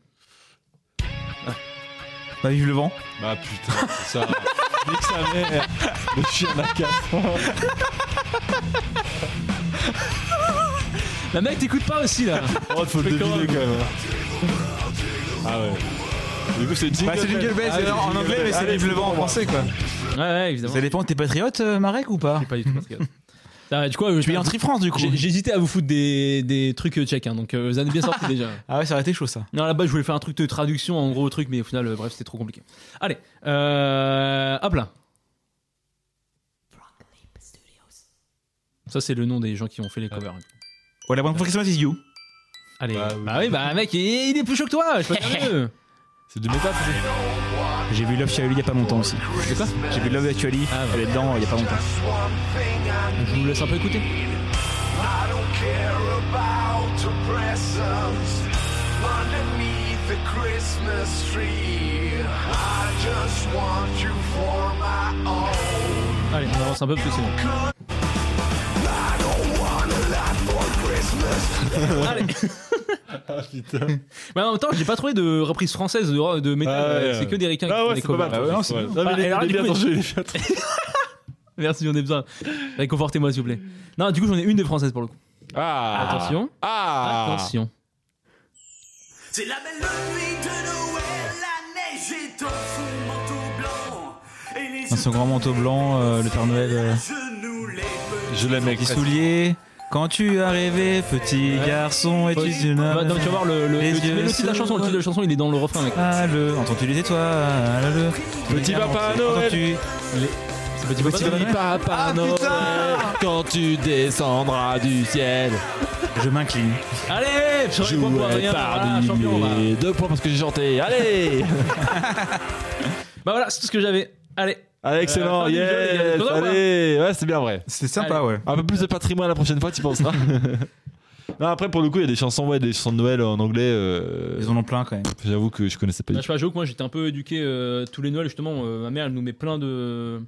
S4: Bah, vive le vent.
S2: Bah putain, c'est ça. Nique sa mère. Le chien à casse.
S3: La mec t'écoutes pas aussi là.
S2: Oh, faut le deviner quand même. Ah ouais. Du coup, c'est Jingle
S4: Bah, c'est Jingle
S3: Ah,
S4: Bell, c'est en anglais, mais c'est vive le vent en français, quoi.
S3: ouais ouais évidemment.
S4: Ça dépend, t'es patriote, euh, Marek, ou pas
S3: Pas du tout patriote. Ah, du coup euh, je
S4: Tu es en tri-France, du coup.
S3: J'ai- J'hésitais à vous foutre des, des trucs euh, tchèques, hein, donc euh, vous en avez bien [laughs] sorti déjà.
S4: Ah ouais, ça aurait été chaud, ça.
S3: Non, là-bas, je voulais faire un truc de traduction, en gros, truc, mais au final, euh, bref, c'était trop compliqué. Allez, euh, hop là. Ça, c'est le nom des gens qui ont fait les covers.
S4: Ouais, la bonne for Christmas is you.
S3: Allez, Ah. bah
S2: Bah
S3: oui,
S2: oui.
S3: bah, mec, il, il est plus chaud que toi, je peux pas dire [laughs] mieux.
S2: C'est du métal.
S4: J'ai vu Love Actually il y a pas longtemps aussi. C'est quoi J'ai vu Love Actually,
S3: Ah ouais.
S4: elle est dedans euh, il y a pas longtemps.
S3: Je vous laisse un peu écouter.
S6: I don't care about the presents underneath the Christmas tree. I just want you for my own.
S3: Allez, on avance un peu parce que c'est bon. Allez.
S2: Ah putain.
S3: Mais en même temps, j'ai pas trouvé de reprise française de, de métal,
S2: Ah ouais,
S3: euh, c'est que des requins qui
S2: Ah
S3: font
S2: ouais,
S3: des
S2: c'est pas
S3: covers.
S2: mal. Ah ouais, non, c'est
S3: Ouais.
S2: pas mal.
S3: Bah,
S2: Non, mais il est-
S3: alors,
S2: il est
S3: du
S2: bien
S3: coup,
S2: attendu, il est bien attendu.
S3: Merci, j'en ai besoin. Réconfortez-moi, s'il vous plaît. Non, du coup, j'en ai une des françaises pour le coup.
S2: Ah
S3: Attention.
S2: Ah
S3: Attention.
S6: C'est la belle nuit de Noël, la neige est dans son manteau blanc. Et les
S4: Dans son grand manteau blanc, euh, le Père Noël. euh,
S6: genoux, les petits
S2: Je l'aime, mec.
S4: Petit soulier, quand tu as rêvé, petit garçon, et tu tu
S3: Bah,
S4: n'as-
S3: non, tu vas voir le, le,
S4: Les
S3: le-
S4: yeux
S3: mais le titre de la chanson, le titre de la chanson, il est dans le refrain, mec.
S4: Ah le, entends-tu les étoiles ah, le,
S2: Petit papa
S4: Entends-tu-
S2: Noël.
S4: entends-tu-
S3: C'est petit
S4: Petit Papa Noël.
S2: Papa Noël, quand tu descendras du ciel,
S4: Je m'incline.
S3: Allez, je réponds pour rien. Voilà, champion. Bah.
S2: deux points parce que j'ai chanté. Allez
S3: bah voilà, c'est tout ce que j'avais. Allez.
S2: Allez, Ah, excellent,
S3: Euh, fin du jeu, les gars,
S2: yes
S3: vous êtes contents ou pas
S2: Allez Ouais, c'est bien vrai.
S4: C'était
S3: sympa,
S4: sympa ouais.
S2: Un peu plus de patrimoine la prochaine fois, tu
S3: [laughs]
S2: penseras. non, après, pour le coup, il y a des chansons, ouais, des chansons de Noël en anglais. euh,
S4: Ils en ont plein quand même.
S2: J'avoue que je connaissais pas
S3: Bah,
S2: du
S3: je sais pas, j'avoue que moi j'étais un peu éduqué euh, tous les Noëls, justement. euh, ma mère, elle nous met plein de.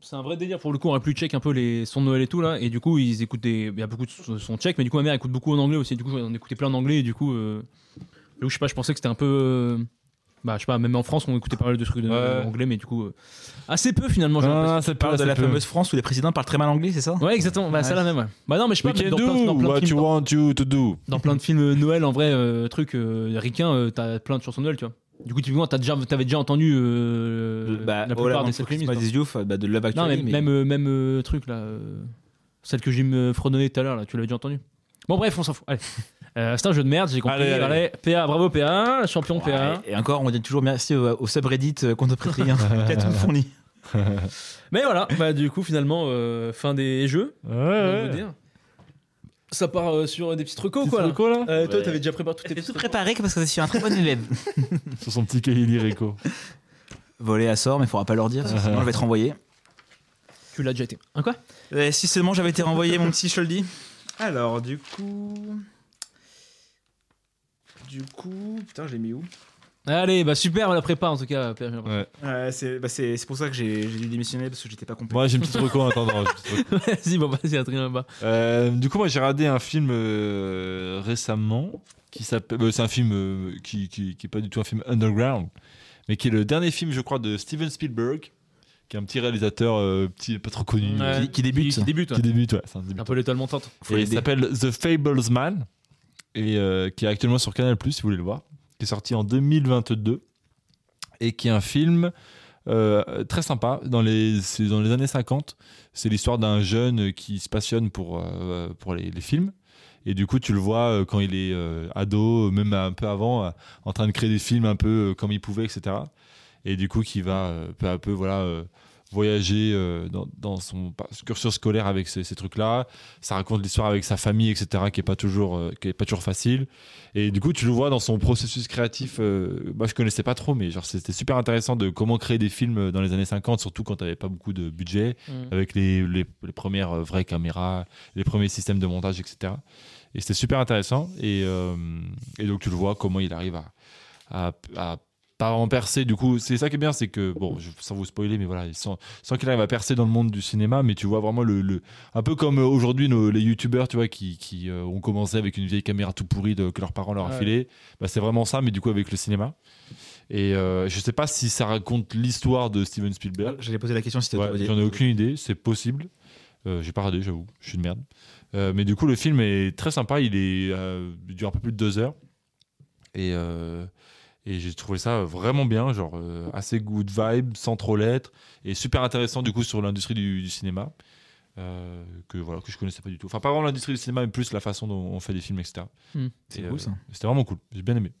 S3: C'est un vrai délire pour le coup, on aurait plus check un peu les sons de Noël et tout là. Et du coup, ils écoutent des. Il y a beaucoup de sons sons tchèques, mais du coup, ma mère écoute beaucoup en anglais aussi. Du coup, on écoutait plein d'anglais et du coup. euh, j'avoue que je sais pas, je pensais que c'était un peu. euh, Bah, je sais pas, même en France, on écoutait pas mal de trucs de-
S2: Ouais.
S3: anglais, mais du coup. euh, Assez peu finalement, j'ai
S2: Non,
S3: l'impression.
S2: non, c'est
S4: Tu parles
S2: pas
S4: de la fameuse France où les présidents parlent très mal anglais, c'est ça
S3: Ouais, exactement. Bah,
S4: Ouais.
S3: c'est la même, ouais. Bah, non, mais je sais
S2: We
S3: pas, mais
S2: can
S3: dans plein, dans
S2: do
S3: plein
S2: what
S3: de
S2: you
S3: films,
S2: want you to do.
S3: dans plein de films euh, Noël, en vrai, euh, truc euh, ricain, euh, t'as plein de chansons de Noël, tu vois. Du coup, typiquement, t'as déjà, t'avais déjà entendu euh,
S4: Bah,
S3: la
S4: oh
S3: plupart des
S4: Manfred
S3: sept
S4: Christmas is you, bah, de Love
S3: Non, mais,
S4: Actually. mais-
S3: même, euh, même euh, truc là, euh, celle que j'ai me fredonné tout à l'heure, là, tu l'as déjà entendu. Bon, bref, on s'en fout. Allez. Euh, c'est un jeu de merde, j'ai compris.
S2: Allez, allez.
S3: PA, bravo PA, champion
S4: Ouais,
S3: PA.
S4: Et encore, on dit toujours merci au, au subreddit euh, compte
S3: [laughs]
S4: prétrien qui a
S3: Euh.
S4: tout fourni.
S3: Mais voilà, bah, du coup, finalement, euh, fin des jeux. on va vous dire. Ça part euh, sur des petites recos, quoi. là. Euh, Toi, t'avais déjà préparé toutes tes petites recos.
S4: [laughs] préparé parce que je suis un très bon élève.
S2: Sur son petit cahier lyrico.
S4: volé à sort, mais faudra pas leur dire, parce que sinon je vais être renvoyé.
S3: Tu l'as déjà été. Hein, quoi
S4: Euh, si seulement j'avais été renvoyé, mon petit Sholdy. Alors, du coup. Du coup. Putain, je l'ai mis où
S3: Allez, bah super la prépa en tout cas. Pierre, j'ai l'impression.
S4: Euh, C'est bah, c'est- c'est pour ça que j'ai j'ai dû démissionner parce que j'étais pas complet.
S2: Moi, j'ai une petite reco en attendant. j'ai une petite reco.
S3: [laughs] Vas-y, bon, bah, vas-y, Adrien là-bas.
S2: Euh, du coup, moi, j'ai regardé un film euh, récemment qui s'appelle. euh, c'est un film euh, qui, qui, qui est pas du tout un film underground, mais qui est le dernier film, je crois, de Steven Spielberg, qui est un petit réalisateur, euh, petit, pas trop connu, euh,
S4: qui débute.
S3: Qui, débute.
S2: qui
S3: ouais.
S2: débute. Ouais, c'est un début.
S3: Un peu l'étoile montante.
S4: Faut
S2: Et il
S4: l'aider.
S2: s'appelle The Fablesman et euh, qui est actuellement sur Canal si vous voulez le voir, qui est sorti en 2022 et qui est un film euh, très sympa dans les c'est dans les années 50. C'est l'histoire d'un jeune qui se passionne pour euh, pour les, les films. Et du coup, tu le vois euh, quand il est euh, ado, même un peu avant, euh, en train de créer des films un peu euh, comme il pouvait, etc. Et du coup, qui va euh, peu à peu, voilà, euh, voyager euh, dans, dans son pa- cursus scolaire avec ces, ces trucs-là, ça raconte l'histoire avec sa famille, etc., qui est pas toujours, euh, qui est pas toujours facile. Et du coup, tu le vois dans son processus créatif. euh, moi, je connaissais pas trop, mais genre c'était super intéressant de comment créer des films euh, dans les années 50, surtout quand t'avais pas beaucoup de budget,
S3: Mm.
S2: avec les, les- les premières euh, vraies caméras, les premiers systèmes de montage, etc. Et c'était super intéressant. Et, euh, et donc, tu le vois comment il arrive à, à, à pas en percer. Du coup, c'est ça qui est bien, c'est que bon, je- sans vous spoiler, mais voilà, sans, sans qu'il arrive à percer dans le monde du cinéma, mais tu vois vraiment le, le- un peu comme euh, aujourd'hui nos- les youtubeurs, tu vois, qui, qui euh, ont commencé avec une vieille caméra tout pourrie de, que leurs parents leur
S3: Ouais.
S2: affilaient. Bah, c'est vraiment ça, mais du coup avec le cinéma. Et euh, je sais pas si ça raconte l'histoire de Steven Spielberg.
S4: J'allais poser la question si t'étais
S2: Ouais, J'en ai aucune idée, c'est possible. Euh, j'ai pas radé, j'avoue, je suis une merde. Euh, mais du coup, le film est très sympa, il, est, euh, il dure un peu plus de deux heures. Et, euh, et j'ai trouvé ça vraiment bien, genre euh, assez good vibe, sans trop l'être, et super intéressant du coup sur l'industrie du, du cinéma. euh, que voilà que je connaissais pas du tout enfin pas vraiment l'industrie du cinéma mais plus la façon dont on fait des films etc
S3: Hmm.
S4: C'est
S2: Et,
S4: cool,
S2: euh,
S4: ça.
S2: c'était vraiment cool j'ai bien aimé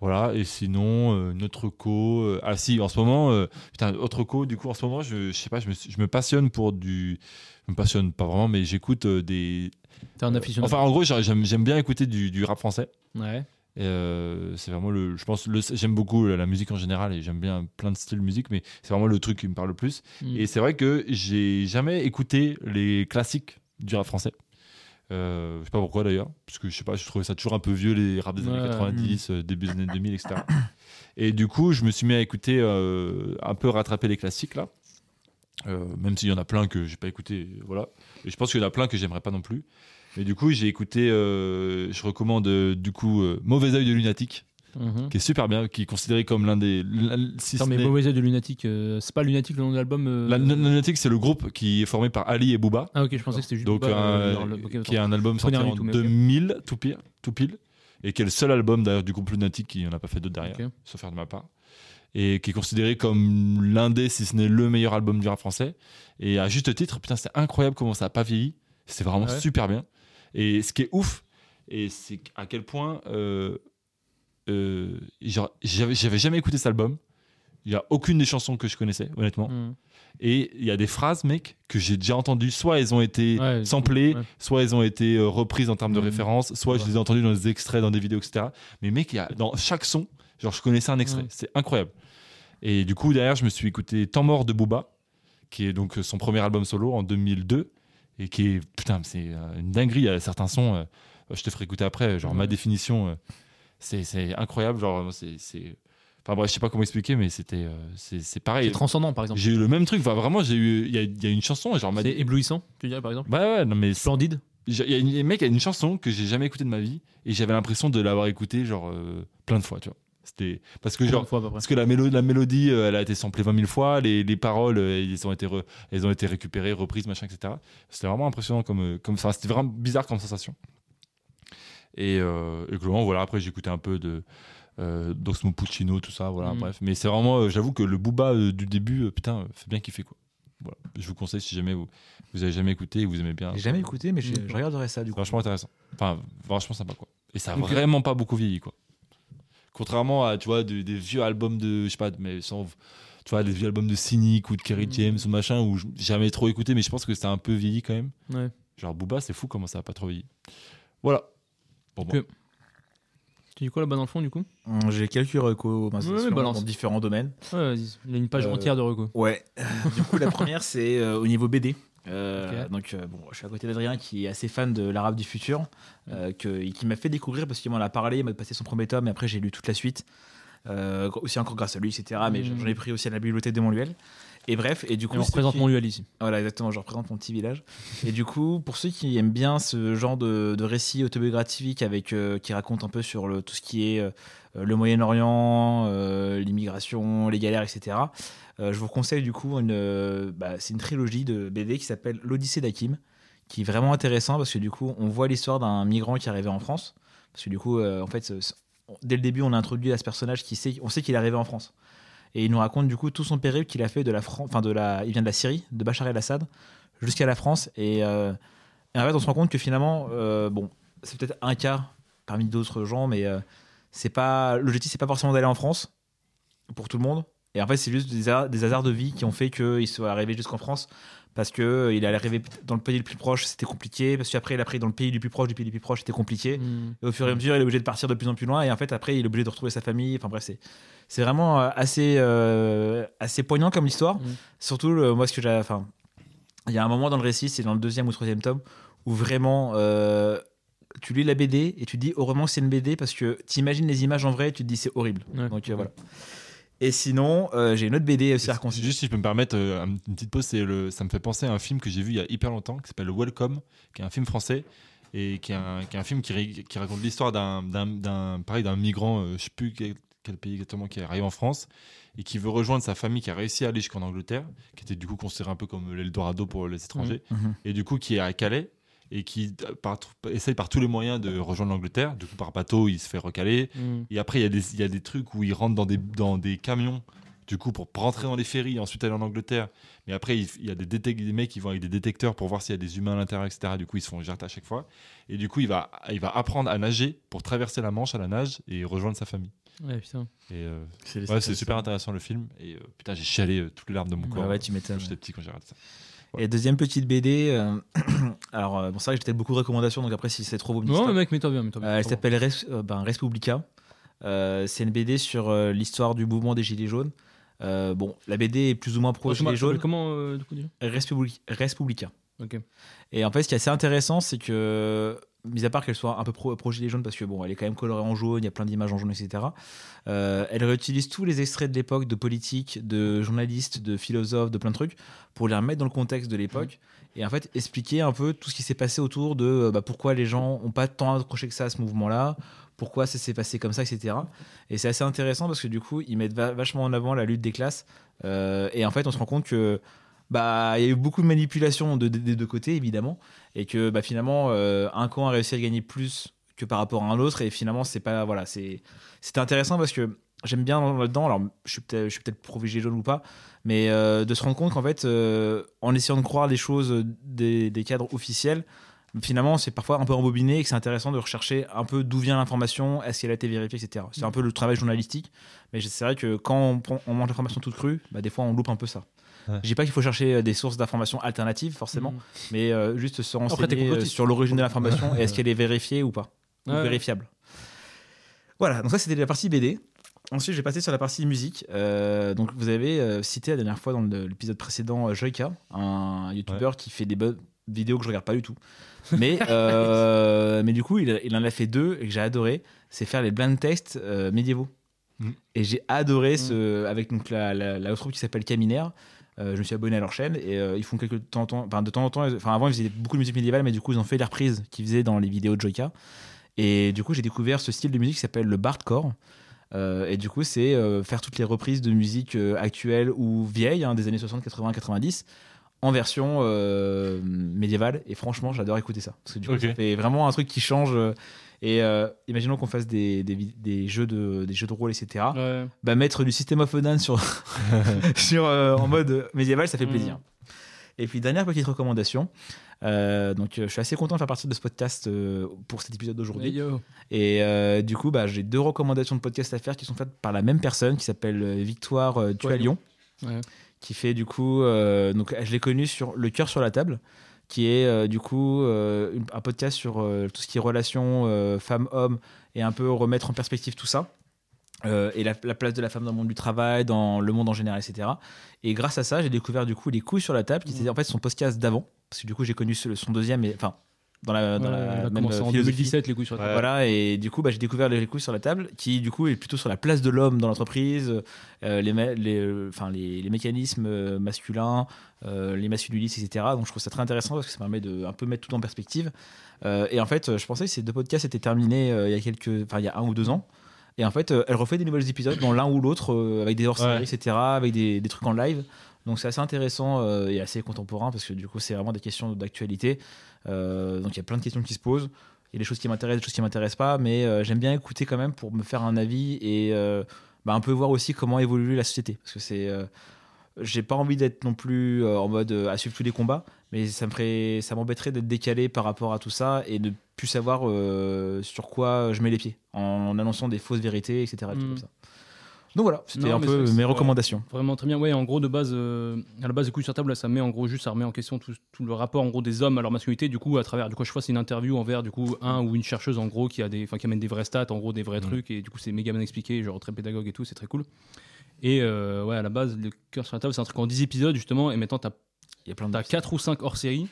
S2: voilà et sinon euh, notre co euh, ah si en ce moment euh, Putain, autre co, du coup, en ce moment, je, je sais pas, je me, suis- je me passionne pour du. Je me passionne pas vraiment, mais j'écoute euh, des.
S3: T'es un aficionado.
S2: Enfin, en gros, j'ai- j'aime j'aime bien écouter du, du rap français.
S3: ouais.
S2: Et, euh, c'est vraiment le. Je pense, le- j'aime beaucoup la musique en général et j'aime bien plein de styles de musique, mais c'est vraiment le truc qui me parle le plus.
S3: Mm.
S2: Et c'est vrai que j'ai jamais écouté les classiques du rap français. Euh, je sais pas pourquoi d'ailleurs, parce que je sais pas, je trouvais ça toujours un peu vieux les rap des années
S3: Ouais,
S2: 90, euh, début des
S3: [coughs]
S2: années 2000, etc. Et du coup, je me suis mis à écouter euh, un peu rattraper les classiques là, Euh, même s'il y en a plein que j'ai pas écouté, voilà. Et je pense qu'il y en a plein que j'aimerais pas non plus. Mais du coup, j'ai écouté, euh, je recommande euh, du coup euh, Mauvais œil de lunatique,
S3: Mhm.
S2: qui est super bien, qui est considéré comme l'un des, l'un- si
S3: Attends,
S2: ce
S3: mais
S2: n'est-
S3: Mauvais œil de lunatique, euh, c'est pas lunatique le nom de l'album euh,
S2: la la Lunatic, c'est le groupe qui est formé par Ali et Booba.
S3: Ah ok, je pensais que c'était juste.
S2: Donc,
S3: Booba,
S2: un-
S3: euh, genre le- ok,
S2: qui est un album sorti
S3: Prenez rien
S2: en
S3: du tout, mais ok.
S2: 2000, tout, pire, tout pile, et qui est le seul album d'ailleurs du groupe Lunatic qui n'en a pas fait d'autres derrière,
S3: Ok. Mm.
S2: sauf faire de ma part, et qui est considéré comme l'un des, si ce n'est le meilleur album du rap français. Et à juste titre, putain, c'est incroyable comment ça n'a pas vieilli. C'est vraiment
S3: Ah ouais
S2: super bien. Et ce qui est ouf, et c'est à quel point euh, euh, genre, j'avais j'avais jamais écouté cet album. Il n'y a aucune des chansons que je connaissais, honnêtement.
S3: Mhm.
S2: Et il y a des phrases, mec, que j'ai déjà entendues. Soit elles ont été
S3: Ouais,
S2: samplées,
S3: ouais.
S2: soit elles ont été euh, reprises en termes de
S3: Mhm.
S2: référence, soit je les ai entendues dans des extraits, dans des vidéos, etc. Mais mec, il y a, dans chaque son, genre je connaissais un extrait.
S3: Ouais.
S2: C'est incroyable. Et du coup, derrière, je me suis écouté Temps mort de Booba, qui est donc euh, son premier album solo en 2002, et qui est, putain, c'est euh, une dinguerie. Il y a certains sons, euh, je te ferai écouter après, genre ma définition, euh, c'est- c'est incroyable. Genre, vraiment, c'est. c'est- Enfin bref, je sais pas comment expliquer, mais c'était. euh, c'est c'est pareil.
S3: C'est transcendant par exemple.
S2: J'ai eu le même truc. Enfin, vraiment, j'ai eu. Il y a, il y a une chanson, genre. m'a
S3: C'est
S2: dit-
S3: éblouissant, tu dirais par exemple.
S2: Ouais, ouais, non, mais. c'est-
S3: Splendide.
S2: j'ai- Il y a une, mec, il y a une chanson que j'ai jamais écoutée de ma vie et j'avais l'impression de l'avoir écoutée, genre, euh, plein de fois, tu vois. C'était. Parce que,
S3: Genre,
S2: genre.
S3: fois à peu près.
S2: Parce que la mélodie, la mélodie euh, elle a été samplée 20 000 fois, les, les paroles, euh, elles, ont été re- elles ont été récupérées, reprises, machin, etc. C'était vraiment impressionnant comme, euh, comme ça. C'était vraiment bizarre comme sensation. Et, euh, et globalement, voilà, après, j'écoutais un peu de. Euh, d'Osmo Puccino, tout ça, voilà,
S3: Mhm.
S2: bref. Mais c'est vraiment, euh, j'avoue que le booba euh, du début, euh, putain, euh, fait bien kiffer, quoi. Voilà. Je vous conseille si jamais vous, vous avez jamais écouté et vous aimez bien.
S4: J'ai jamais écouté, mais je,
S3: Mm.
S4: je regarderai ça
S2: C'est
S4: du coup.
S2: Franchement intéressant. Enfin, franchement sympa quoi. Et ça a
S3: Ok.
S2: vraiment pas beaucoup vieilli quoi. Contrairement à, tu vois, des, des vieux albums de, je sais pas, mais sans, tu vois, des vieux albums de Cynic ou de Kerry
S3: Mm.
S2: James ou machin où j- j'ai jamais trop écouté, mais je pense que c'était un peu vieilli quand même.
S3: Ouais.
S2: Genre Booba, c'est fou comment ça a pas trop vieilli. Voilà. Pour moi.
S3: Ok. Tu dis quoi là-bas dans le fond du coup
S4: Hum, J'ai quelques recos ma
S3: Ouais,
S4: session,
S3: balance.
S4: dans différents domaines.
S3: Ouais, vas-y. Il a une page
S4: Euh,
S3: entière de recos.
S4: Ouais. Euh, du coup, la première, c'est euh, au niveau BD. Euh,
S3: Ok.
S4: Donc, euh, bon, je suis à côté d'Adrien qui est assez fan de l'Arabe du futur, euh, que- qui m'a fait découvrir parce qu'il m'en a parlé, il m'a passé son premier tome, et après j'ai lu toute la suite. Euh, aussi encore grâce à lui, etc. Mais
S3: Mm.
S4: j'en ai pris aussi à la bibliothèque de Montluel. Et bref, et du coup,
S3: Et on
S4: c'est-
S3: représente mon UL ici.
S4: Voilà, exactement, je représente mon petit village. Et du coup, pour ceux qui aiment bien ce genre de, de récit autobiographique avec, euh, qui raconte un peu sur le, tout ce qui est euh, le Moyen-Orient, euh, l'immigration, les galères, etc., euh, je vous conseille du coup, une, euh, bah, c'est une trilogie de BD qui s'appelle L'Odyssée d'Akim, qui est vraiment intéressant parce que du coup, on voit l'histoire d'un migrant qui est arrivé en France. Parce que du coup, euh, en fait, c'est- c'est- dès le début, on a introduit à ce personnage qui sait, on sait qu'il est arrivé en France. Et il nous raconte du coup tout son périple qu'il a fait de la France, enfin de la, il vient de la Syrie, de Bachar el-Assad, jusqu'à la France. Et, euh, et en fait, on se rend compte que finalement, euh, bon, c'est peut-être un cas parmi d'autres gens, mais euh, c'est pas l'objectif, c'est pas forcément d'aller en France pour tout le monde. Et en fait, c'est juste des, ha- des hasards de vie qui ont fait qu'il soit arrivé jusqu'en France parce que euh, il est arrivé dans le pays le plus proche, c'était compliqué. Parce qu'après, il a pris dans le pays le plus proche, du pays le plus proche, c'était compliqué.
S3: Mm.
S4: Et au fur et à mesure, il est obligé de partir de plus en plus loin. Et en fait, après, il est obligé de retrouver sa famille. Enfin bref, c'est c'est vraiment euh, assez euh, assez poignant comme histoire.
S3: Mm.
S4: Surtout le- moi, ce que j'ai, enfin, il y a un moment dans le récit, c'est dans le deuxième ou troisième tome, où vraiment euh, tu lis la BD et tu te dis au roman c'est une BD parce que tu imagines les images en vrai, et tu te dis c'est horrible.
S3: Ouais.
S4: Donc euh, voilà. Et sinon, euh, j'ai une autre BD aussi à
S2: C'est
S4: reconsidérer.
S2: Juste si je peux me permettre euh, un- une petite pause, c'est le, ça me fait penser à un film que j'ai vu il y a hyper longtemps qui s'appelle Welcome, qui est un film français et qui est un, qui est un film qui, ré- qui raconte l'histoire d'un, d'un, d'un- pareil, d'un migrant, euh, je sais plus quel, quel pays exactement, qui est arrivé en France et qui veut rejoindre sa famille qui a réussi à aller jusqu'en Angleterre, qui était du coup considéré un peu comme l'Eldorado pour les étrangers,
S4: Mhm.
S2: et du coup qui est à Calais et qui euh, par- essaye par tous les moyens de rejoindre l'Angleterre. Du coup, par bateau, il se fait recaler.
S3: Mm.
S2: Et après, il y, a des- il y a des trucs où ils rentrent dans des, dans des camions, du coup, pour rentrer dans les ferries et ensuite aller en Angleterre. Mais après, il, il y a des, détec- des mecs qui vont avec des détecteurs pour voir s'il y a des humains à l'intérieur, etc. Du coup, ils se font jeter à chaque fois. Et du coup, il va, il va apprendre à nager pour traverser la Manche à la nage et rejoindre sa famille.
S3: Ouais, putain.
S2: Et euh, ouais, c'est super intéressant le film. Et euh, putain, j'ai chialé euh, toutes les larmes de mon
S4: Ouais,
S2: corps.
S4: Bah ouais, tu m'étonnes.
S2: quand J'étais petit quand j'ai regardé ça.
S4: Et deuxième petite BD. euh, [clears throat] alors, euh, bon, c'est vrai que j'ai peut-être beaucoup de recommandations, donc après, si c'est trop beau, me dites
S3: Non,
S4: stop.
S3: mais mec, mets-toi bien. mets-toi bien,
S4: Euh, elle
S3: ça va.
S4: s'appelle Res, euh, ben, Respublica. Euh, c'est une BD sur euh, l'histoire du mouvement des Gilets jaunes. Euh, bon, la BD est plus ou moins pro
S3: Comment-
S4: Gilets jaunes.
S3: Comment, euh, du coup, déjà
S4: Respubli- Respublica.
S3: Ok.
S4: Et en fait, ce qui est assez intéressant, c'est que, mis à part qu'elle soit un peu pro, pro Gilets jaunes, parce que bon, elle est quand même colorée en jaune, il y a plein d'images en jaune, etc., euh, elle réutilise tous les extraits de l'époque, de politique, de journalistes, de philosophes, de plein de trucs, pour les remettre dans le contexte de l'époque, et en fait expliquer un peu tout ce qui s'est passé autour de euh, bah, pourquoi les gens n'ont pas tant accroché que ça à ce mouvement-là, pourquoi ça s'est passé comme ça, etc. Et c'est assez intéressant parce que du coup, ils mettent va- vachement en avant la lutte des classes, euh, et en fait, on se rend compte que bah, il y a eu beaucoup de manipulations de- de- des deux côtés, évidemment, et que bah, finalement, euh, un camp a réussi à gagner plus que par rapport à un autre, et finalement, c'est pas. Voilà, c'est c'était intéressant parce que j'aime bien là-dedans, alors je suis peut-être je suis peut-être pro gilet jaune ou pas, mais euh, de se rendre compte qu'en fait, euh, en essayant de croire les choses des, des cadres officiels, finalement, c'est parfois un peu embobiné et que c'est intéressant de rechercher un peu d'où vient l'information, est-ce qu'elle a été vérifiée, etc. C'est un peu le travail journalistique, mais c'est vrai que quand on, prend, on mange l'information toute crue, bah, des fois, on loupe un peu ça.
S2: Ouais.
S4: Je dis pas qu'il faut chercher euh, des sources d'informations alternatives, forcément,
S3: Mm.
S4: mais euh, juste se
S3: t'es
S4: renseigner euh,
S3: complotiste.
S4: sur l'origine de l'information et est-ce qu'elle est vérifiée ou pas, ou
S3: Ouais.
S4: vérifiable. Voilà, donc ça c'était la partie BD. Ensuite, je vais passer sur la partie musique. Euh, donc, vous avez euh, cité la dernière fois dans le- l'épisode précédent euh, Joyka, un youtubeur qui fait des bonnes vidéos que je regarde pas du tout. Mais, [laughs] euh, mais du coup, il, il en a fait deux et que j'ai adoré. C'est faire les blind tests euh, médiévaux.
S2: Mhm.
S4: Et j'ai adoré ce. Avec donc la, la, la troupe qui s'appelle Caminaire. Euh, je me suis abonné à leur chaîne et euh, ils font quelques temps, en temps- enfin, de temps en temps. ils- Enfin, avant, ils faisaient beaucoup de musique médiévale, mais du coup, ils ont fait les reprises qu'ils faisaient dans les vidéos de Joyka. Et du coup, j'ai découvert ce style de musique qui s'appelle le bardcore. Euh, et du coup, c'est euh, faire toutes les reprises de musique euh, actuelle ou vieille, hein, des années 60, 80, 90, en version euh, médiévale. Et franchement, j'adore écouter ça. Parce que du coup,
S2: Ok.
S4: ça fait vraiment un truc qui change. euh, et euh, imaginons qu'on fasse des, des, vi- des jeux de, des jeux de rôle, etc.
S3: Ouais.
S4: Bah, mettre du System of a Down sur, sur, euh, en mode médiéval, ça fait
S3: Mm.
S4: plaisir. Et puis, dernière petite recommandation. Euh, donc, euh, je suis assez content de faire partie de ce podcast euh, pour cet épisode d'aujourd'hui.
S3: Hey, yo.
S4: Et euh, du coup, bah, j'ai deux recommandations de podcasts à faire qui sont faites par la même personne qui s'appelle euh, Victoire euh, Tualion,
S3: Ouais.
S4: qui fait du coup, euh, donc je l'ai connue sur Le cœur sur la table, qui est euh, du coup euh, une- un podcast sur euh, tout ce qui est relations euh, femmes-hommes et un peu remettre en perspective tout ça. euh, et la, la place de la femme dans le monde du travail, dans le monde en général, etc. Et grâce à ça, j'ai découvert du coup les coups sur la table,
S3: Mm.
S4: qui était en fait son podcast d'avant, parce que du coup j'ai connu ce- son deuxième, et, enfin dans la, dans
S3: Voilà,
S4: la
S3: elle a
S4: même euh,
S3: commencé en
S4: philosophie.
S3: 2017 les couilles sur la table.
S4: Voilà, et du coup, bah, j'ai découvert les couilles sur la table, qui du coup est plutôt sur la place de l'homme dans l'entreprise, euh, les, mé- les, euh, enfin, les, les mécanismes euh, masculins, euh, les masculinistes, etc. Donc je trouve ça très intéressant parce que ça permet de un peu mettre tout en perspective. Euh, et en fait, euh, je pensais que ces deux podcasts étaient terminés euh, il, y a quelques, enfin, il y a un ou deux ans. Et en fait, euh, elle refait des nouveaux épisodes dans l'un ou l'autre, euh, avec des hors-séries, etc., avec des, des trucs en live. Donc c'est assez intéressant euh, et assez contemporain parce que du coup, c'est vraiment des questions d'actualité. Euh, donc il y a plein de questions qui se posent. Il y a des choses qui m'intéressent, des choses qui m'intéressent pas, mais euh, j'aime bien écouter quand même pour me faire un avis et euh, bah, un peu voir aussi comment évolue la société. Parce que c'est. euh, j'ai pas envie d'être non plus euh, en mode euh, à suivre tous les combats, mais ça me ferait, ça m'embêterait d'être décalé par rapport à tout ça et de plus savoir euh, sur quoi je mets les pieds en annonçant des fausses vérités, etc. et tout
S3: Mm.
S4: comme ça. Donc voilà, c'était
S3: Non,
S4: un
S3: mais
S4: peu
S3: c'est-
S4: mes
S3: c'est-
S4: recommandations.
S3: Vraiment très bien. Ouais, en gros, de base, euh, à la base, les couilles sur la table, là, ça met en gros juste, ça remet en question tout, tout le rapport en gros des hommes à leur masculinité. Du coup, à travers, du coup, à chaque fois, c'est une interview envers du coup un ou une chercheuse en gros qui a des, enfin, qui amène des vrais stats, en gros, des
S4: Hmm.
S3: vrais trucs et du coup, c'est méga bien expliqué, genre très pédagogue et tout, c'est très cool. Et euh, ouais, à la base, le cœur sur la table, c'est un truc en 10 épisodes justement, et maintenant, t'as
S4: Il y a plein de. hein.
S3: T'as 4 ou 5 hors série,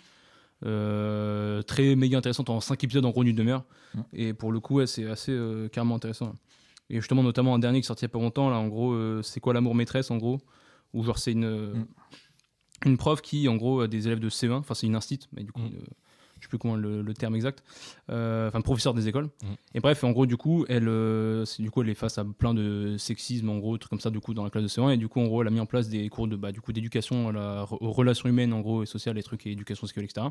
S3: très méga intéressantes en 5 épisodes en gros une demeure.
S4: Mm.
S3: Et pour le coup, ouais, c'est assez euh, carrément intéressant. Et justement, notamment un dernier qui est sorti il y a pas longtemps, là, en gros, euh, c'est quoi l'amour maîtresse, en gros Où genre, c'est une, euh,
S4: Mm.
S3: une prof qui, en gros, a des élèves de CE1, enfin, c'est une instite, mais du coup,
S4: Mmh.
S2: Mm.
S3: une, euh, je sais plus comment le, le terme exact, Euh, enfin, professeur des écoles.
S2: Mm.
S3: Et bref, en gros, du coup, elle, euh, c'est- du coup, elle est face à plein de sexisme, en gros, trucs comme ça, du coup, dans la classe de CE1. Et du coup, en gros, elle a mis en place des cours de, bah, du coup, d'éducation à la- aux relations humaines, en gros, et sociales, les trucs, et éducation sexuelle, etc.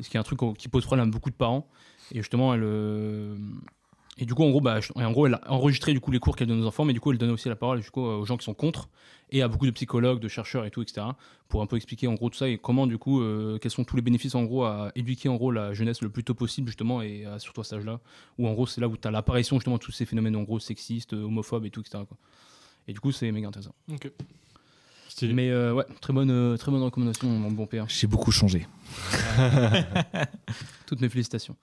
S3: Et ce qui est un truc qu'on- qui pose problème à beaucoup de parents. Et justement, elle. euh, et du coup, en gros, bah, je- en gros, elle a enregistré du coup les cours qu'elle donne aux enfants, mais du coup, elle donne aussi la parole du coup, aux gens qui sont contre et à beaucoup de psychologues, de chercheurs et tout, etc. Pour un peu expliquer en gros tout ça et comment du coup, euh, quels sont tous les bénéfices en gros à éduquer en gros la jeunesse le plus tôt possible justement et euh, à, surtout à cet âge-là, où en gros c'est là où tu as l'apparition justement de tous ces phénomènes en gros sexistes, euh, homophobes et tout, etc. quoi. Et du coup, c'est méga intéressant.
S2: Ok. Stylé.
S3: Mais euh, ouais, très bonne, euh, très bonne recommandation, mon bon père.
S4: J'ai beaucoup changé.
S3: Toutes mes félicitations.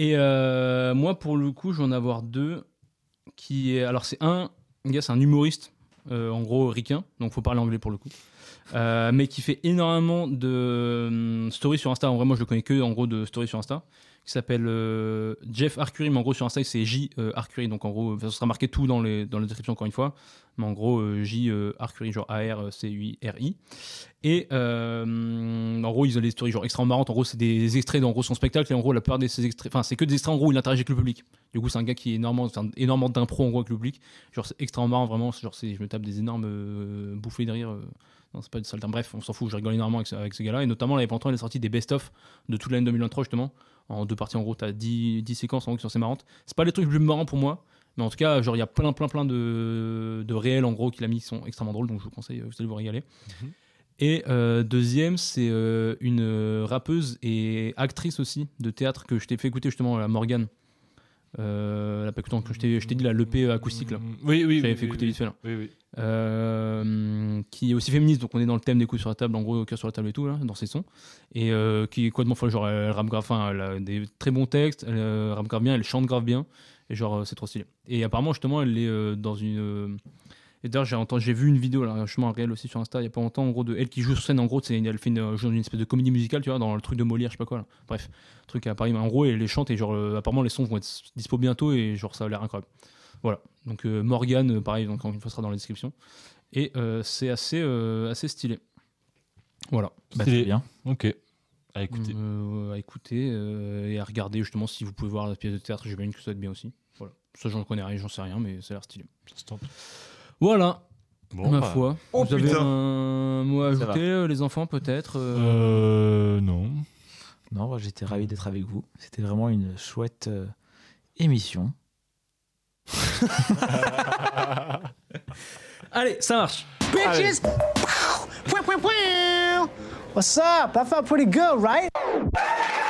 S3: Et euh, moi, pour le coup, je vais en avoir deux. Qui est... Alors, c'est un, un gars, c'est un humoriste, euh, en gros, ricain, donc faut parler anglais pour le coup. Euh, mais qui fait énormément de hum, stories sur Insta. En vrai, moi, je le connais que, en gros, de stories sur Insta. Qui s'appelle euh, Jeff Arcuri, mais en gros, sur Insta, c'est J euh, Arcuri. Donc, en gros, ça sera marqué tout dans, les, dans la description, encore une fois. Mais en gros, euh, J euh, Arcuri, genre A-R-C-U-I-R-I. Et euh, en gros, ils ont des stories genre extra marrantes. En gros, c'est des extraits d'en gros son spectacle. Et en gros, la plupart de ces extraits, enfin, c'est que des extraits en gros où il interagit avec le public. Du coup, c'est un gars qui est énormément, c'est un- énormément d'impro en gros avec le public. Genre, c'est extrêmement marrant vraiment. C'est Genre, c'est, je me tape des énormes euh, bouffées de rire. euh. non, c'est pas du sale terme. Bref, on s'en fout. Je rigole énormément avec, ce- avec ce gars-là. Et notamment, l'année pendant, il a sorti des best-of de toute l'année 2023, justement. En deux parties, en gros, t'as 10, 10 séquences en gros qui sont assez marrantes. C'est pas les trucs les plus marrants pour moi. Mais en tout cas, genre, il y a plein, plein, plein de, de réels en gros qu'il a mis qui sont extrêmement drôles. Donc, je vous conseille, euh, vous allez vous régaler. Et euh, deuxième, c'est euh, une euh, rappeuse et actrice aussi de théâtre que je t'ai fait écouter justement, la Morgane. Euh, la pas écoutant, que je t'ai je t'ai dit, la l'EP acoustique là.
S2: Oui, oui.
S3: J'avais
S2: oui,
S3: fait
S2: oui,
S3: écouter
S2: oui.
S3: vite fait là.
S2: Oui, oui.
S3: Euh, qui est aussi féministe, donc on est dans le thème des coups sur la table, en gros, cœur sur la table et tout, là, dans ses sons. Et euh, qui est complètement folle, genre elle rappe grave, enfin, elle a des très bons textes, elle euh, rappe grave bien, elle chante grave bien, et genre euh, c'est trop stylé. Et apparemment, justement, elle est euh, dans une. euh, et d'ailleurs, j'ai entendu- j'ai vu une vidéo, là, justement, un réel aussi sur Insta, il y a pas longtemps, en gros, de elle qui joue sur scène, en gros, c'est- elle fait une, euh, joue dans une espèce de comédie musicale, tu vois, dans le truc de Molière, je sais pas quoi, là. Bref, truc à Paris, mais en gros, elle les chante, et genre, euh, apparemment, les sons vont être dispo bientôt, et genre, ça a l'air incroyable. Voilà, donc euh, Morgane, euh, pareil, donc encore une fois, sera dans la description et euh, c'est assez, euh, assez stylé. Voilà.
S4: Bah,
S2: Stylé.
S4: très bien.
S2: Ok. À écouter.
S3: Euh, à écouter euh, et à regarder justement si vous pouvez voir la pièce de théâtre, j'imagine que ça va être bien aussi. Voilà. Ça, j'en connais rien, j'en sais rien, mais ça a l'air stylé. Voilà,
S2: Bon,
S3: ma
S2: bah,
S3: foi.
S4: Oh,
S3: vous avez
S4: putain.
S3: un mot à
S4: Ça
S3: ajouter, euh, les enfants, peut-être euh,
S2: Euh. Non.
S4: Non, moi, j'étais ravi d'être avec vous. C'était vraiment une chouette euh, émission.
S3: Allez, ça marche
S7: bitches. Pow, pow, pow, pow. What's up? I felt pretty good, right?